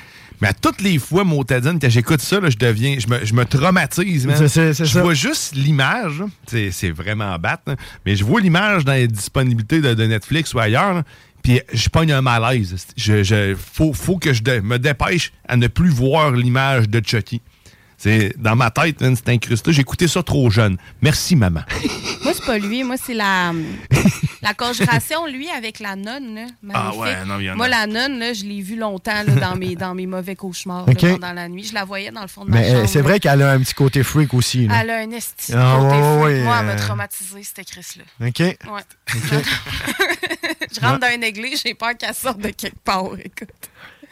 [SPEAKER 5] Mais à toutes les fois, Motadine, quand j'écoute ça, là, je deviens, je me, je me traumatise. man.
[SPEAKER 6] C'est- c'est- c'est
[SPEAKER 5] je
[SPEAKER 6] ça.
[SPEAKER 5] vois juste l'image, là. c'est c'est vraiment battre, mais je vois l'image dans les disponibilités de, de Netflix ou ailleurs, là. puis je pogne un malaise. Je, je- faut, faut que je dé- me dépêche à ne plus voir l'image de Chucky. C'est dans ma tête, man, c'est incrusté. J'écoutais ça trop jeune. Merci, maman.
[SPEAKER 7] Moi, c'est pas lui. Moi, c'est la, la conjuration, lui, avec la nonne. là.
[SPEAKER 5] Ah
[SPEAKER 7] Magnifique.
[SPEAKER 5] ouais, non, il y en a.
[SPEAKER 7] Moi, la nonne, là, je l'ai vue longtemps là, dans, mes, dans mes mauvais cauchemars là,
[SPEAKER 6] Ok.
[SPEAKER 7] pendant la nuit. Je la voyais dans le fond de ma
[SPEAKER 6] Mais
[SPEAKER 7] chambre.
[SPEAKER 6] euh, c'est vrai qu'elle a un petit côté freak aussi. là.
[SPEAKER 7] Elle a un esti. de
[SPEAKER 6] Ah,
[SPEAKER 7] côté
[SPEAKER 6] ouais,
[SPEAKER 7] fou.
[SPEAKER 6] ouais,
[SPEAKER 7] Moi, elle
[SPEAKER 6] euh,
[SPEAKER 7] m'a traumatisée, cette crise-là.
[SPEAKER 6] OK.
[SPEAKER 7] Ouais.
[SPEAKER 6] OK.
[SPEAKER 7] je rentre dans une église, j'ai peur qu'elle sorte de quelque part. Écoute.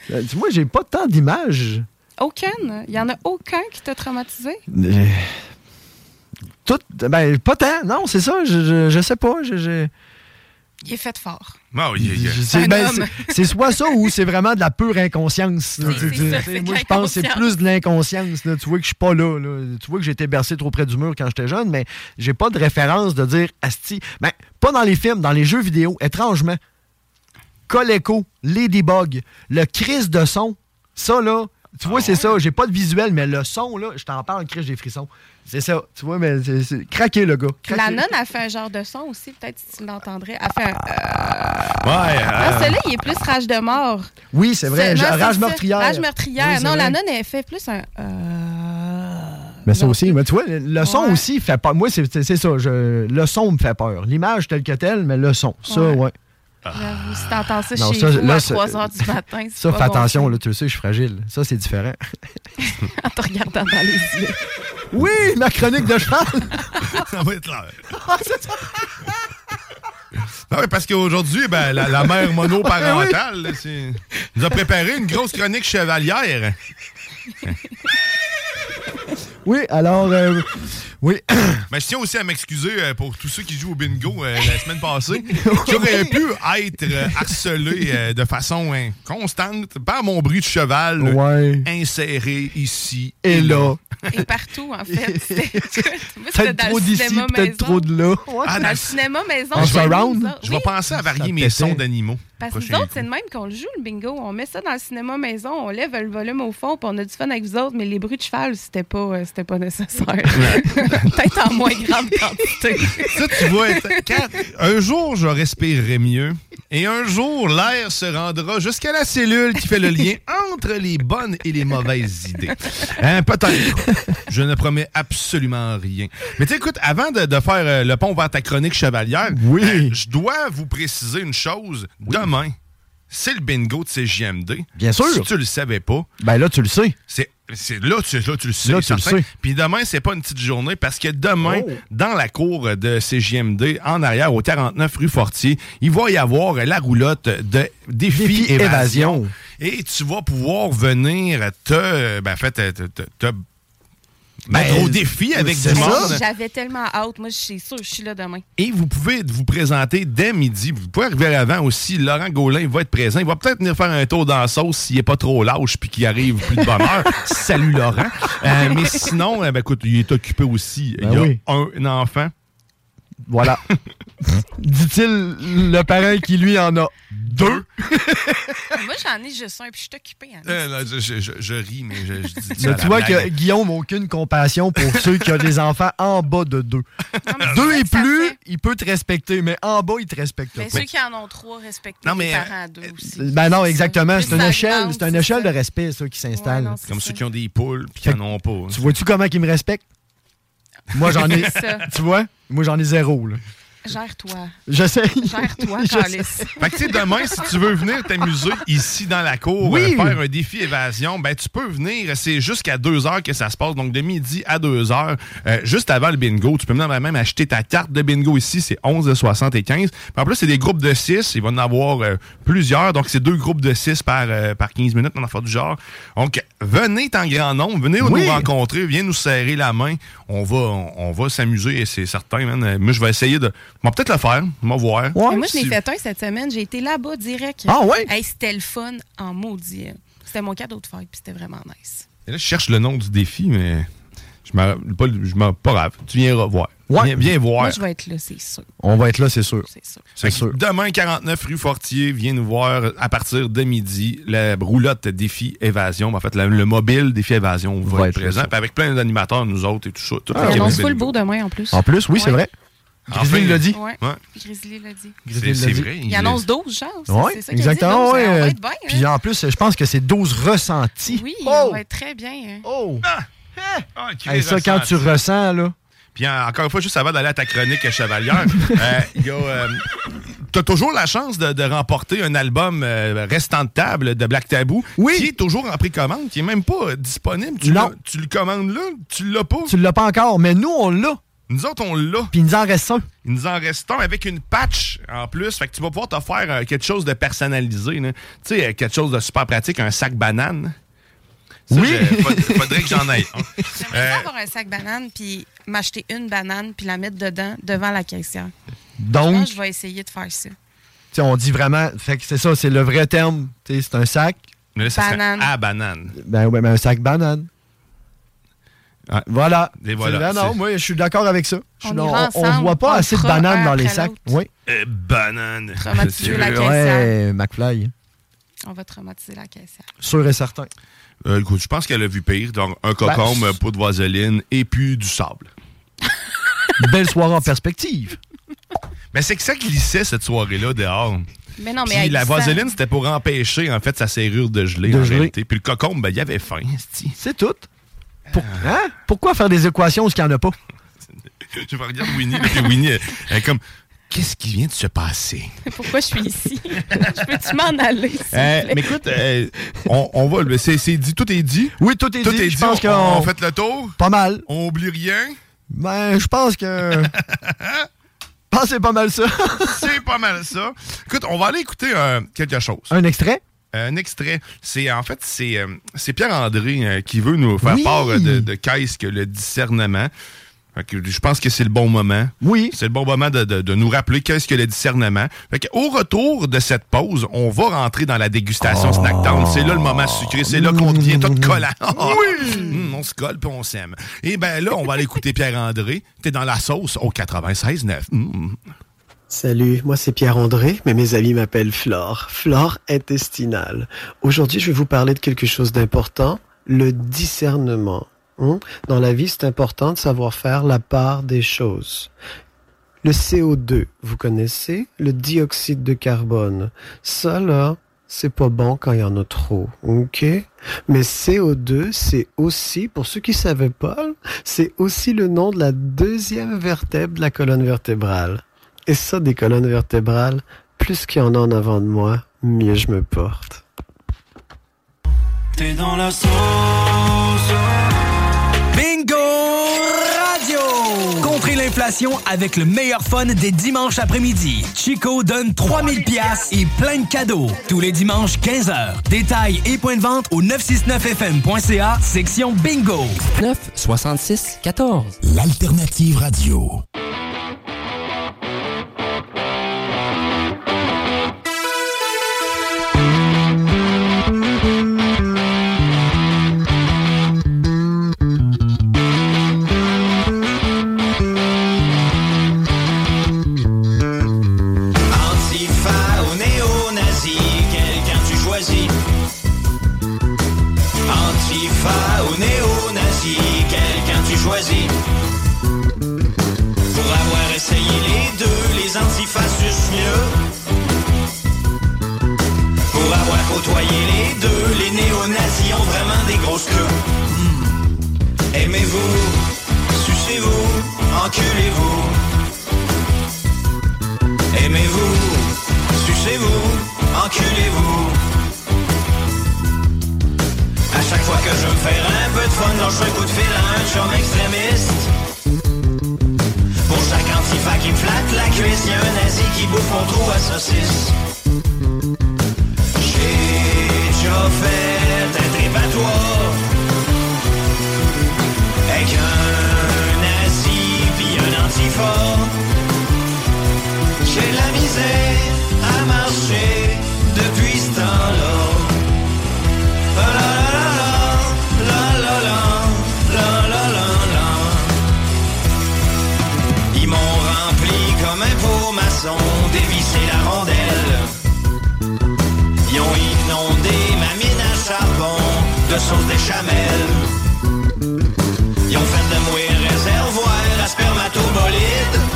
[SPEAKER 6] Euh, Dis-moi, j'ai pas tant d'images.
[SPEAKER 7] Aucun. Il y en a aucun qui t'a traumatisé?
[SPEAKER 6] Euh, Tout. Ben, pas tant. Non, c'est ça. Je, je, je sais pas. Je, je-
[SPEAKER 7] Il est fait fort.
[SPEAKER 5] Ah,
[SPEAKER 6] C'est
[SPEAKER 7] Un
[SPEAKER 6] ben,
[SPEAKER 7] homme.
[SPEAKER 6] c'est- c'est soit ça ou c'est vraiment de la pure inconscience. là. Tu- tu-
[SPEAKER 7] ça,
[SPEAKER 6] tu-
[SPEAKER 7] c'est de
[SPEAKER 6] moi, je pense que c'est
[SPEAKER 7] l'inconscience.
[SPEAKER 6] plus de l'inconscience. là. Tu vois que je suis pas là, là. Tu vois que j'ai été bercé trop près du mur quand j'étais jeune, mais j'ai pas de référence de dire Asti. Ben, pas dans les films, dans les jeux vidéo, étrangement. Coleco, Ladybug, le crise de son, ça là. Tu vois,
[SPEAKER 7] Ah
[SPEAKER 6] c'est ça. J'ai pas de visuel, mais le son, là, je t'en parle, crise des frissons. C'est ça. Tu vois, mais c'est c'est- craqué, le gars.
[SPEAKER 7] La
[SPEAKER 6] Craqué.
[SPEAKER 7] nonne a fait un genre de son aussi, peut-être si tu l'entendrais. Elle fait un. euh,
[SPEAKER 5] Ouais.
[SPEAKER 7] Non, celui-là, Ah, il est plus rage de mort.
[SPEAKER 6] Oui, Ah. c'est vrai.
[SPEAKER 7] non,
[SPEAKER 6] Rage
[SPEAKER 7] c'est ça.
[SPEAKER 6] meurtrière.
[SPEAKER 7] Rage meurtrière.
[SPEAKER 6] Oui, c'est
[SPEAKER 7] non,
[SPEAKER 6] vrai.
[SPEAKER 7] la nonne, elle fait plus un. euh,
[SPEAKER 6] Mais ça aussi, mais tu vois, le- le son aussi fait peur. Moi, c'est c'est- c'est ça. je- le son me fait peur. L'image telle que telle, mais le son. Ça,
[SPEAKER 7] Ouais.
[SPEAKER 6] ouais.
[SPEAKER 7] J'avoue, Si t'entends ça
[SPEAKER 6] Ah. Non,
[SPEAKER 7] chez
[SPEAKER 6] ça,
[SPEAKER 7] vous
[SPEAKER 6] là,
[SPEAKER 7] à
[SPEAKER 6] ça-
[SPEAKER 7] 3 h du matin, c'est
[SPEAKER 6] Ça,
[SPEAKER 7] pas
[SPEAKER 6] fais
[SPEAKER 7] bon
[SPEAKER 6] attention, là, tu le sais, je suis fragile. Ça, c'est différent.
[SPEAKER 7] En te regardant dans les yeux.
[SPEAKER 6] oui, ma chronique de Charles.
[SPEAKER 5] ça va être l'heure. Ah oui, parce qu'aujourd'hui, ben, la, la mère monoparentale là, c'est- nous a préparé une grosse chronique chevalière.
[SPEAKER 6] Oui, alors, euh, oui.
[SPEAKER 5] Mais je tiens aussi à m'excuser euh, pour tous ceux qui jouent au bingo euh, la semaine passée. J'aurais pu être euh, harcelé euh, de façon hein, constante par mon bruit de cheval là,
[SPEAKER 6] Ouais.
[SPEAKER 5] inséré ici
[SPEAKER 6] Et là.
[SPEAKER 7] Et partout, en fait. C'était- écoute, moi, c'était
[SPEAKER 5] Peut-être
[SPEAKER 7] dans
[SPEAKER 5] trop
[SPEAKER 7] le
[SPEAKER 5] d'ici,
[SPEAKER 7] cinéma
[SPEAKER 5] peut-être
[SPEAKER 7] maison.
[SPEAKER 5] trop de là.
[SPEAKER 7] Ouais,
[SPEAKER 5] Ah,
[SPEAKER 7] c'est
[SPEAKER 5] dans
[SPEAKER 7] dans
[SPEAKER 5] le-
[SPEAKER 7] le cinéma maison.
[SPEAKER 5] En
[SPEAKER 7] j'ai mis
[SPEAKER 5] surround?
[SPEAKER 7] ça.
[SPEAKER 5] Je vais
[SPEAKER 7] Oui,
[SPEAKER 5] penser à varier mes
[SPEAKER 6] pétait.
[SPEAKER 5] sons d'animaux.
[SPEAKER 7] Parce que
[SPEAKER 5] Prochain
[SPEAKER 7] nous autres, c'est de même qu'on le joue, le bingo. On met ça dans le cinéma maison, on lève le volume au fond, puis on a du fun avec vous autres, mais les bruits de cheval, c'était pas, euh, c'était pas nécessaire. Peut-être en moins grande quantité.
[SPEAKER 5] Ça, tu vois, t- quand un jour je respirerai mieux et un jour l'air se rendra jusqu'à la cellule qui fait le lien entre les bonnes et les mauvaises idées. Hein, Peut-être. Je ne promets absolument rien. Mais tu sais, écoute, avant de, de faire euh, le pont vers ta chronique chevalière, euh, je dois vous préciser une chose. Demain, c'est le bingo de CJMD.
[SPEAKER 6] Bien sûr.
[SPEAKER 5] Si tu le savais pas,
[SPEAKER 6] Ben là, tu le sais.
[SPEAKER 5] c'est c'est- là, tu, là, tu le sais.
[SPEAKER 6] Là, tu le
[SPEAKER 5] certain.
[SPEAKER 6] sais. Oh.
[SPEAKER 5] Puis demain, c'est pas une petite journée parce que demain, dans la cour de CJMD, en arrière, au 49 rue Fortier, il va y avoir la roulotte de défi,
[SPEAKER 6] Défi
[SPEAKER 5] évasion.
[SPEAKER 6] évasion.
[SPEAKER 5] Et tu vas pouvoir venir te. Ben, en fait, te. te, te- te
[SPEAKER 6] Ben,
[SPEAKER 5] mettre au défi avec du monde.
[SPEAKER 7] J'avais tellement hâte. Moi, je suis sûre, je suis là demain.
[SPEAKER 5] Et vous pouvez vous présenter dès midi. Vous pouvez arriver avant aussi. Laurent Gaulin va être présent. Il va peut-être venir faire un tour dans la sauce s'il n'est pas trop lâche puis qu'il arrive plus de bonne heure. Salut Laurent. Euh, mais sinon, euh, ben, écoute, il est occupé aussi. il y a
[SPEAKER 6] Ben oui.
[SPEAKER 5] un enfant.
[SPEAKER 6] Voilà. Dit-il le parent qui, lui, en a deux.
[SPEAKER 7] Moi, j'en ai juste un, puis je suis occupée. hein. Anne.
[SPEAKER 5] Euh, là, je, je- je- je ris, mais je, je dis ça à
[SPEAKER 6] Mais tu
[SPEAKER 5] la
[SPEAKER 6] vois
[SPEAKER 5] blague.
[SPEAKER 6] que Guillaume n'a aucune compassion pour ceux qui ont des enfants en bas de deux. deux et plus, il peut te respecter, mais en bas, il te respecte
[SPEAKER 7] Mais
[SPEAKER 6] pas.
[SPEAKER 7] ceux qui en ont trois, respectez
[SPEAKER 5] Non,
[SPEAKER 7] non,
[SPEAKER 5] mais, euh,
[SPEAKER 7] parents à deux aussi.
[SPEAKER 6] Ben non, exactement.
[SPEAKER 7] Plus
[SPEAKER 6] C'est une
[SPEAKER 7] ça
[SPEAKER 6] échelle,
[SPEAKER 7] augmente,
[SPEAKER 6] c'est une
[SPEAKER 7] c'est
[SPEAKER 6] échelle de respect, ça, qui s'installe.
[SPEAKER 5] Comme ceux qui ont des poules puis qui n'en ont pas. hein.
[SPEAKER 6] Tu vois-tu comment ils me respectent? Moi, j'en ai.
[SPEAKER 7] C'est ça.
[SPEAKER 6] tu vois? Moi, j'en ai zéro, là.
[SPEAKER 7] Gère-toi.
[SPEAKER 6] J'essaie.
[SPEAKER 7] Gère-toi,
[SPEAKER 6] J'essaie.
[SPEAKER 7] Carlis.
[SPEAKER 5] Fait que, tu sais, demain, si tu veux venir t'amuser ici dans la cour,
[SPEAKER 6] Oui.
[SPEAKER 5] euh, faire un défi évasion, ben, tu peux venir. C'est jusqu'à 2 heures que ça se passe. Donc, de midi à 2 heures, euh, juste avant le bingo. Tu peux même, même acheter ta carte de bingo ici. C'est 11,75. Puis En plus, c'est des groupes de 6. Il va en avoir euh, plusieurs. Donc, c'est deux groupes de 6 par, euh, par 15 minutes. On en fait du genre. Donc, venez en grand nombre. Venez
[SPEAKER 6] Oui.
[SPEAKER 5] nous rencontrer. Viens nous serrer la main. On va, on, on va s'amuser. et C'est certain, man. Euh, Moi, je vais essayer de. Je vais peut-être le faire. Je vais voir.
[SPEAKER 7] Mais moi, je
[SPEAKER 5] Si-
[SPEAKER 7] n'ai fait un cette semaine. J'ai été là-bas direct.
[SPEAKER 5] Ah ouais?
[SPEAKER 7] Hey, c'était le fun en maudit. C'était mon cadeau de fête, puis c'était vraiment nice.
[SPEAKER 5] Et là, je cherche le nom du défi, mais je m'en pas, je m'en- pas grave. Tu viendras voir. Viens, viens voir.
[SPEAKER 7] Moi, je vais être là, c'est sûr.
[SPEAKER 6] On va être là, c'est sûr.
[SPEAKER 7] C'est sûr.
[SPEAKER 5] Fait que Demain, 49 rue Fortier, viens nous voir à partir de midi. La roulotte défi évasion. En fait, la- le mobile défi évasion
[SPEAKER 7] Ah,
[SPEAKER 5] va être présent. Puis avec plein d'animateurs, nous autres et tout ça. Tout
[SPEAKER 7] Il annonce full beau demain, en plus.
[SPEAKER 6] En plus, oui, c'est vrai. Grizzly l'a dit.
[SPEAKER 7] Ouais.
[SPEAKER 6] Ouais.
[SPEAKER 7] Grizzly l'a dit.
[SPEAKER 6] Grizzly C'est- l'a c'est dit. vrai, il
[SPEAKER 7] Il
[SPEAKER 6] l'a-
[SPEAKER 7] annonce 12, genre. C'est-
[SPEAKER 6] Oui,
[SPEAKER 7] c'est ça qu'il a dit,
[SPEAKER 6] exactement.
[SPEAKER 7] 12,
[SPEAKER 6] ouais,
[SPEAKER 7] on va
[SPEAKER 6] euh,
[SPEAKER 7] être bien, hein.
[SPEAKER 6] Puis en plus, je pense que c'est 12 ressentis.
[SPEAKER 7] Oui, on va être très bien. hein.
[SPEAKER 6] Oh!
[SPEAKER 5] Hey,
[SPEAKER 6] ça, quand tu ressens, là.
[SPEAKER 5] Puis en- encore une fois, juste avant d'aller à ta chronique chevalière, euh, il y a, euh, t'as toujours la chance de, de remporter un album euh, restant de table de Black Tabou, qui est toujours en précommande, qui est même pas euh, disponible. Tu, l'as- tu le commandes là, tu l'as pas.
[SPEAKER 6] Tu l'as pas encore, mais nous, on l'a.
[SPEAKER 5] Nous autres, on l'a.
[SPEAKER 6] Puis il nous en reste un.
[SPEAKER 5] Il nous en reste un avec une patch en plus. Fait que tu vas pouvoir te faire euh, quelque chose de personnalisé. là. Tu sais, euh, quelque chose de super pratique, un sac banane. oui. faudrait que j'en Euh, aille.
[SPEAKER 7] Je vais avoir un sac banane, puis m'acheter une banane, puis la mettre dedans, devant la caissière. Je
[SPEAKER 6] Donc,
[SPEAKER 7] pense que je vais essayer de faire ça.
[SPEAKER 6] tu sais, on dit vraiment. Fait que c'est ça, c'est le vrai terme. Tu sais, c'est un sac.
[SPEAKER 5] Mais là, ça serait
[SPEAKER 7] Banane.
[SPEAKER 5] à banane.
[SPEAKER 6] Ben ouais, mais un sac banane. Voilà.
[SPEAKER 5] Et voilà.
[SPEAKER 6] Ben non,
[SPEAKER 5] C'est-
[SPEAKER 6] moi, je suis d'accord avec ça. Je suis
[SPEAKER 7] On
[SPEAKER 6] non-
[SPEAKER 7] ira
[SPEAKER 6] on- on
[SPEAKER 7] ensemble,
[SPEAKER 6] voit pas
[SPEAKER 7] on
[SPEAKER 6] assez de
[SPEAKER 7] fera
[SPEAKER 6] bananes
[SPEAKER 7] un
[SPEAKER 6] dans les
[SPEAKER 7] après
[SPEAKER 6] sacs.
[SPEAKER 7] l'autre.
[SPEAKER 6] Oui.
[SPEAKER 5] Euh, banane.
[SPEAKER 7] Traumatiser la
[SPEAKER 6] Ouais, McFly.
[SPEAKER 7] On va traumatiser la caissière.
[SPEAKER 6] Sûr et certain.
[SPEAKER 5] Euh, écoute, je pense qu'elle a vu pire. Donc, un cocombe,
[SPEAKER 6] Ben,
[SPEAKER 5] un pot de vaseline et puis du sable.
[SPEAKER 6] Belle soirée en perspective.
[SPEAKER 5] Mais c'est que ça glissait cette soirée-là dehors.
[SPEAKER 6] Eh
[SPEAKER 7] Mais non, mais
[SPEAKER 5] Puis
[SPEAKER 7] avec
[SPEAKER 5] la
[SPEAKER 7] du sang.
[SPEAKER 5] vaseline, c'était pour empêcher, en fait, sa serrure de geler,
[SPEAKER 6] De
[SPEAKER 5] en
[SPEAKER 6] geler.
[SPEAKER 5] réalité. Puis le cocombe, ben, il avait faim. esti.
[SPEAKER 6] C'est tout. Pour-
[SPEAKER 5] Ah.
[SPEAKER 6] hein? Pourquoi faire des équations s'il n'y en a pas?
[SPEAKER 5] je vais regarder Winnie, là, puis Winnie, elle, elle est comme... Qu'est-ce qui vient de se passer?
[SPEAKER 7] Pourquoi je suis ici? je peux-tu m'en aller? s'il vous
[SPEAKER 5] Euh,
[SPEAKER 7] plaît?
[SPEAKER 5] mais écoute, euh, on, on va. le- C'est c'est dit, tout est dit.
[SPEAKER 6] Oui, tout est
[SPEAKER 5] tout
[SPEAKER 6] dit.
[SPEAKER 5] Est
[SPEAKER 6] Je
[SPEAKER 5] dit.
[SPEAKER 6] pense
[SPEAKER 5] on,
[SPEAKER 6] qu'on-
[SPEAKER 5] on fait le tour.
[SPEAKER 6] Pas mal.
[SPEAKER 5] On oublie rien.
[SPEAKER 6] Ben, je pense que. Je pense que Ah, c'est pas mal ça.
[SPEAKER 5] C'est pas mal ça. Écoute, on va aller écouter euh, quelque chose.
[SPEAKER 6] Un extrait?
[SPEAKER 5] Un extrait. C'est en fait c'est euh, c'est Pierre André euh, qui veut nous faire
[SPEAKER 6] Oui.
[SPEAKER 5] part euh, de, de qu'est-ce que le discernement. Fait que je pense que c'est le bon moment.
[SPEAKER 6] Oui.
[SPEAKER 5] C'est le bon moment de, de- de nous rappeler qu'est-ce que le discernement. Fait que, au retour de cette pause, on va rentrer dans la dégustation
[SPEAKER 6] Ah!
[SPEAKER 5] Snackdown. C'est là le moment sucré. C'est là qu'on devient tout collant. oui. on se colle puis on s'aime. Et ben là, on va aller écouter Pierre André. T'es dans la sauce au 96.9. Mm.
[SPEAKER 17] Salut, moi c'est Pierre-André, mais mes amis m'appellent Flore, Flore intestinale. Aujourd'hui, je vais vous parler de quelque chose d'important, le discernement. Hein? Dans la vie, c'est important de savoir faire la part des choses. Le CO2, vous connaissez, le dioxyde de carbone. Ça là, c'est pas bon quand il y en a trop, ok? Mais CO2, c'est aussi, pour ceux qui savaient pas, c'est aussi le nom de la deuxième vertèbre de la colonne vertébrale. Et ça, des colonnes vertébrales, plus qu'il y en a en avant de moi, mieux je me porte.
[SPEAKER 18] T'es dans la sauce. Bingo Radio! Contrer l'inflation avec le meilleur fun des dimanches après-midi. Chico donne 3000 pièces et plein de cadeaux. Tous les dimanches, 15h. Détails et points de vente au 969fm.ca, section Bingo.
[SPEAKER 9] 966 14. L'alternative radio.
[SPEAKER 18] Antifa ou néo-nazi, quelqu'un tu choisis. Antifa ou néo-nazi, quelqu'un tu choisis. Pour avoir essayé les deux, les antifas sucent mieux. Pour avoir côtoyé les deux, les néo-nazis ont vraiment des grosses queues. Hmm. Aimez-vous, sucez-vous, enculez-vous. Aimez-vous, sucez-vous, enculez-vous. À chaque fois que je veux me faire un peu de fun, lâche un coup de fil à un chum extrémiste. Pour chaque antifa qui me flatte la cuisse, y'a un nazi qui bouffe mon trou à saucisse. J'ai déjà fait un trépatoire avec un nazi pis un antifa. J'ai la misère à marcher depuis ce temps-là. La la la la, la la la, la la la la. Ils m'ont rempli comme un pot maçon, dévissé la rondelle. Ils ont inondé ma mine à charbon de sauce d'échamel. Ils ont fait de moi un réservoir à spermatobolide.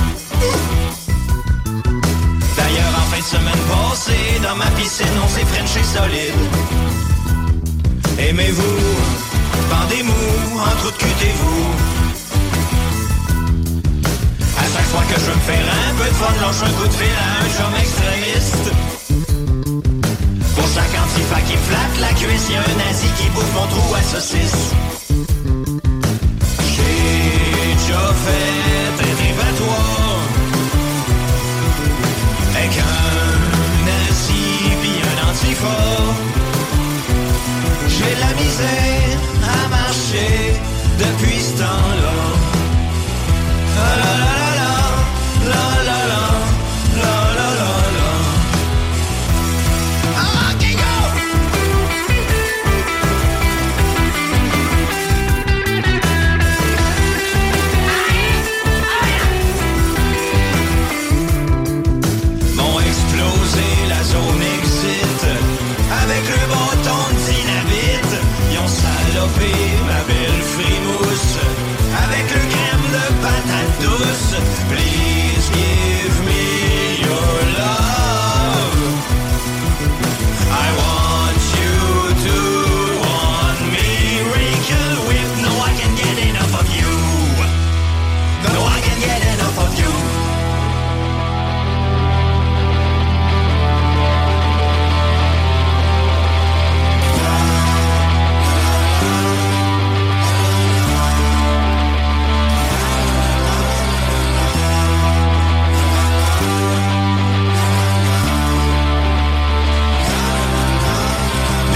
[SPEAKER 18] semaine passée, dans ma piscine, on s'est frenché solide. Aimez-vous, pendez-vous, entrecutez-vous. À chaque fois que je veux me faire un peu de fun, lâche un coup de fil à un chum extrémiste. Pour chaque antifa qui me flatte la cuisse, y'a un nazi qui bouffe mon trou à saucisse. J'ai déjà fait des rivatoires avec un nazi puis un antifa. J'ai de la misère à marcher depuis ce temps-là. La la la la la, la la la, la la la la. Ah, qui m'ont explosé, la zone exit. Avec le bâton de dynamite, ils ont salopé ma belle frimousse. Avec le crème de patate douce, please give me your love. I want you to want me. Wrinkle whip, no, I can get enough of you. No, I can get enough of you.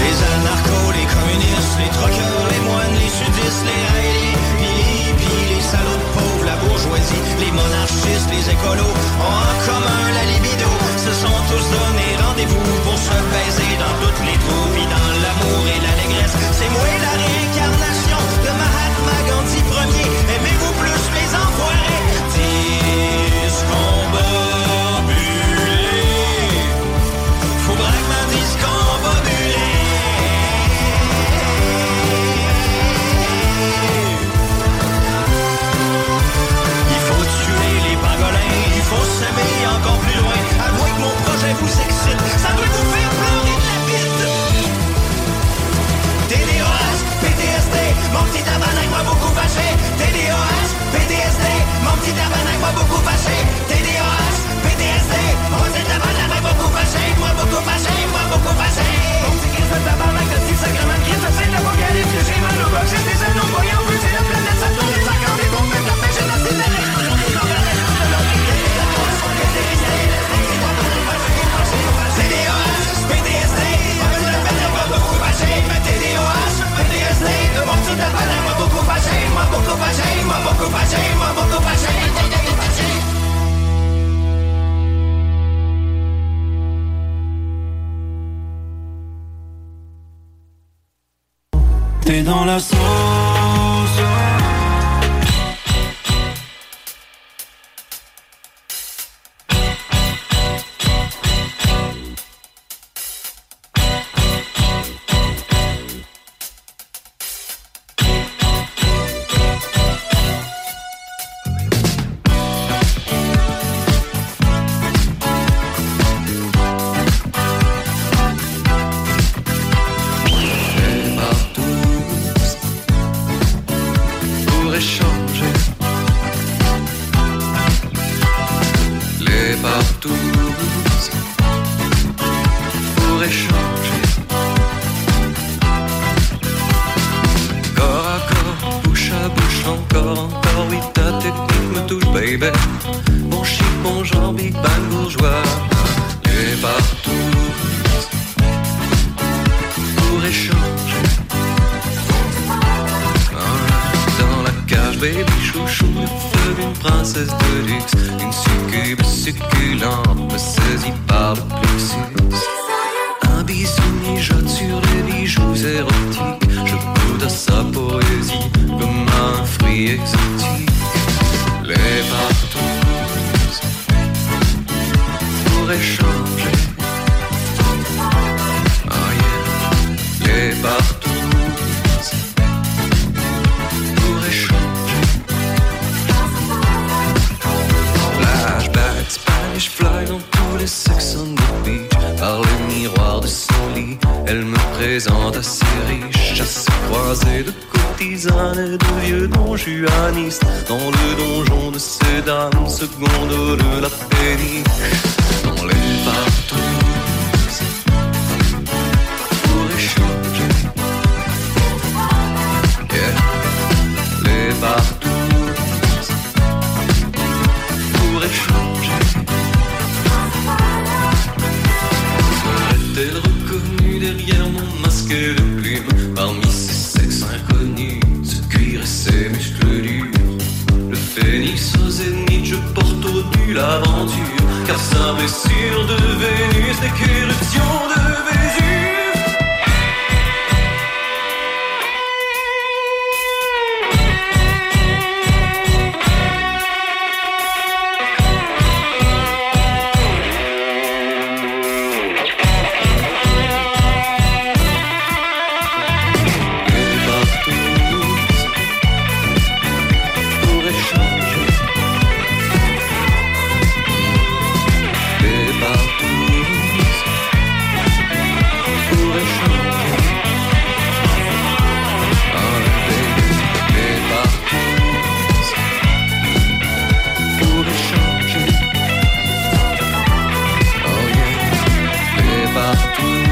[SPEAKER 18] Les anarchos, les communistes, les troqueurs, les moines, les sudistes, les rails, les hippies, les salauds de pauvres, la bourgeoisie, les monarchistes, les écolos ont en commun la libido. Se sont tous donné rendez-vous pour se baiser dans toutes les trouves, puis dans l'amour et l'allégresse. C'est moi la réincarnation de Mahatma Gandhi premier. Aimez-vous plus les enfoirés? Dis qu'on faut braquement dire ce qu'on va buller. Il faut tuer les pangolins, il faut s'aimer encore plus loin. Avouez que mon projet vous excite, ça doit vous faire pleurer de la bite. TDOH, PTSD, mon petit tabarnak m'a beaucoup fâché. TDOH, PTSD, mon petit tabarnak m'a beaucoup fâché. TDOH, PTSD, mon petit tabarnak m'a beaucoup fâché. Moi beaucoup fâché, moi beaucoup fâché. Mon petit Christ de tabarnak, le petit sacrement de Christ, c'est l'apocalypse. J'ai mal au box, j'ai des anneaux voyants, vu c'est la planète, ça tourne, ça campe, des bombes, la paix, j'ai la cédale. TDOH, PTSD, mon petit tabarnak m'a beaucoup fâché. Ma TDOH, PTSD, mon petit tabarnak m'a beaucoup fâché. M'a beaucoup fâché, m'a beaucoup fâché, m'a beaucoup fâché. T'es dans la sauce.
[SPEAKER 19] pour échanger. Les partous pour échanger. Corps à corps, bouche à bouche, encore, encore, oui, ta technique me touche, baby. Bon chic, bon genre, big bang bourgeois. Les partous pour échanger. Dans la cage, baby chouchou, le feu d'une princesse de luxe. Une succube succulente me saisit par le plexus. Un bisou mijote sur les bijoux érotiques. Je goûte à sa poésie comme un fruit exotique. Les partous pour échanger. Ah yeah. Les partous pour échanger. Flashback, Spanish fly dans tous les sex on the beach. Elle me présente à ses riches, à ses croisées de courtisanes et de vieux non-juanistes. Dans le donjon de ces dames, se gondole la péniche. Dans les partous, pour échanger. Yeah. Les partous, pour échanger. Serait-elle reconnue derrière mon masque de plume Parmi ces sexes inconnus, ce cuir et ses muscles durs Le phénix au zénith, je porte au nu l'aventure Car sa blessure de Vénus n'est qu'éruption de Vésuve pour échanger. Les partous pour échanger. Enlever les partous pour échanger. Oh yeah, les partous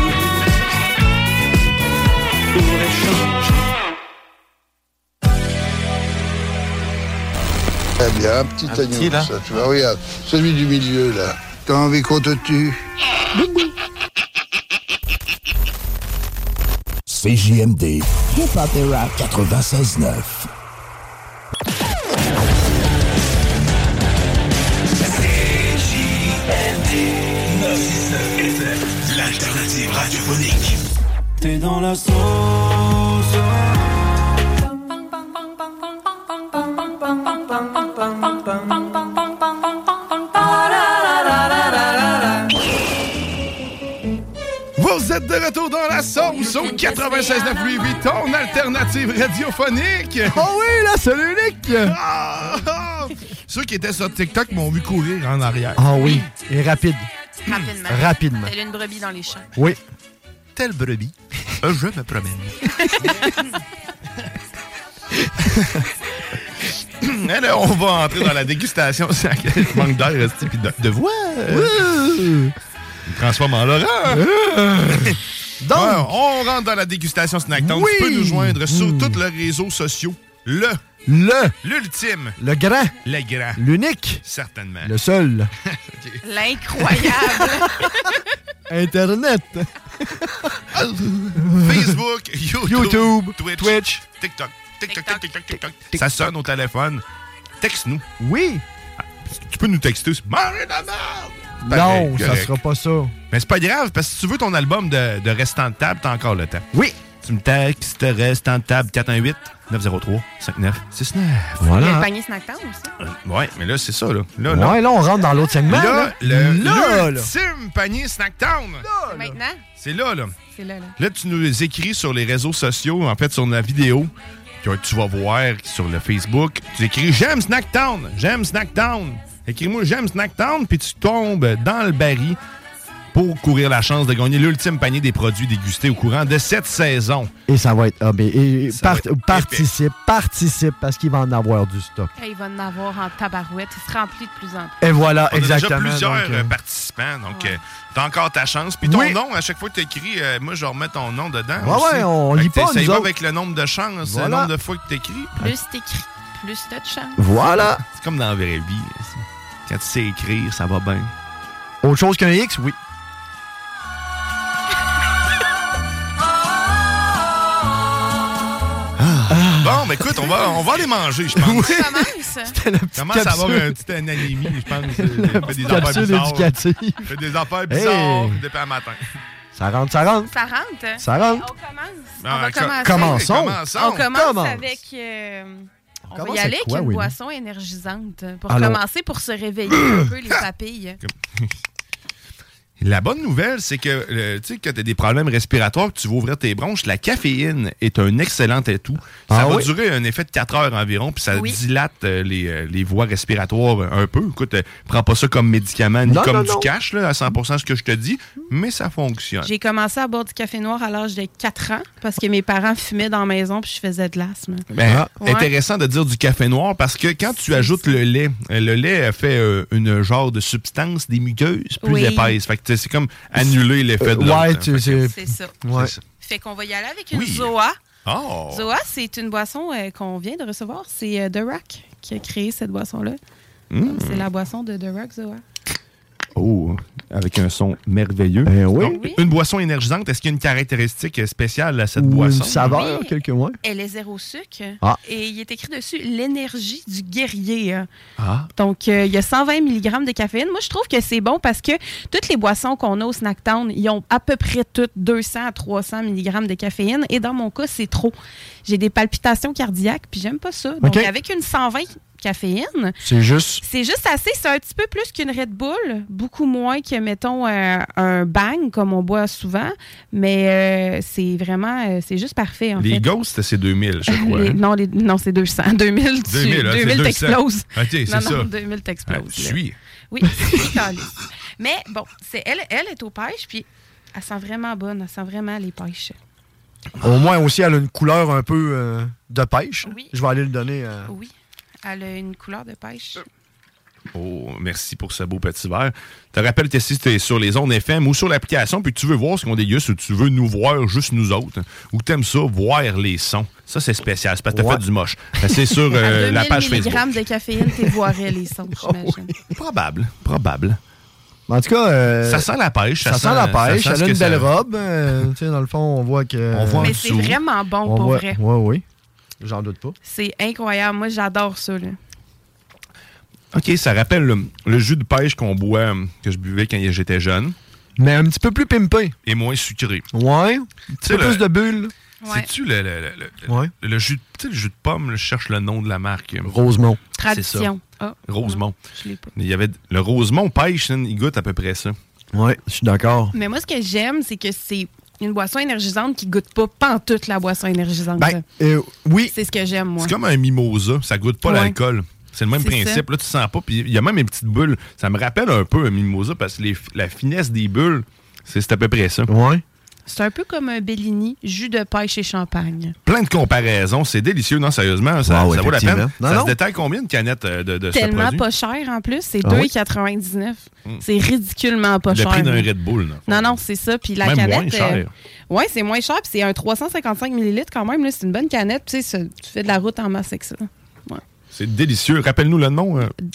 [SPEAKER 19] pour échanger.
[SPEAKER 10] Très Eh bien, un petit agneau. ça, tu vois, regarde, celui du milieu, là. T'as envie qu'on te tue
[SPEAKER 14] CJMD. Hip-hop et rap 96.9.
[SPEAKER 9] L'alternative radiophonique.
[SPEAKER 18] T'es dans la sauce. Ah,
[SPEAKER 5] Vous êtes de retour dans la sauce au 96.9 Louis Vuitton, alternative radiophonique.
[SPEAKER 6] Ah
[SPEAKER 5] Oh oui, la seule unique. Ceux qui étaient sur TikTok m'ont vu courir en arrière.
[SPEAKER 6] Ah oui, et rapide.
[SPEAKER 7] Rapidement.
[SPEAKER 6] Rapidement.
[SPEAKER 7] Telle une brebis dans les champs.
[SPEAKER 6] Oui.
[SPEAKER 5] Telle brebis, je me promène. Eh là, on va entrer dans la dégustation. C'est à quel manque d'air esti, puis de, de voix. Euh, Il me transforme en Laurent.
[SPEAKER 6] Euh.
[SPEAKER 5] Donc, on rentre dans la dégustation Snack Town. Tu peux nous joindre sur tous les réseaux sociaux. Le.
[SPEAKER 6] Hmm. Le.
[SPEAKER 5] L'ultime.
[SPEAKER 6] Le grand.
[SPEAKER 5] Le grand.
[SPEAKER 6] L'unique.
[SPEAKER 5] Certainement.
[SPEAKER 6] Le seul.
[SPEAKER 7] L'incroyable.
[SPEAKER 6] Internet.
[SPEAKER 5] Facebook, YouTube,
[SPEAKER 6] YouTube,
[SPEAKER 5] Twitch, TikTok, TikTok, TikTok, TikTok, TikTok. Ça sonne au téléphone. Texte-nous. Ah,
[SPEAKER 6] Oui.
[SPEAKER 5] Tu peux nous texter aussi. Mangez de la merde!
[SPEAKER 6] Non,
[SPEAKER 5] Pareil,
[SPEAKER 6] ça
[SPEAKER 5] correct.
[SPEAKER 6] sera pas ça.
[SPEAKER 5] Mais c'est pas grave, parce que si tu veux ton album de, de Restant de table, t'as encore le temps.
[SPEAKER 6] Oui.
[SPEAKER 5] Tu me textes Restant de table 418 903 5969.
[SPEAKER 7] Il y a Le panier snack town aussi.
[SPEAKER 5] Ouais, mais là, c'est ça, là. Là,
[SPEAKER 6] ouais, là, on rentre dans l'autre segment.
[SPEAKER 5] Là,
[SPEAKER 6] Là,
[SPEAKER 5] le
[SPEAKER 6] Oh, là, là.
[SPEAKER 5] l'ultime panier Snacktown.
[SPEAKER 7] C'est Maintenant,
[SPEAKER 5] C'est là, là.
[SPEAKER 7] c'est là, là.
[SPEAKER 5] Là, tu nous écris sur les réseaux sociaux, en fait, sur la vidéo que tu vas voir sur le Facebook. Tu écris J'aime Snacktown, j'aime Snacktown. Écris-moi J'aime Snacktown, puis tu tombes dans le baril pour courir la chance de gagner l'ultime panier des produits dégustés au courant de cette saison.
[SPEAKER 6] Et ça va être. Ah, ben, et- et
[SPEAKER 5] Ça va
[SPEAKER 6] part-
[SPEAKER 5] être
[SPEAKER 6] participe, participe, parce qu'il va en avoir du stock.
[SPEAKER 7] Hey, il va en avoir en tabarouette. Il se remplit de plus en plus.
[SPEAKER 6] Et voilà,
[SPEAKER 5] On a
[SPEAKER 6] Ah, exactement.
[SPEAKER 5] déjà plusieurs
[SPEAKER 6] donc, euh,
[SPEAKER 5] euh, participants, donc euh, t'as encore ta chance. Puis ton nom, à chaque fois que t'écris, euh, moi, je remets ton nom dedans.
[SPEAKER 6] Ouais,
[SPEAKER 5] aussi.
[SPEAKER 6] ouais, on
[SPEAKER 5] Fait
[SPEAKER 6] lit
[SPEAKER 5] que
[SPEAKER 6] pas,
[SPEAKER 5] t'essayes
[SPEAKER 6] nous
[SPEAKER 5] pas
[SPEAKER 6] autres.
[SPEAKER 5] avec le nombre de chances, le
[SPEAKER 6] Voilà.
[SPEAKER 5] nombre de fois que t'écris.
[SPEAKER 7] Plus t'écris, plus t'as de chance.
[SPEAKER 6] Ah. Voilà.
[SPEAKER 5] C'est comme dans la vraie vie. ça. Quand tu sais écrire, ça va bien.
[SPEAKER 6] Autre chose qu'un X, oui.
[SPEAKER 5] Bon, ben écoute, on va, on va aller manger, je pense.
[SPEAKER 7] Oui. Ça commence. C'était la petite
[SPEAKER 5] Commence à avoir
[SPEAKER 7] capsule.
[SPEAKER 5] une petite anémie, je pense. Il fait des
[SPEAKER 6] petite
[SPEAKER 5] affaires
[SPEAKER 6] capsule
[SPEAKER 5] bizarres.
[SPEAKER 6] éducative.
[SPEAKER 5] Il fait des affaires bizarres
[SPEAKER 6] Hey.
[SPEAKER 5] depuis le matin.
[SPEAKER 6] Ça rentre, ça rentre.
[SPEAKER 7] Ça rentre. hein?
[SPEAKER 6] Ça rentre.
[SPEAKER 7] On commence.
[SPEAKER 5] Ah,
[SPEAKER 7] on va
[SPEAKER 5] co-
[SPEAKER 7] commencer.
[SPEAKER 6] commençons.
[SPEAKER 7] On commence
[SPEAKER 6] Commence.
[SPEAKER 7] avec. euh, on va
[SPEAKER 6] commence
[SPEAKER 7] y
[SPEAKER 6] avec
[SPEAKER 7] aller avec
[SPEAKER 6] quoi,
[SPEAKER 7] une
[SPEAKER 6] Winnie?
[SPEAKER 7] boisson énergisante pour
[SPEAKER 6] Allons.
[SPEAKER 7] commencer pour se réveiller un peu les papilles.
[SPEAKER 5] La bonne nouvelle, c'est que euh, tu sais, quand tu as des problèmes respiratoires, que tu vas ouvrir tes bronches, la caféine est un excellent atout. Ça
[SPEAKER 8] Ah
[SPEAKER 5] va
[SPEAKER 8] oui?
[SPEAKER 5] durer un effet de 4 heures environ, puis ça dilate euh, les, euh, les voies respiratoires euh, un peu. Écoute, euh, prends pas ça comme médicament ni
[SPEAKER 7] Non,
[SPEAKER 5] comme
[SPEAKER 7] non,
[SPEAKER 5] du
[SPEAKER 7] non.
[SPEAKER 5] cash, là, à 100 ce que je te dis, mais ça fonctionne.
[SPEAKER 7] J'ai commencé à boire du café noir à l'âge de 4 ans parce que mes parents fumaient dans la maison puis je faisais de l'asthme.
[SPEAKER 5] Ben,
[SPEAKER 7] Ouais.
[SPEAKER 5] Intéressant de dire du café noir parce que quand tu ajoutes le lait, euh, le lait euh, fait euh, une genre de substance des muqueuses plus
[SPEAKER 7] Oui.
[SPEAKER 5] épaisse. Fait que tu sais, c'est comme annuler l'effet de
[SPEAKER 6] Euh,
[SPEAKER 5] l'autre,
[SPEAKER 6] ouais,
[SPEAKER 5] hein.
[SPEAKER 6] tu-
[SPEAKER 5] Fait que-
[SPEAKER 6] c'est-
[SPEAKER 7] C'est ça.
[SPEAKER 6] Ouais.
[SPEAKER 7] Fait qu'on va y aller avec une
[SPEAKER 5] Oui.
[SPEAKER 7] Zoa.
[SPEAKER 5] Oh.
[SPEAKER 7] Zoa, c'est une boisson euh, qu'on vient de recevoir. C'est euh, The Rock qui a créé cette boisson-là.
[SPEAKER 5] Mm.
[SPEAKER 7] Donc, C'est la boisson de The Rock Zoa.
[SPEAKER 5] Oh,
[SPEAKER 6] hein.
[SPEAKER 5] avec un son merveilleux.
[SPEAKER 6] Eh
[SPEAKER 5] Donc, Une boisson énergisante, est-ce qu'il y a une caractéristique spéciale à cette
[SPEAKER 6] Ou une
[SPEAKER 5] boisson?
[SPEAKER 6] saveur, Oui. quelque moins.
[SPEAKER 7] Elle est zéro sucre.
[SPEAKER 5] Ah.
[SPEAKER 7] Et il est écrit dessus l'énergie du guerrier. hein.
[SPEAKER 5] Ah.
[SPEAKER 7] Donc, euh, il y a 120 mg de caféine. Moi, je trouve que c'est bon parce que toutes les boissons qu'on a au Snack Town, ils ont à peu près toutes 200 à 300 mg de caféine. Et dans mon cas, c'est trop. J'ai des palpitations cardiaques, puis j'aime pas ça. Donc,
[SPEAKER 6] OK.
[SPEAKER 7] avec une 120 caféine,
[SPEAKER 6] C'est juste.
[SPEAKER 7] c'est juste assez. C'est un petit peu plus qu'une Red Bull, beaucoup moins que, mettons, un, un bang, comme on boit souvent. Mais euh, c'est vraiment, euh, c'est juste parfait, en
[SPEAKER 5] Les
[SPEAKER 7] fait.
[SPEAKER 5] ghosts, c'est 2000, je crois.
[SPEAKER 7] Les-
[SPEAKER 5] hein?
[SPEAKER 7] non, les- non c'est 200. 2000, tu,
[SPEAKER 5] 2000,
[SPEAKER 7] 2000,
[SPEAKER 5] hein, c'est 200.
[SPEAKER 7] t'exploses.
[SPEAKER 5] Ok, c'est
[SPEAKER 7] non, non,
[SPEAKER 5] ça.
[SPEAKER 7] 2000
[SPEAKER 5] Ah,
[SPEAKER 7] t'exploses.
[SPEAKER 5] tu
[SPEAKER 7] là.
[SPEAKER 5] suis.
[SPEAKER 7] Oui, c'est calé. Mais bon, c'est, elle, elle est aux pêches, puis elle sent vraiment bonne. Elle sent vraiment les pêches.
[SPEAKER 6] Au moins aussi, elle a une couleur un peu euh, de pêche. Je vais aller le donner. euh,
[SPEAKER 7] Oui, elle a une couleur de pêche.
[SPEAKER 5] Oh, merci pour ce beau petit verre. Te rappelle que si tu es sur les ondes FM ou sur l'application, puis que tu veux voir ce qu'on déguste ou tu veux nous voir juste nous autres, ou que tu aimes ça, voir les sons. Ça, c'est spécial. C'est parce que t'as
[SPEAKER 6] Ouais.
[SPEAKER 5] fait du moche. Ben, C'est sur euh,
[SPEAKER 7] à 2000
[SPEAKER 5] la page
[SPEAKER 7] mg
[SPEAKER 5] Facebook. Ah
[SPEAKER 7] de caféine, t'es voirais les sons, j'imagine.
[SPEAKER 5] Probable. Probable.
[SPEAKER 6] En tout cas, euh,
[SPEAKER 5] Ça sent la pêche, ça
[SPEAKER 6] Ça, sent la
[SPEAKER 5] sent- ça
[SPEAKER 6] pêche.
[SPEAKER 5] sent ce
[SPEAKER 6] elle a
[SPEAKER 5] que
[SPEAKER 6] une belle
[SPEAKER 5] ça-
[SPEAKER 6] robe. euh, tu sais, dans le fond, on voit que.
[SPEAKER 5] On voit en
[SPEAKER 7] Mais c'est dessous. vraiment bon,
[SPEAKER 6] On
[SPEAKER 7] pour
[SPEAKER 6] voit-
[SPEAKER 7] vrai.
[SPEAKER 6] Ouais, oui. J'en doute pas.
[SPEAKER 7] C'est incroyable. Moi, j'adore ça. Là.
[SPEAKER 5] OK, ça rappelle le, le jus de pêche qu'on boit, euh, que je buvais quand j'étais jeune.
[SPEAKER 6] Mais un petit peu plus pimpé.
[SPEAKER 5] Et moins sucré.
[SPEAKER 6] Ouais. Un petit peu
[SPEAKER 5] le-
[SPEAKER 6] plus de bulles.
[SPEAKER 5] C'est-tu le, le, le, le-
[SPEAKER 6] Ouais.
[SPEAKER 5] le jus, de- tu sais, le jus de pomme, là, je cherche le nom de la marque.
[SPEAKER 6] Rosemont.
[SPEAKER 5] C'est ça.
[SPEAKER 7] Tradition. Ah,
[SPEAKER 5] Rosemont.
[SPEAKER 7] je l'ai pas.
[SPEAKER 5] Il y avait le Rosemont pêche, hein, il goûte à peu près ça.
[SPEAKER 6] Ouais, je suis d'accord.
[SPEAKER 7] Mais moi, ce que j'aime, c'est que c'est une boisson énergisante qui goûte pas pantoute la boisson énergisante.
[SPEAKER 5] Ben, euh, oui.
[SPEAKER 7] C'est ce que j'aime, moi.
[SPEAKER 5] C'est comme un mimosa, ça goûte pas
[SPEAKER 7] Ouais.
[SPEAKER 5] l'alcool. C'est le même
[SPEAKER 7] C'est
[SPEAKER 5] principe,
[SPEAKER 7] ça.
[SPEAKER 5] là tu sens pas puis il y a même une petite bulle. Ça me rappelle un peu un mimosa parce que les- la finesse des bulles, c'est c'est à peu près ça.
[SPEAKER 6] Ouais.
[SPEAKER 7] C'est un peu comme un Bellini, jus de pêche et champagne.
[SPEAKER 5] Plein de comparaisons, c'est délicieux, non sérieusement, ça,
[SPEAKER 6] Wow,
[SPEAKER 5] ça vaut la peine.
[SPEAKER 6] effectivement. Non,
[SPEAKER 5] ça
[SPEAKER 6] non.
[SPEAKER 5] se détaille combien de canettes euh, de, de ce
[SPEAKER 7] Tellement
[SPEAKER 5] produit
[SPEAKER 7] pas cher en plus, c'est
[SPEAKER 5] Ah oui? Hmm.
[SPEAKER 7] 2,99. C'est ridiculement pas
[SPEAKER 5] Le
[SPEAKER 7] cher.
[SPEAKER 5] prix d'un Red Bull. non?
[SPEAKER 7] Non, non, c'est ça. Puis la
[SPEAKER 5] Même
[SPEAKER 7] canette.
[SPEAKER 5] moins cher.
[SPEAKER 7] oui, c'est moins cher. Puis c'est un 355 ml quand même. là. C'est une bonne canette. Puis tu sais, ça- tu fais de la route en masse avec ça. Ouais.
[SPEAKER 5] C'est délicieux. Rappelle-nous le nom. euh,
[SPEAKER 7] De-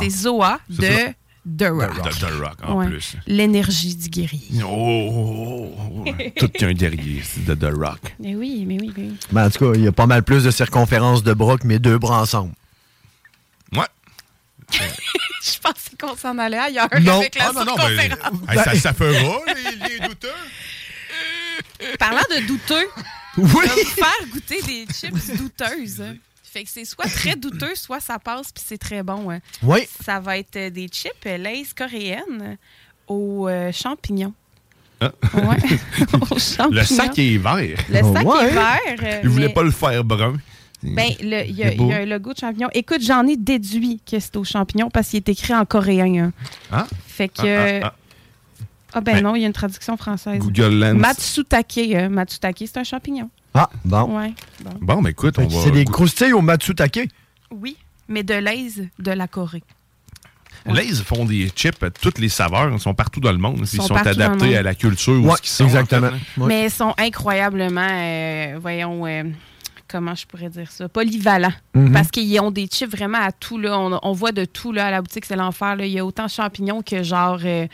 [SPEAKER 7] C'est Zoa
[SPEAKER 5] C'est
[SPEAKER 7] de
[SPEAKER 5] ça.
[SPEAKER 7] The Rock.
[SPEAKER 5] De The Rock, en
[SPEAKER 7] Ouais.
[SPEAKER 5] plus.
[SPEAKER 7] L'énergie du guerrier.
[SPEAKER 5] Oh, oh, oh, oh. tout un guerrier c'est de The Rock.
[SPEAKER 7] Mais oui, mais oui, mais oui.
[SPEAKER 6] Ben, en tout cas, il y a pas mal plus de circonférence de bras que mes deux bras ensemble.
[SPEAKER 7] Je pensais qu'on s'en allait ailleurs
[SPEAKER 6] Non.
[SPEAKER 7] avec la
[SPEAKER 6] Ah, non, non,
[SPEAKER 7] circonférence.
[SPEAKER 6] ben, hey, ça- ça
[SPEAKER 5] fera,
[SPEAKER 7] Parlant de douteux,
[SPEAKER 6] Oui.
[SPEAKER 7] on va vous faire goûter des chips douteuses. Fait que c'est soit très douteux, soit ça passe puis c'est très bon. hein.
[SPEAKER 6] Oui.
[SPEAKER 7] Ça va être euh, des chips euh, Lay's coréennes aux euh, champignons.
[SPEAKER 5] Ah.
[SPEAKER 7] Aux champignons.
[SPEAKER 5] Le sac est vert.
[SPEAKER 7] hein. Le sac est vert. euh,
[SPEAKER 5] Il voulait
[SPEAKER 7] mais-
[SPEAKER 5] pas le faire brun.
[SPEAKER 7] Ben, le- il y, a-
[SPEAKER 5] C'est beau.
[SPEAKER 7] il y a un logo de champignons. Écoute, j'en ai déduit que c'est aux champignons parce qu'il est écrit en coréen. hein.
[SPEAKER 5] Hein?
[SPEAKER 7] Fait que. euh,
[SPEAKER 5] Ah, ah,
[SPEAKER 7] Ah ben,
[SPEAKER 5] Ben,
[SPEAKER 7] non, il y a une traduction française.
[SPEAKER 5] Google Lens.
[SPEAKER 7] Matsutake. euh, Matsutake, c'est un champignon.
[SPEAKER 6] Ah, bon.
[SPEAKER 7] Ouais, bon.
[SPEAKER 5] Bon, mais écoute, on va.
[SPEAKER 6] C'est des croustilles au Matsutake.
[SPEAKER 7] Oui, mais de l'aise de la Corée.
[SPEAKER 5] Là, ils font des chips à toutes les saveurs. Ils sont partout dans le monde. Ils
[SPEAKER 7] sont
[SPEAKER 5] sont,
[SPEAKER 7] partout dans le
[SPEAKER 5] adaptés
[SPEAKER 7] monde.
[SPEAKER 5] à la culture ou
[SPEAKER 6] Ouais,
[SPEAKER 5] ce qu'ils sont.
[SPEAKER 6] exactement.
[SPEAKER 5] en fait, hein. là.
[SPEAKER 7] Mais ils sont incroyablement, euh, voyons, euh, comment je pourrais dire ça, polyvalents.
[SPEAKER 5] Mm-hmm.
[SPEAKER 6] Mhm.
[SPEAKER 7] Parce qu'ils ont des chips vraiment à tout. Là. On, on voit de tout là, à la boutique, c'est l'enfer. là. Il y a autant champignons que genre euh,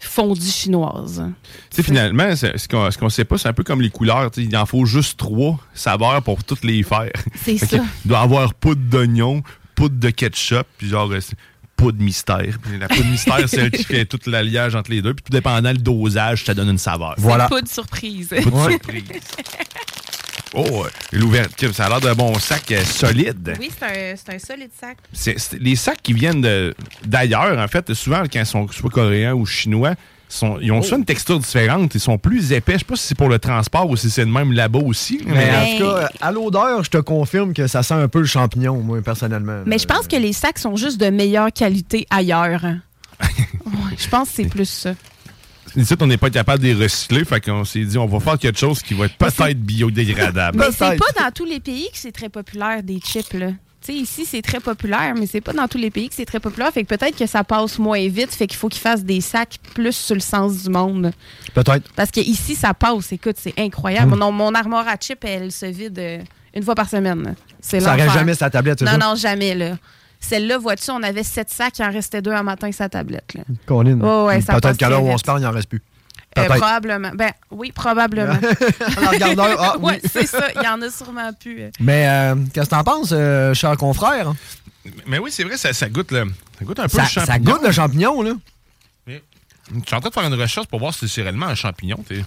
[SPEAKER 7] fondue chinoise.
[SPEAKER 5] Tu sais, finalement, c'est- ce qu'on ne sait pas, c'est un peu comme les couleurs. tu sais, Il en faut juste trois saveurs pour toutes les faire.
[SPEAKER 7] C'est
[SPEAKER 5] Fait que
[SPEAKER 7] ça.
[SPEAKER 5] Il doit avoir poudre d'oignon, poudre de ketchup, puis genre euh, c'est poudre mystère. Puis la poudre mystère, c'est elle qui fait tout l'alliage entre les deux. Puis tout dépendant le dosage, ça donne une saveur.
[SPEAKER 7] C'est pas de surprise.
[SPEAKER 5] Pas de surprise. Oh, euh, l'ouverture, ça a l'air d'un bon sac euh, solide.
[SPEAKER 7] Oui, c'est un, c'est un solide sac.
[SPEAKER 6] Euh,
[SPEAKER 5] C'est- c'est- les sacs qui viennent de- d'ailleurs, en fait, souvent, quand ils sont soit coréens ou chinois, sont- ils ont soit une texture différente, ils sont plus épais. Je sais pas si c'est pour le transport ou si c'est le même là-bas aussi.
[SPEAKER 6] Mais en tout cas, à l'odeur, je te confirme que ça sent un peu le champignon, moi, personnellement.
[SPEAKER 7] Mais je pense que les sacs sont juste de meilleure qualité ailleurs. hein. Ouais, je pense que c'est plus ça.
[SPEAKER 5] Ici, on n'est pas capable de les recycler, fait qu'on s'est dit, on va faire quelque chose qui va être peut-être
[SPEAKER 6] Ah,
[SPEAKER 5] biodégradable.
[SPEAKER 7] Mais c'est pas dans tous les pays que c'est très populaire des chips, là. Tu sais, ici, c'est très populaire, mais c'est pas dans tous les pays que c'est très populaire. Fait que peut-être que ça passe moins vite. Fait qu'il faut qu'ils fassent des sacs plus sur le sens du monde.
[SPEAKER 6] Peut-être.
[SPEAKER 7] Parce que ici, ça passe. Écoute, c'est incroyable.
[SPEAKER 6] Mm.
[SPEAKER 7] Non, mon armoire à chips, elle se vide euh, une fois par semaine. C'est
[SPEAKER 6] Ça
[SPEAKER 7] l'enfer.
[SPEAKER 6] reste jamais sa tablette, c'est
[SPEAKER 7] Non,
[SPEAKER 6] ça?
[SPEAKER 7] non, jamais, là. Celle-là, vois-tu, on avait sept sacs, il en restait deux un matin, sa tablette, là.
[SPEAKER 6] Colin.
[SPEAKER 7] Ouais, ouais, ça passe
[SPEAKER 6] Peut-être qu'à l'heure où
[SPEAKER 7] très
[SPEAKER 6] on
[SPEAKER 7] vite.
[SPEAKER 6] se parle, il n'en reste plus.
[SPEAKER 7] Euh,
[SPEAKER 6] Peut-être.
[SPEAKER 7] probablement. Ben oui, probablement.
[SPEAKER 6] regarde l'heure. Ah, oui.
[SPEAKER 7] Ouais, c'est ça. Il y en a sûrement plus. euh.
[SPEAKER 6] Mais euh, qu'est-ce que t'en penses, euh, cher confrère?
[SPEAKER 5] Mais oui, c'est vrai, ça, ça goûte le, ça goûte un peu
[SPEAKER 6] Ça,
[SPEAKER 5] le
[SPEAKER 6] ça
[SPEAKER 5] champignon.
[SPEAKER 6] goûte le champignon, là.
[SPEAKER 5] Je suis en train de faire une recherche pour voir si c'est réellement un champignon. t'es-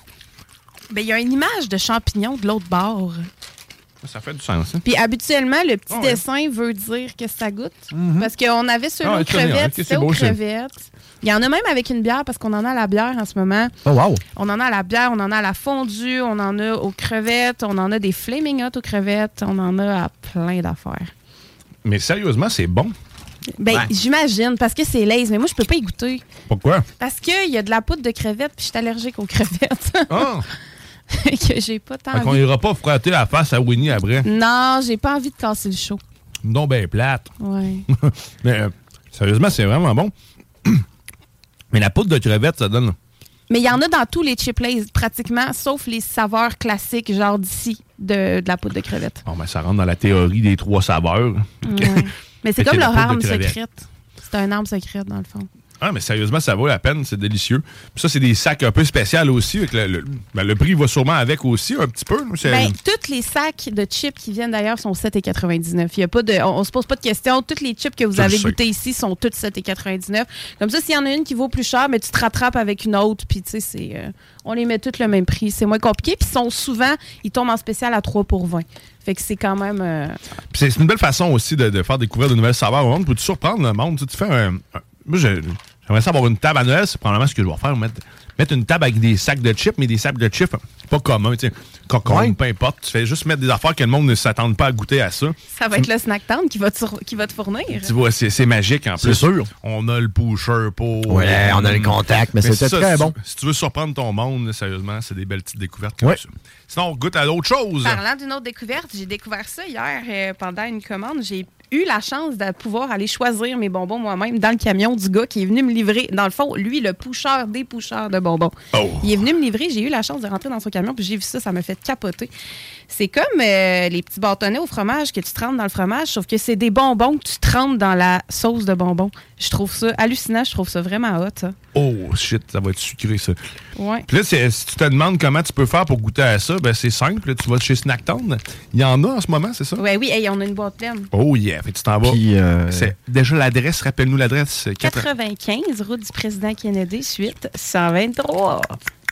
[SPEAKER 7] Ben, il y a une image de champignon de l'autre bord.
[SPEAKER 5] Ça fait du sens. hein?
[SPEAKER 7] Puis habituellement, le
[SPEAKER 5] Ah,
[SPEAKER 7] petit dessin veut dire que ça goûte. Parce qu'on avait ceux
[SPEAKER 5] Ah, ok,
[SPEAKER 7] aux
[SPEAKER 5] ok,
[SPEAKER 7] crevettes,
[SPEAKER 5] c'est
[SPEAKER 7] c'était aux
[SPEAKER 5] beau, ça.
[SPEAKER 7] crevettes. Il y en a même avec une bière parce qu'on en a à la bière en ce moment.
[SPEAKER 6] Oh, wow.
[SPEAKER 7] On en a à la bière, on en a à la fondue, on en a aux crevettes, on en a des flaming hot aux crevettes, on en a à plein d'affaires.
[SPEAKER 5] Mais sérieusement, c'est bon.
[SPEAKER 7] Ben,
[SPEAKER 5] Ouais.
[SPEAKER 7] j'imagine, parce que c'est l'aise, mais moi, je peux pas y goûter.
[SPEAKER 5] Pourquoi?
[SPEAKER 7] Parce qu'il y a de la poudre de crevettes, puis je suis allergique aux crevettes.
[SPEAKER 5] Ah!
[SPEAKER 7] que j'ai pas tant
[SPEAKER 6] Ah,
[SPEAKER 5] Fait qu'on
[SPEAKER 7] envie.
[SPEAKER 5] ira pas frotter la face à Winnie après.
[SPEAKER 7] Non, j'ai pas envie de casser le show.
[SPEAKER 5] Non, ben plate.
[SPEAKER 7] Ouais.
[SPEAKER 5] Mais euh, sérieusement, c'est vraiment bon. Mais la poudre de crevette, ça donne.
[SPEAKER 7] Mais il y en a dans tous les chip lays, pratiquement, sauf les saveurs classiques, genre d'ici, de, de la poudre de crevette.
[SPEAKER 5] Bon, ben, ça rentre dans la théorie des trois saveurs.
[SPEAKER 7] Ouais. Mais c'est
[SPEAKER 5] Fait
[SPEAKER 7] comme
[SPEAKER 5] que la poudre
[SPEAKER 7] leur
[SPEAKER 5] de
[SPEAKER 7] arme
[SPEAKER 5] crevette.
[SPEAKER 7] secrète. C'est un arme secrète, dans le fond.
[SPEAKER 5] Ah, mais sérieusement, ça vaut la peine, c'est délicieux. Puis ça, c'est des sacs un peu spéciaux aussi. fait que le, le- ben, le prix va sûrement avec aussi, un petit peu. là, c'est-
[SPEAKER 7] Ben, tous les sacs de chips qui viennent d'ailleurs sont 7,99. Il y a pas de, on, on se pose pas de questions. Toutes les chips que vous
[SPEAKER 5] Je
[SPEAKER 7] avez
[SPEAKER 5] sais.
[SPEAKER 7] goûtées ici sont toutes 7,99. Comme ça, s'il y en a une qui vaut plus cher, mais tu te rattrapes avec une autre. Puis, tu sais, c'est, euh, on les met toutes le même prix. C'est moins compliqué. Puis, ils sont souvent, ils tombent en spécial à 3 pour 20. Fait que c'est quand même. euh,
[SPEAKER 5] Puis c'est c'est une belle façon aussi de, de faire découvrir de nouvelles saveurs au monde pour te surprendre le monde. Tu, sais, tu fais un. un- moi, je- j'aimerais ça avoir une table à Noël, c'est probablement ce que je vais faire. Mettre, mettre une table avec des sacs de chips, mais des sacs de chips hein, pas communs, tu sais. Cocon, peu importe. Tu fais juste mettre des affaires que le monde ne s'attende pas à goûter à ça.
[SPEAKER 7] Ça va être le snack town qui va te, sur- qui va te fournir.
[SPEAKER 5] Tu vois, c'est c'est magique en plus.
[SPEAKER 6] C'est sûr.
[SPEAKER 5] On a le pusher pour.
[SPEAKER 6] Ouais, on a le contact, mais c'était
[SPEAKER 5] ça,
[SPEAKER 6] très
[SPEAKER 5] si-
[SPEAKER 6] bon.
[SPEAKER 5] Si tu veux surprendre ton monde, là, sérieusement, c'est des belles petites découvertes comme
[SPEAKER 6] Ouais.
[SPEAKER 5] ça. Sinon, on goûte à d'autres choses.
[SPEAKER 7] Parlant d'une autre découverte, j'ai découvert ça hier euh, pendant une commande. J'ai eu la chance de pouvoir aller choisir mes bonbons moi-même dans le camion du gars qui est venu me livrer. Dans le fond, lui, le poucheur des poucheurs de bonbons. Il est venu me livrer. J'ai eu la chance de rentrer dans son camion, puis j'ai vu ça, ça m'a fait capoter. C'est comme euh, les petits bâtonnets au fromage que tu trempes dans le fromage, sauf que c'est des bonbons que tu trempes dans la sauce de bonbons. Je trouve ça hallucinant, je trouve ça vraiment hot. ça.
[SPEAKER 5] Oh shit, ça va être sucré ça.
[SPEAKER 7] Ouais.
[SPEAKER 5] Puis là, c'est- si tu te demandes comment tu peux faire pour goûter à ça, ben c'est simple. là, tu vas chez Snacktown. Il y en a en ce moment, c'est ça?
[SPEAKER 7] Ouais, oui, hey, on a une boîte pleine.
[SPEAKER 5] Oh yeah, fait que tu t'en vas.
[SPEAKER 6] Puis, euh,
[SPEAKER 5] C'est déjà l'adresse, rappelle-nous l'adresse.
[SPEAKER 7] 95, route du président Kennedy, suite 123.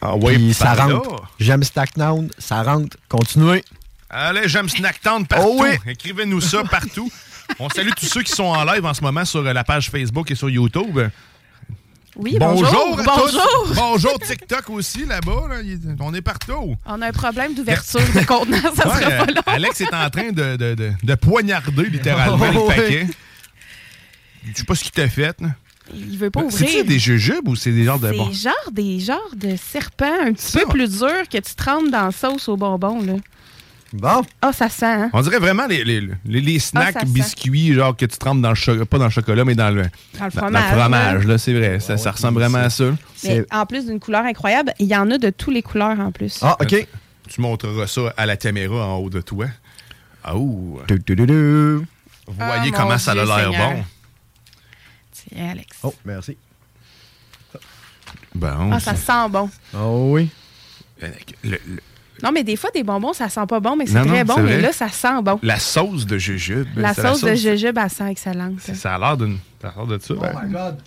[SPEAKER 5] Ah oui,
[SPEAKER 6] Puis ça
[SPEAKER 5] par là.
[SPEAKER 6] rentre. J'aime Stackdown, ça rentre. Continuez.
[SPEAKER 7] Oh
[SPEAKER 5] Allez, j'aime Snacktown partout.
[SPEAKER 6] Oh oui.
[SPEAKER 5] Écrivez-nous ça partout. On salue tous ceux qui sont en live en ce moment sur euh, la page Facebook et sur YouTube.
[SPEAKER 7] Oui,
[SPEAKER 5] bonjour. à tous.
[SPEAKER 7] bonjour.
[SPEAKER 5] Bonjour TikTok aussi là-bas. là. Il- On est partout.
[SPEAKER 7] On a un problème d'ouverture de contenant, Oh, ça
[SPEAKER 5] Ouais,
[SPEAKER 7] sera pas
[SPEAKER 5] euh,
[SPEAKER 7] long.
[SPEAKER 5] Alex est en train de, de- de- de poignarder littéralement
[SPEAKER 6] Oh,
[SPEAKER 5] le
[SPEAKER 6] ouais.
[SPEAKER 5] paquet. Je sais pas ce qu'il t'a fait. là.
[SPEAKER 7] Il veut pas
[SPEAKER 5] C'est-tu
[SPEAKER 7] ouvrir.
[SPEAKER 5] des jujubes ou c'est des genres de...
[SPEAKER 7] C'est
[SPEAKER 5] bon,
[SPEAKER 7] genre des genres de serpents un petit peu plus durs que tu trempes dans la sauce au bonbon. Là.
[SPEAKER 5] Bon.
[SPEAKER 7] Ah, ça sent, hein?
[SPEAKER 5] On dirait vraiment les, les, les- les snacks
[SPEAKER 7] Ah, ça sent.
[SPEAKER 5] biscuits, genre que tu trempes dans le chocolat, pas dans le chocolat, mais dans le,
[SPEAKER 7] Dans le
[SPEAKER 5] dans
[SPEAKER 7] fromage,
[SPEAKER 5] fromage, là, c'est vrai. ça, ça ressemble vraiment à ça.
[SPEAKER 7] Mais en plus d'une couleur incroyable, il y en a de tous les couleurs en plus.
[SPEAKER 5] Euh, Tu montreras ça à la caméra en haut de toi. Ah, ouh. Vous
[SPEAKER 7] Ah,
[SPEAKER 5] voyez
[SPEAKER 7] mon
[SPEAKER 5] comment ça a
[SPEAKER 7] Dieu
[SPEAKER 5] l'air
[SPEAKER 7] Seigneur.
[SPEAKER 5] bon.
[SPEAKER 7] Tiens, Alex.
[SPEAKER 6] Oh, merci.
[SPEAKER 5] Bon. Euh,
[SPEAKER 7] Ah, ça sent bon.
[SPEAKER 5] Ah
[SPEAKER 6] Oh oui.
[SPEAKER 5] Le- le-
[SPEAKER 7] Non, mais des fois, des bonbons, ça sent pas bon, mais c'est
[SPEAKER 5] Non,
[SPEAKER 7] très
[SPEAKER 5] non,
[SPEAKER 7] bon.
[SPEAKER 5] c'est
[SPEAKER 7] Mais
[SPEAKER 5] vrai.
[SPEAKER 7] là, ça sent bon.
[SPEAKER 5] la sauce de jujube.
[SPEAKER 7] La
[SPEAKER 5] c'est
[SPEAKER 7] sauce de jujube, elle sent excellente.
[SPEAKER 5] Ça a l'air d'une- ça a l'air de ça. hein.
[SPEAKER 6] God.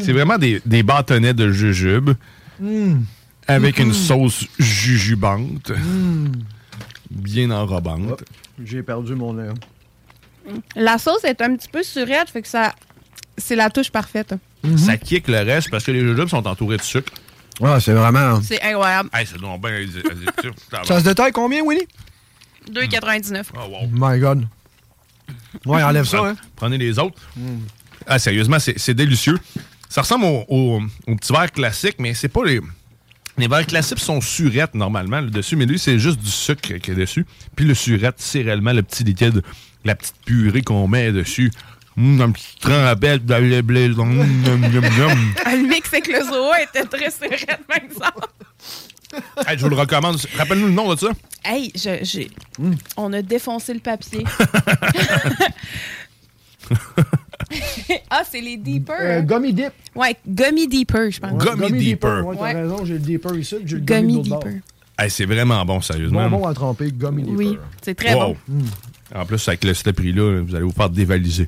[SPEAKER 5] C'est vraiment des, des bâtonnets de jujube
[SPEAKER 7] Mmh.
[SPEAKER 5] avec une
[SPEAKER 6] Mhm.
[SPEAKER 5] sauce jujubante, bien enrobante.
[SPEAKER 6] Hmm. J'ai perdu mon euh, air.
[SPEAKER 7] La sauce est un petit peu surette, fait que ça. C'est la touche parfaite.
[SPEAKER 5] ça kick le reste parce que les jujubes sont entourés de sucre.
[SPEAKER 6] Ouais, c'est vraiment.
[SPEAKER 7] C'est incroyable.
[SPEAKER 5] Hey, c'est donc bien addictif.
[SPEAKER 6] Ça se détaille combien, Willy?
[SPEAKER 7] 2,99.
[SPEAKER 5] Ah,
[SPEAKER 6] Oh My God. Ouais, enlève ça, hein.
[SPEAKER 5] Prenez- Prenez les autres. Ah, sérieusement, c'est c'est délicieux. Ça ressemble au, au- au petit verre classique, mais c'est pas les. Les verres classiques sont surettes normalement, le dessus, mais lui, c'est juste du sucre qui est dessus. Puis le surette, c'est réellement le petit liquide, la petite purée qu'on met dessus. Hum, un petit train à bête, blablabla. Hum, hum, hum, hum.
[SPEAKER 7] Le mix avec le Zoa était très serré, par exemple.
[SPEAKER 5] Hey, je vous le Mm. recommande. Rappelle-nous le nom de ça.
[SPEAKER 7] Hey, je, j'ai- on a défoncé le papier. ah, c'est les Deeper.
[SPEAKER 6] Euh,
[SPEAKER 7] hein?
[SPEAKER 6] gummy Dip.
[SPEAKER 7] Ouais, Gummy Deeper, je pense.
[SPEAKER 5] Ouais, Gummy Gummy Deeper. Deeper,
[SPEAKER 6] Ouais, t'as
[SPEAKER 7] Ouais.
[SPEAKER 6] raison, j'ai le Deeper ici, puis j'ai le
[SPEAKER 7] Gummy
[SPEAKER 6] Gummy, d'autre
[SPEAKER 7] Deeper.
[SPEAKER 5] Hey, c'est vraiment bon,
[SPEAKER 6] bord.
[SPEAKER 5] sérieusement.
[SPEAKER 6] Bon, bon à tremper, Gummy Deeper.
[SPEAKER 7] Oui, c'est très
[SPEAKER 5] Wow.
[SPEAKER 7] bon.
[SPEAKER 6] Mmh.
[SPEAKER 5] En plus, avec le, ce prix-là, vous allez vous faire dévaliser.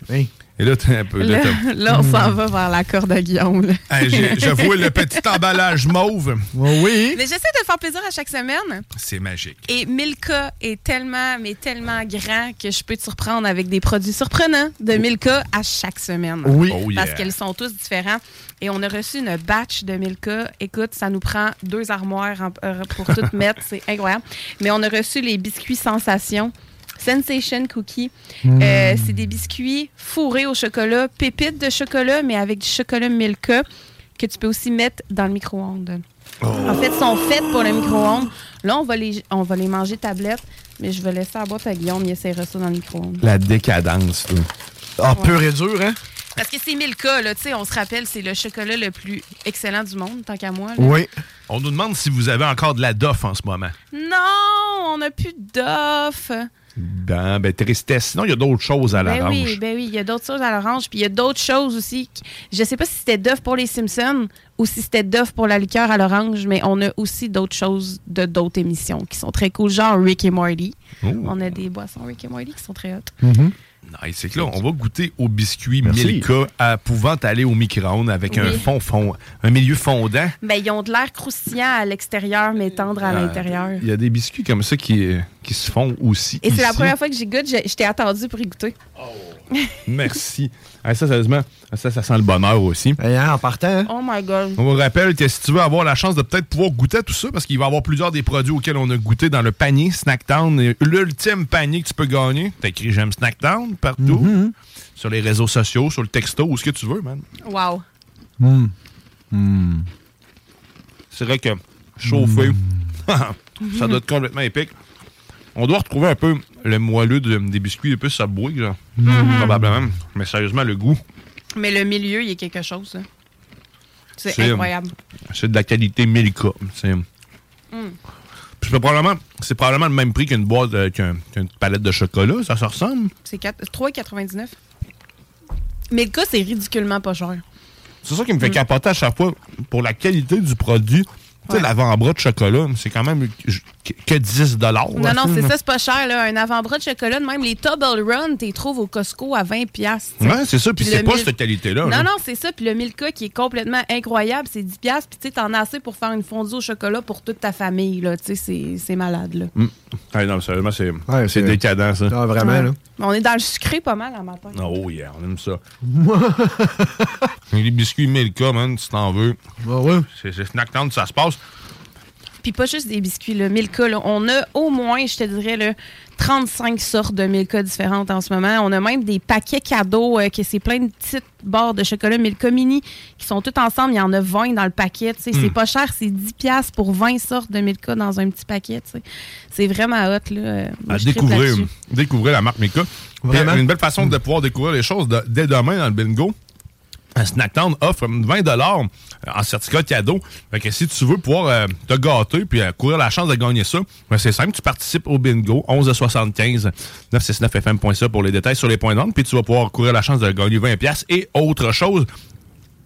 [SPEAKER 5] Et là, t'es un peu. là,
[SPEAKER 7] Là,
[SPEAKER 5] t'as-
[SPEAKER 7] là, on s'en va vers la corde à Guillaume. là.
[SPEAKER 5] Hey, j'ai- je vois le petit emballage mauve.
[SPEAKER 6] Oui.
[SPEAKER 7] Mais j'essaie de faire plaisir à chaque semaine.
[SPEAKER 5] C'est magique.
[SPEAKER 7] Et Milka est tellement, mais tellement grand que je peux te surprendre avec des produits surprenants de Milka à chaque semaine.
[SPEAKER 1] Oui. Oh, yeah.
[SPEAKER 7] Parce qu'elles sont tous différents. Et on a reçu une batch de Milka. Écoute, ça nous prend deux armoires en- euh, pour tout mettre. C'est incroyable. Mais on a reçu les biscuits Sensation. Sensation Cookie. Euh,
[SPEAKER 1] Mm.
[SPEAKER 7] c'est des biscuits fourrés au chocolat, pépites de chocolat, mais avec du chocolat Milka que tu peux aussi mettre dans le micro-ondes. En fait, sont faites pour le micro-ondes. Là, on va, les, on va les manger tablette, mais je vais laisser à boîte à Guillaume, il essaiera ça dans le micro-ondes.
[SPEAKER 5] La décadence, toi.
[SPEAKER 6] Ah,
[SPEAKER 7] Ouais. pur
[SPEAKER 6] et dur, hein?
[SPEAKER 7] Parce que c'est Milka, là, tu sais, on se rappelle, c'est le chocolat le plus excellent du monde, tant qu'à moi. là.
[SPEAKER 5] On nous demande si vous avez encore de la doff en ce moment.
[SPEAKER 7] Non, on n'a plus d'off.
[SPEAKER 5] Ben, ben tristesse. Sinon, il y a d'autres choses à
[SPEAKER 7] Ben
[SPEAKER 5] l'orange.
[SPEAKER 7] oui, ben oui, il y a d'autres choses à l'orange, puis il y a d'autres choses aussi. qui- Je sais pas si c'était d'œuf pour les Simpsons ou si c'était d'œuf pour la liqueur à l'orange, mais on a aussi d'autres choses de d'autres émissions qui sont très cool, genre Rick et Morty.
[SPEAKER 5] Oh.
[SPEAKER 7] On a des boissons Rick et Morty qui sont très hautes.
[SPEAKER 5] Nice. C'est que là, on va goûter au biscuit
[SPEAKER 7] Merci.
[SPEAKER 5] Milka à- pouvant aller au micro-ondes avec un
[SPEAKER 7] Oui.
[SPEAKER 5] fond, fond, un milieu fondant.
[SPEAKER 7] Ben, ils ont de l'air croustillant à l'extérieur, mais tendre à
[SPEAKER 5] Euh,
[SPEAKER 7] l'intérieur.
[SPEAKER 5] Il y a des biscuits comme ça qui, qui se font aussi.
[SPEAKER 7] Et c'est la
[SPEAKER 5] ici.
[SPEAKER 7] première fois que j'y goûte, j'ai- je t'ai attendu pour y goûter. Oh.
[SPEAKER 5] Merci. Ah, ça, sérieusement, ça, ça sent le bonheur aussi.
[SPEAKER 6] en
[SPEAKER 5] hein?
[SPEAKER 6] partant,
[SPEAKER 7] Oh my god.
[SPEAKER 5] On vous rappelle que si tu veux avoir la chance de peut-être pouvoir goûter à tout ça, parce qu'il va y avoir plusieurs des produits auxquels on a goûté dans le panier Snacktown, Et l'ultime panier que tu peux gagner, t'as écrit J'aime Snacktown partout, sur les réseaux sociaux, sur le texto, ou ce que tu veux, man.
[SPEAKER 7] Wow.
[SPEAKER 5] C'est vrai que chauffer, ça doit être complètement épique. On doit retrouver un peu le moelleux de- des biscuits, un peu saboué, là. probablement. Mais sérieusement, le goût,
[SPEAKER 7] Mais le milieu, il y a quelque chose. hein. C'est
[SPEAKER 5] C'est-
[SPEAKER 7] incroyable.
[SPEAKER 5] c'est de la qualité Milka. C'est...
[SPEAKER 7] Mm.
[SPEAKER 5] Puis c'est probablement, c'est probablement le même prix qu'une boîte, euh, qu'un- qu'une palette de chocolat, ça se ressemble.
[SPEAKER 7] C'est quatre- 3,99. Mais le cas, c'est ridiculement pas cher.
[SPEAKER 5] C'est ça qui
[SPEAKER 7] Mm.
[SPEAKER 5] me fait capoter à chaque fois pour la qualité du produit. Tu sais, l'avant-bras de chocolat, c'est quand même je- que- que 10
[SPEAKER 7] Non, non, c'est ça, c'est pas cher. Là. Un avant-bras de chocolat, de même les Double Run, tu les trouves au Costco à 20$. piastres, tu sais.
[SPEAKER 5] Ouais, c'est ça, puis c'est
[SPEAKER 7] le
[SPEAKER 5] pas
[SPEAKER 7] mil-
[SPEAKER 5] cette qualité-là,
[SPEAKER 7] Non,
[SPEAKER 5] là.
[SPEAKER 7] non, c'est ça. Puis le Milka qui est complètement incroyable, c'est 10$. piastres, Puis tu sais, t'en as assez pour faire une fondue au chocolat pour toute ta famille. là. Tu sais, c'est c'est malade. Là.
[SPEAKER 5] Mm. Ah non, sérieusement, c'est, c'est
[SPEAKER 6] c'est-
[SPEAKER 5] décadent, ça.
[SPEAKER 6] Ah, vraiment,
[SPEAKER 7] Ouais.
[SPEAKER 6] là.
[SPEAKER 7] Mais On est dans le sucré pas mal à matin.
[SPEAKER 5] Oh yeah, on aime ça. Les biscuits Milka, man, si t'en veux.
[SPEAKER 6] Bah
[SPEAKER 5] C'est, c'est snack Town, ça se passe.
[SPEAKER 7] Puis pas juste des biscuits, là, Milka. Là, on a au moins, je te dirais, là, 35 sortes de Milka différentes en ce moment. On a même des paquets cadeaux, euh, que c'est plein de petites barres de chocolat Milka mini qui sont toutes ensemble. Il y en a 20 dans le paquet. tu sais.
[SPEAKER 1] Mm.
[SPEAKER 5] Hmm.
[SPEAKER 7] C'est pas cher, c'est 10$ piastres pour 20 sortes de Milka dans un petit paquet. tu sais. C'est vraiment hot. Là. Euh, moi,
[SPEAKER 5] À
[SPEAKER 7] je trippe
[SPEAKER 5] découvrir,
[SPEAKER 7] là-dessus.
[SPEAKER 5] découvrir la marque Milka.
[SPEAKER 6] Vraiment?
[SPEAKER 5] Puis, Une belle façon de pouvoir découvrir les choses de- dès demain dans le bingo. Snacktown offre 20 en certificat cadeau. Fait que si tu veux pouvoir euh, te gâter puis euh, courir la chance de gagner ça, ben, c'est simple, tu participes au bingo 11 75 969fm.ca pour les détails sur les points de vente, puis tu vas pouvoir courir la chance de gagner 20 pièces et autre chose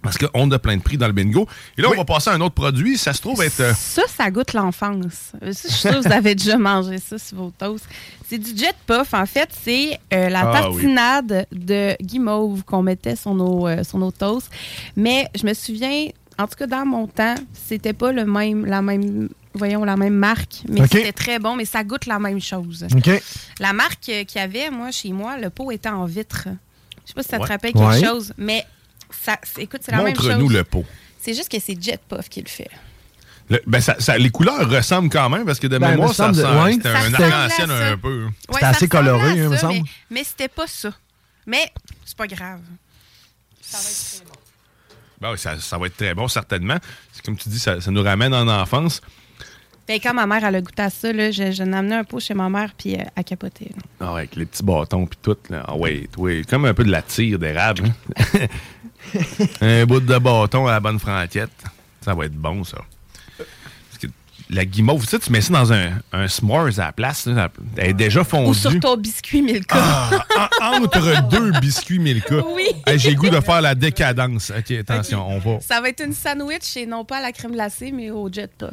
[SPEAKER 5] parce qu'on a plein de prix dans le bingo. Et là, on va passer à un autre produit, ça se trouve être euh,
[SPEAKER 7] Ça, ça goûte l'enfance. Euh, ça, Je suis sûre que vous avez déjà mangé ça sur vos toasts. C'est du jet puff. En fait, c'est euh, la
[SPEAKER 1] Ah oui.
[SPEAKER 7] tartinade de guimauve qu'on mettait sur nos, euh, sur nos toasts. Mais je me souviens, en tout cas dans mon temps, c'était pas le même, la même, voyons, la même marque. Mais
[SPEAKER 1] OK.
[SPEAKER 7] c'était très bon, mais ça goûte la même chose.
[SPEAKER 1] OK.
[SPEAKER 7] La marque euh, qu'il y avait, moi, chez moi, le pot était en vitre. Je sais pas si ça te
[SPEAKER 1] Ouais.
[SPEAKER 7] rappelle quelque
[SPEAKER 1] Ouais.
[SPEAKER 7] chose, mais ça, c'est- écoute, c'est la même chose.
[SPEAKER 5] Montre-nous le pot.
[SPEAKER 7] C'est juste que c'est Jet Puff qui le fait.
[SPEAKER 5] Le- ben, ça- ça- les couleurs ressemblent quand même parce que de
[SPEAKER 6] Ben,
[SPEAKER 5] mémoire,
[SPEAKER 6] me
[SPEAKER 5] ça
[SPEAKER 6] semble de-
[SPEAKER 5] ressemble.
[SPEAKER 6] ouais.
[SPEAKER 5] C'était un
[SPEAKER 6] Ça ressemble
[SPEAKER 5] arc-en-ciel
[SPEAKER 6] à ça.
[SPEAKER 5] un peu.
[SPEAKER 7] Ouais,
[SPEAKER 6] C'était assez
[SPEAKER 7] ça ressemblait
[SPEAKER 6] coloré,
[SPEAKER 7] à
[SPEAKER 6] hein, me
[SPEAKER 7] ça,
[SPEAKER 6] semble.
[SPEAKER 7] Mais, mais c'était pas ça. Mais c'est pas grave.
[SPEAKER 5] Ben oui, ça, ça va être très bon, certainement. C'est Comme tu dis, ça, ça nous ramène en enfance.
[SPEAKER 7] Ben, quand ma mère elle a goûté à ça, là, je, je l'ai amené un pot chez ma mère puis euh, à capoter.
[SPEAKER 5] Ah ouais, avec les petits bâtons puis tout. Là. Ah ouais, ouais, comme un peu de la tire d'érable. hein. un bout de bâton à la bonne franquette. Ça va être bon, ça. Parce que la guimauve, tu sais, tu mets ça dans un, un s'mores à la place. là, elle est déjà fondue.
[SPEAKER 7] Ou sur ton biscuit Milka.
[SPEAKER 5] Ah, en- entre deux biscuits Milka.
[SPEAKER 7] Oui.
[SPEAKER 5] Hey, J'ai le goût de faire la décadence. OK, attention, on va...
[SPEAKER 7] Ça va être une sandwich et non pas à la crème glacée, mais au Jet Puff.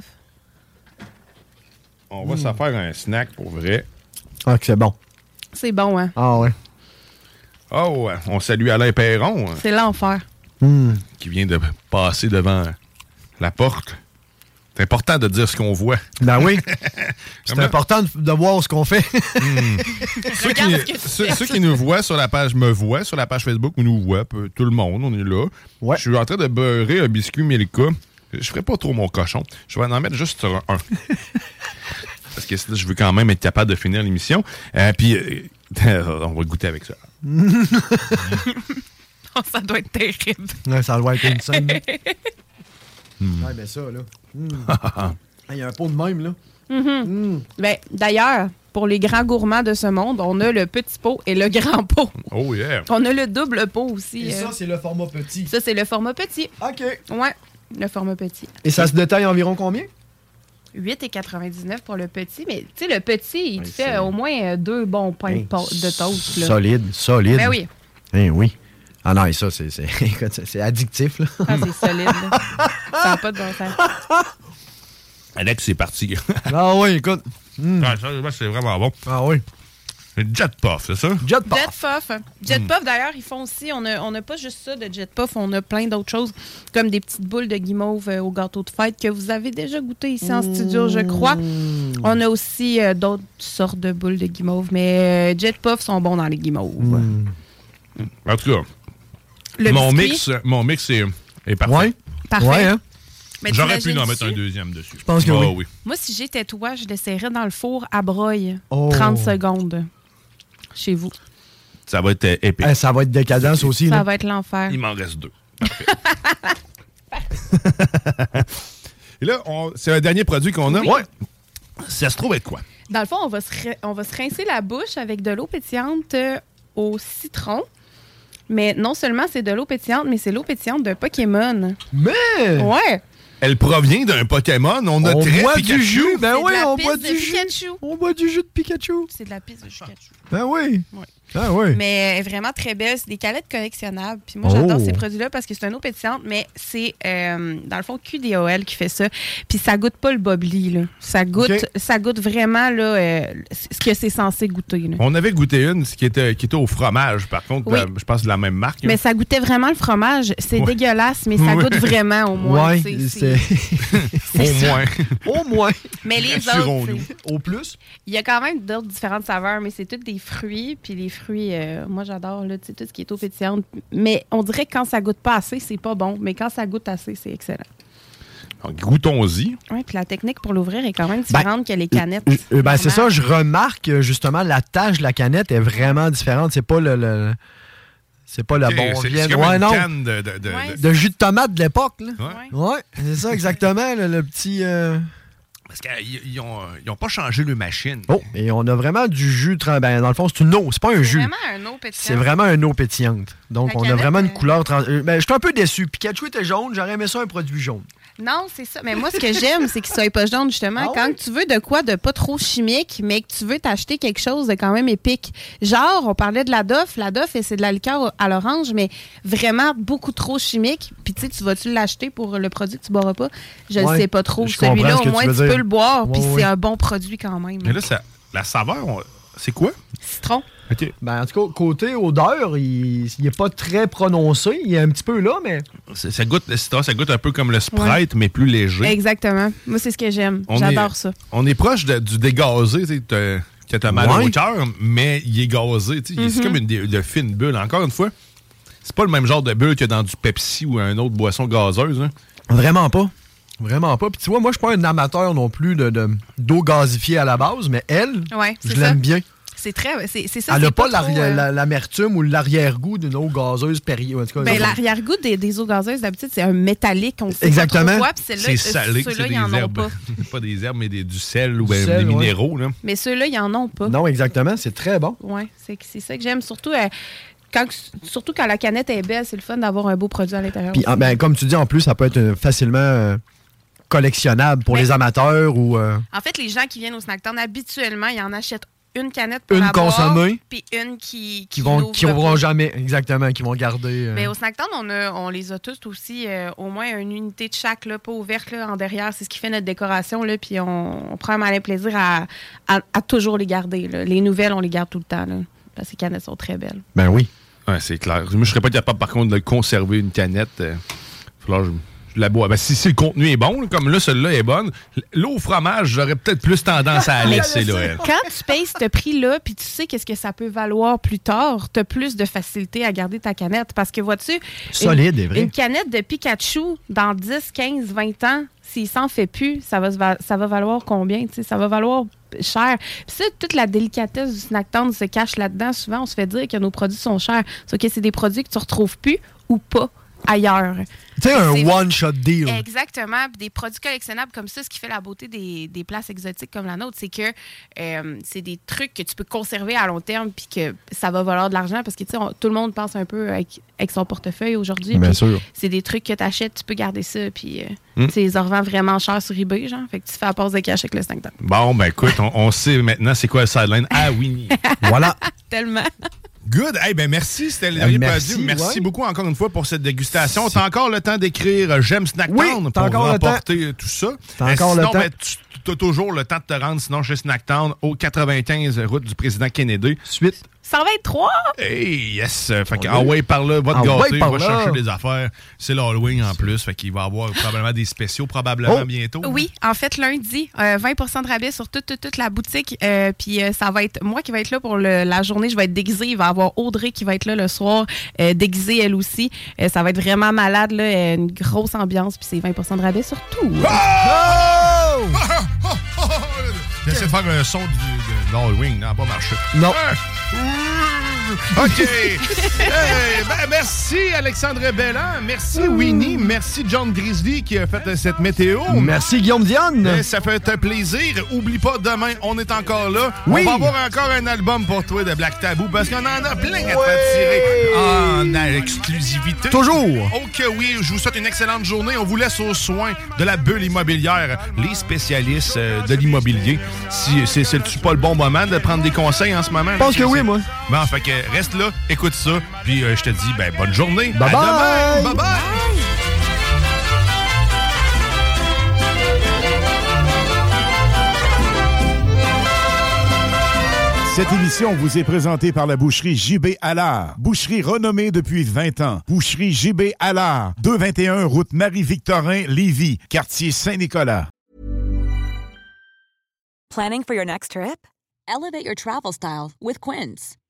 [SPEAKER 5] On va s'en faire un snack pour vrai.
[SPEAKER 6] Ah, que c'est bon.
[SPEAKER 7] C'est bon, hein?
[SPEAKER 6] Ah ouais.
[SPEAKER 5] Oh, ouais, on salue Alain Perron hein,
[SPEAKER 7] C'est l'enfer.
[SPEAKER 6] Hmm.
[SPEAKER 5] qui vient de passer devant la porte. C'est important de dire ce qu'on voit.
[SPEAKER 6] Ben oui. C'est
[SPEAKER 5] Vraiment.
[SPEAKER 6] important de, de voir ce qu'on fait.
[SPEAKER 5] Hmm. Ceux qui, ceux- ceux qui nous voient sur la page Me Voient, sur la page Facebook, nous nous voient, peu- tout le monde, on est là. Je suis en train de beurrer un biscuit Milka. Je ferai pas trop mon cochon. Je vais en mettre juste sur un. Parce que sinon, je veux quand même être capable de finir l'émission. Euh, puis, euh, on va goûter avec ça.
[SPEAKER 7] Oh, ça doit être terrible.
[SPEAKER 6] Ouais, ça doit être une scène. là.
[SPEAKER 5] Hmm.
[SPEAKER 6] Ouais, ben ça, là. Hmm. Ah, Il y a un pot de même, là.
[SPEAKER 7] Mhm.
[SPEAKER 6] Mm.
[SPEAKER 7] Ben, D'ailleurs, pour les grands gourmands de ce monde, on a le petit pot et le grand pot.
[SPEAKER 5] Oh yeah.
[SPEAKER 7] On a le double pot aussi.
[SPEAKER 6] Et ça,
[SPEAKER 7] euh.
[SPEAKER 6] c'est le format petit.
[SPEAKER 7] Ça, c'est le format petit.
[SPEAKER 6] OK.
[SPEAKER 7] Ouais, le format petit.
[SPEAKER 6] Et ça se détaille environ combien?
[SPEAKER 7] 8,99 pour le petit, mais tu sais, le petit, il te
[SPEAKER 6] Oui,
[SPEAKER 7] fait
[SPEAKER 6] c'est-
[SPEAKER 7] euh, au moins euh, deux bons pains de,
[SPEAKER 6] Hey,
[SPEAKER 7] po- de toast. là.
[SPEAKER 6] Solide, solide.
[SPEAKER 7] Ben oui.
[SPEAKER 6] Eh oui. Ah non, et ça, c'est- c'est écoute, c'est- c'est addictif, là.
[SPEAKER 7] Ah, c'est solide. là. ça n'a pas de bon sens.
[SPEAKER 5] Alex, c'est parti.
[SPEAKER 6] ah oui, écoute. Hmm.
[SPEAKER 5] Ah, ça, c'est vraiment bon.
[SPEAKER 6] Ah oui.
[SPEAKER 5] Jet Puff, c'est ça?
[SPEAKER 6] Jet
[SPEAKER 7] Jet Puff. Jet
[SPEAKER 6] Hmm.
[SPEAKER 5] Mm.
[SPEAKER 7] Puff, d'ailleurs, ils font aussi. On n'a on a pas juste ça de Jet Puff, on a plein d'autres choses, comme des petites boules de guimauve euh, au gâteau de fête que vous avez déjà goûté ici en studio, je crois.
[SPEAKER 6] Mmh.
[SPEAKER 7] On a aussi euh, d'autres sortes de boules de guimauve, mais euh, Jet Puff sont bons dans les guimauves.
[SPEAKER 6] Mmh.
[SPEAKER 5] Hmm. En tout cas,
[SPEAKER 7] Le
[SPEAKER 5] mon, mix,
[SPEAKER 7] biscuit?
[SPEAKER 5] mon mix est, est parfait.
[SPEAKER 7] Parfait. Ouais, hein? Mais
[SPEAKER 5] J'aurais pu
[SPEAKER 7] t'imagines
[SPEAKER 5] en mettre un
[SPEAKER 7] dessus?
[SPEAKER 5] deuxième dessus. Ah Je
[SPEAKER 6] pense que oui.
[SPEAKER 7] Moi, si j'étais toi, je l'essayerais dans le four à broye.
[SPEAKER 6] Oh.
[SPEAKER 7] 30 secondes. Chez vous.
[SPEAKER 5] Ça va être euh, épique.
[SPEAKER 6] Eh, ça va être décadence aussi,
[SPEAKER 7] Ça
[SPEAKER 6] là.
[SPEAKER 7] va être l'enfer.
[SPEAKER 5] Il m'en reste deux. Parfait. Et là, on- c'est le dernier produit qu'on a. Ouais. Ça se trouve être quoi?
[SPEAKER 7] Dans le fond, on va se, ri- on va se rincer la bouche avec de l'eau pétillante euh, au citron. Mais non seulement c'est de l'eau pétillante, mais c'est l'eau pétillante de Pokémon.
[SPEAKER 6] Mais!
[SPEAKER 7] Ouais!
[SPEAKER 5] Elle provient d'un Pokémon. On a
[SPEAKER 6] On
[SPEAKER 5] très
[SPEAKER 6] boit
[SPEAKER 5] Pikachu.
[SPEAKER 6] du jus, ben
[SPEAKER 7] C'est de
[SPEAKER 6] oui,
[SPEAKER 7] la
[SPEAKER 6] on
[SPEAKER 7] pisse
[SPEAKER 6] boit
[SPEAKER 7] de
[SPEAKER 6] du jus.
[SPEAKER 7] Pikachu.
[SPEAKER 6] On boit du jus de Pikachu.
[SPEAKER 7] C'est de la piste de Pikachu.
[SPEAKER 6] Ben oui. Ah oui.
[SPEAKER 7] Mais elle est vraiment très belle. C'est des calettes collectionnables. Puis moi, j'adore
[SPEAKER 6] Oh.
[SPEAKER 7] ces produits-là parce que c'est un eau pétillante, mais c'est, euh, dans le fond, QDOL qui fait ça. Puis ça goûte pas le bobli, là. Ça goûte,
[SPEAKER 5] Ok.
[SPEAKER 7] ça goûte vraiment, là, euh, ce que c'est censé goûter, là.
[SPEAKER 5] On avait goûté une ce qui était, qui était au fromage, par contre.
[SPEAKER 7] Oui.
[SPEAKER 5] la- je pense de la même marque.
[SPEAKER 7] Mais ça goûtait vraiment le fromage. C'est
[SPEAKER 5] Ouais.
[SPEAKER 7] dégueulasse, mais ça
[SPEAKER 5] Ouais.
[SPEAKER 7] goûte vraiment au moins.
[SPEAKER 6] Ouais,
[SPEAKER 7] tu
[SPEAKER 6] c'est-
[SPEAKER 7] sais,
[SPEAKER 5] Au moins.
[SPEAKER 6] Au moins.
[SPEAKER 7] Mais les autres, tu sais,
[SPEAKER 6] Au plus.
[SPEAKER 7] il y a quand même d'autres différentes saveurs, mais c'est toutes des fruits. Puis les fruits, euh, moi j'adore là, tu sais, tout ce qui est eau pétillante. Mais on dirait que quand ça goûte pas assez, c'est pas bon. Mais quand ça goûte assez, c'est excellent.
[SPEAKER 5] Alors, Goûtons-y.
[SPEAKER 7] Ouais, puis la technique pour l'ouvrir est quand même
[SPEAKER 6] Ben,
[SPEAKER 7] différente que les canettes.
[SPEAKER 6] Euh, ben, c'est ça, je remarque euh, justement la tâche de la canette est vraiment différente. C'est pas le. le- c'est pas la
[SPEAKER 5] Ok,
[SPEAKER 6] bon
[SPEAKER 5] c'est-
[SPEAKER 6] vienne.
[SPEAKER 5] c'est comme
[SPEAKER 6] Ouais,
[SPEAKER 5] une
[SPEAKER 6] non.
[SPEAKER 5] canne de- de- de- Ouais, de-
[SPEAKER 6] De jus de tomate de l'époque, là.
[SPEAKER 5] Ouais.
[SPEAKER 6] Ouais, c'est ça, exactement, le, le petit. euh,
[SPEAKER 5] Parce qu'ils n'ont euh, pas changé le machine.
[SPEAKER 6] Oh, et on a vraiment du jus. tran- Ben, dans le fond, c'est une eau, c'est pas un jus.
[SPEAKER 7] un eau pétillante.
[SPEAKER 6] C'est vraiment une eau pétillante. Donc,
[SPEAKER 7] Hein? La
[SPEAKER 6] on a
[SPEAKER 7] canette,
[SPEAKER 6] vraiment une
[SPEAKER 7] euh,
[SPEAKER 6] couleur. trans- euh, Ben, je suis un peu déçu. Pikachu était jaune, j'aurais aimé ça un produit jaune.
[SPEAKER 7] Non, c'est ça. Mais moi, ce que j'aime, c'est qu'ils soient pas jaunes, justement.
[SPEAKER 5] Ah
[SPEAKER 7] quand tu veux de quoi de pas trop chimique, mais que tu veux t'acheter quelque chose de quand même épique. Genre, on parlait de la doff. La doff, c'est de la liqueur à l'orange, mais vraiment beaucoup trop chimique. Puis, tu sais, tu vas-tu l'acheter pour le produit que tu boiras pas? Je ne
[SPEAKER 5] Ouais.
[SPEAKER 7] sais pas trop.
[SPEAKER 5] Je comprends ce
[SPEAKER 7] Celui-là,
[SPEAKER 5] que
[SPEAKER 7] au
[SPEAKER 5] tu
[SPEAKER 7] moins,
[SPEAKER 5] veux
[SPEAKER 7] tu,
[SPEAKER 5] dire.
[SPEAKER 7] peux le boire. puis,
[SPEAKER 5] Ouais, ouais.
[SPEAKER 7] c'est un bon produit quand même.
[SPEAKER 5] Mais là, ça- la saveur, on- c'est quoi?
[SPEAKER 7] Citron.
[SPEAKER 5] OK.
[SPEAKER 6] Ben, en tout cas, côté odeur, il n'est pas très prononcé. Il est un petit peu là, mais.
[SPEAKER 5] Ça ça goûte le citron, ça goûte un peu comme le Sprite, mais plus léger.
[SPEAKER 7] Exactement. Moi, c'est ce que j'aime.
[SPEAKER 5] On
[SPEAKER 7] J'adore
[SPEAKER 5] est-
[SPEAKER 7] ça.
[SPEAKER 5] On est proche de- du dégazé, tu sais, t'as- que t'as mal
[SPEAKER 6] Ouais.
[SPEAKER 5] au cœur, mais il est gazé, tu sais, il- c'est
[SPEAKER 7] Mhm.
[SPEAKER 5] comme une, dé- de fine bulle. Encore une fois, C'est pas le même genre de bulle que dans du Pepsi ou un autre boisson gazeuse. hein.
[SPEAKER 6] Vraiment pas. Vraiment pas. Puis tu vois, moi, je suis pas un amateur non plus de, de- d'eau gazifiée à la base, mais elle,
[SPEAKER 7] Ouais, c'est
[SPEAKER 6] je
[SPEAKER 7] ça.
[SPEAKER 6] l'aime bien.
[SPEAKER 7] C'est très. C'est c'est ça.
[SPEAKER 6] elle
[SPEAKER 7] c'est
[SPEAKER 6] n'a pas,
[SPEAKER 7] trop,
[SPEAKER 6] l'arri-
[SPEAKER 7] euh,
[SPEAKER 6] la- l'amertume ou l'arrière-goût d'une eau gazeuse péri- en tout cas,
[SPEAKER 7] Ben,
[SPEAKER 6] genre-
[SPEAKER 7] l'arrière-goût des, des eaux gazeuses, d'habitude, c'est un métallique. On sait
[SPEAKER 6] Exactement.
[SPEAKER 7] pas trop quoi, puis celle-là,
[SPEAKER 5] C'est
[SPEAKER 7] euh,
[SPEAKER 5] salé,
[SPEAKER 7] ceux-là,
[SPEAKER 5] c'est
[SPEAKER 7] ils
[SPEAKER 5] des
[SPEAKER 7] en ont
[SPEAKER 5] herbes.
[SPEAKER 7] pas.
[SPEAKER 5] pas des herbes, mais des- du sel ou
[SPEAKER 6] Du
[SPEAKER 5] euh,
[SPEAKER 6] sel,
[SPEAKER 5] des
[SPEAKER 6] ouais.
[SPEAKER 5] minéraux. Là.
[SPEAKER 7] Mais ceux-là, ils en ont pas.
[SPEAKER 6] Non, exactement. C'est très bon.
[SPEAKER 7] Ouais, c'est que- c'est ça que j'aime. Surtout, euh, quand, surtout quand la canette est belle, c'est le fun d'avoir un beau produit à l'intérieur.
[SPEAKER 6] Puis, en- ben, comme tu dis, en plus, ça peut être euh, facilement euh, collectionnable pour
[SPEAKER 7] Ben-
[SPEAKER 6] les amateurs ou. euh,
[SPEAKER 7] En fait, les gens qui viennent au snack town, habituellement, ils en achètent une canette pour
[SPEAKER 6] Une
[SPEAKER 7] la boire,
[SPEAKER 6] consommée.
[SPEAKER 7] puis une qui
[SPEAKER 6] qui vont
[SPEAKER 7] l'ouvre
[SPEAKER 6] qui
[SPEAKER 7] pas.
[SPEAKER 6] auront jamais exactement qui vont garder euh,
[SPEAKER 7] Mais au snack town, on, a- on les a tous aussi euh, au moins une unité de chaque, là, pas ouverte là, en derrière. C'est ce qui fait notre décoration. Là, puis on, on prend un malin plaisir à, à- à toujours les garder. là. Les nouvelles, on les garde tout le temps. là, parce que les canettes sont très belles.
[SPEAKER 6] Ben oui.
[SPEAKER 5] Ouais, c'est clair. Moi, je serais pas capable, par contre, de conserver une canette. euh, falloir que je, je la bois. Ben, si, si le contenu est bon, là, comme là, celle-là est bonne, l'eau au fromage, j'aurais peut-être plus tendance à la laisser, là. elle.
[SPEAKER 7] Quand tu payes ce prix-là, puis tu sais qu'est-ce que ça peut valoir plus tard, tu as plus de facilité à garder ta canette. Parce que vois-tu, une-
[SPEAKER 6] Solide, est vrai.
[SPEAKER 7] une canette de Pikachu dans 10, 15, 20 ans, s'il s'en fait plus, ça va, se va- ça va valoir combien? tu sais, Ça va valoir cher. Puis ça, toute la délicatesse du snack town se cache là-dedans. Souvent, on se fait dire que nos produits sont chers. Sauf que c'est des produits que tu retrouves plus ou pas ailleurs.
[SPEAKER 6] tu sais un
[SPEAKER 7] C'est-
[SPEAKER 6] one shot deal
[SPEAKER 7] Exactement. Puis Des produits collectionnables comme ça, ce qui fait la beauté des, des places exotiques comme la nôtre, c'est que euh, c'est des trucs que tu peux conserver à long terme puis que ça va valoir de l'argent parce que tu sais, on- tout le monde pense un peu avec, avec son portefeuille aujourd'hui.
[SPEAKER 6] Bien
[SPEAKER 7] Puis
[SPEAKER 6] sûr. Mm.
[SPEAKER 7] C'est des trucs que tu achètes, tu peux garder ça puis euh,
[SPEAKER 5] Hmm.
[SPEAKER 7] tu sais, ils en revendent vraiment cher sur eBay, genre. Fait que tu fais la passe de cash avec le 5 dollars.
[SPEAKER 5] Bon, ben écoute, on, on sait maintenant c'est quoi le sideline. Ah oui!
[SPEAKER 6] voilà.
[SPEAKER 7] Tellement.
[SPEAKER 5] Good. Eh ben merci, c'était le
[SPEAKER 6] Euh,
[SPEAKER 5] dernier
[SPEAKER 6] merci,
[SPEAKER 5] produit. Merci
[SPEAKER 6] ouais.
[SPEAKER 5] beaucoup encore une fois pour cette dégustation. T'as encore le temps d'écrire euh, J'aime Snacktown
[SPEAKER 6] Oui,
[SPEAKER 5] pour
[SPEAKER 6] t'as encore le
[SPEAKER 5] remporter euh, tout ça.
[SPEAKER 6] T'as
[SPEAKER 5] Euh,
[SPEAKER 6] encore le
[SPEAKER 5] sinon,
[SPEAKER 6] temps.
[SPEAKER 5] ben, tu- t'as toujours le temps de te rendre sinon chez Snacktown au 95 route du président Kennedy.
[SPEAKER 6] Suite.
[SPEAKER 7] 123!
[SPEAKER 5] Hey, yes! Euh, Fait que,
[SPEAKER 8] On
[SPEAKER 5] ah
[SPEAKER 8] est-
[SPEAKER 5] ouais, par là, va te
[SPEAKER 8] Ah ouais,
[SPEAKER 5] gâter,
[SPEAKER 8] par
[SPEAKER 5] va
[SPEAKER 8] là.
[SPEAKER 5] chercher des affaires. C'est l'Halloween en plus, fait qu'il va y avoir probablement des spéciaux, probablement
[SPEAKER 6] Oh!
[SPEAKER 5] bientôt.
[SPEAKER 7] Oui, en fait, lundi, euh, 20 de rabais sur toute, toute, toute la boutique. Euh, puis euh, ça va être moi qui va être là pour le- la journée. Je vais être déguisée. Il va y avoir Audrey qui va être là le soir, euh, déguisée elle aussi. Euh, ça va être vraiment malade, là, euh, une grosse ambiance. Puis c'est 20 de rabais sur tout.
[SPEAKER 6] Oh!
[SPEAKER 5] J'essaie de faire un son du- de l'Halloween, non, pas marché. Ah,
[SPEAKER 6] Non.
[SPEAKER 5] OK. Hey, ben, merci, Alexandre Bellin. Merci, Winnie. Merci, John Grizzly, qui a fait euh, cette météo.
[SPEAKER 6] merci Guillaume Dionne
[SPEAKER 5] Eh, Ça fait un plaisir. Oublie pas, demain, on est encore là.
[SPEAKER 6] Oui.
[SPEAKER 5] On va avoir encore un album pour toi de Black Tabou parce qu'on en a plein à te faire tirer en exclusivité.
[SPEAKER 6] Toujours.
[SPEAKER 5] Oh que oui, je vous souhaite une excellente journée. On vous laisse aux soins de la bulle immobilière, les spécialistes euh, de l'immobilier. Si c'est c'est-tu pas le bon moment de prendre des conseils en ce moment? Je
[SPEAKER 6] pense que oui, moi.
[SPEAKER 5] Bon, fait que reste là, écoute ça, puis euh, je te dis ben, bonne journée.
[SPEAKER 6] Bye
[SPEAKER 5] À
[SPEAKER 6] bye.
[SPEAKER 5] demain. Bye bye.
[SPEAKER 1] Cette émission vous est présentée par la boucherie JB Allard. Boucherie renommée depuis 20 ans. Boucherie JB Allard. 221 route Marie-Victorin, Lévis, quartier Saint-Nicolas.
[SPEAKER 20] Planning for your next trip? Elevate your travel style with Quince.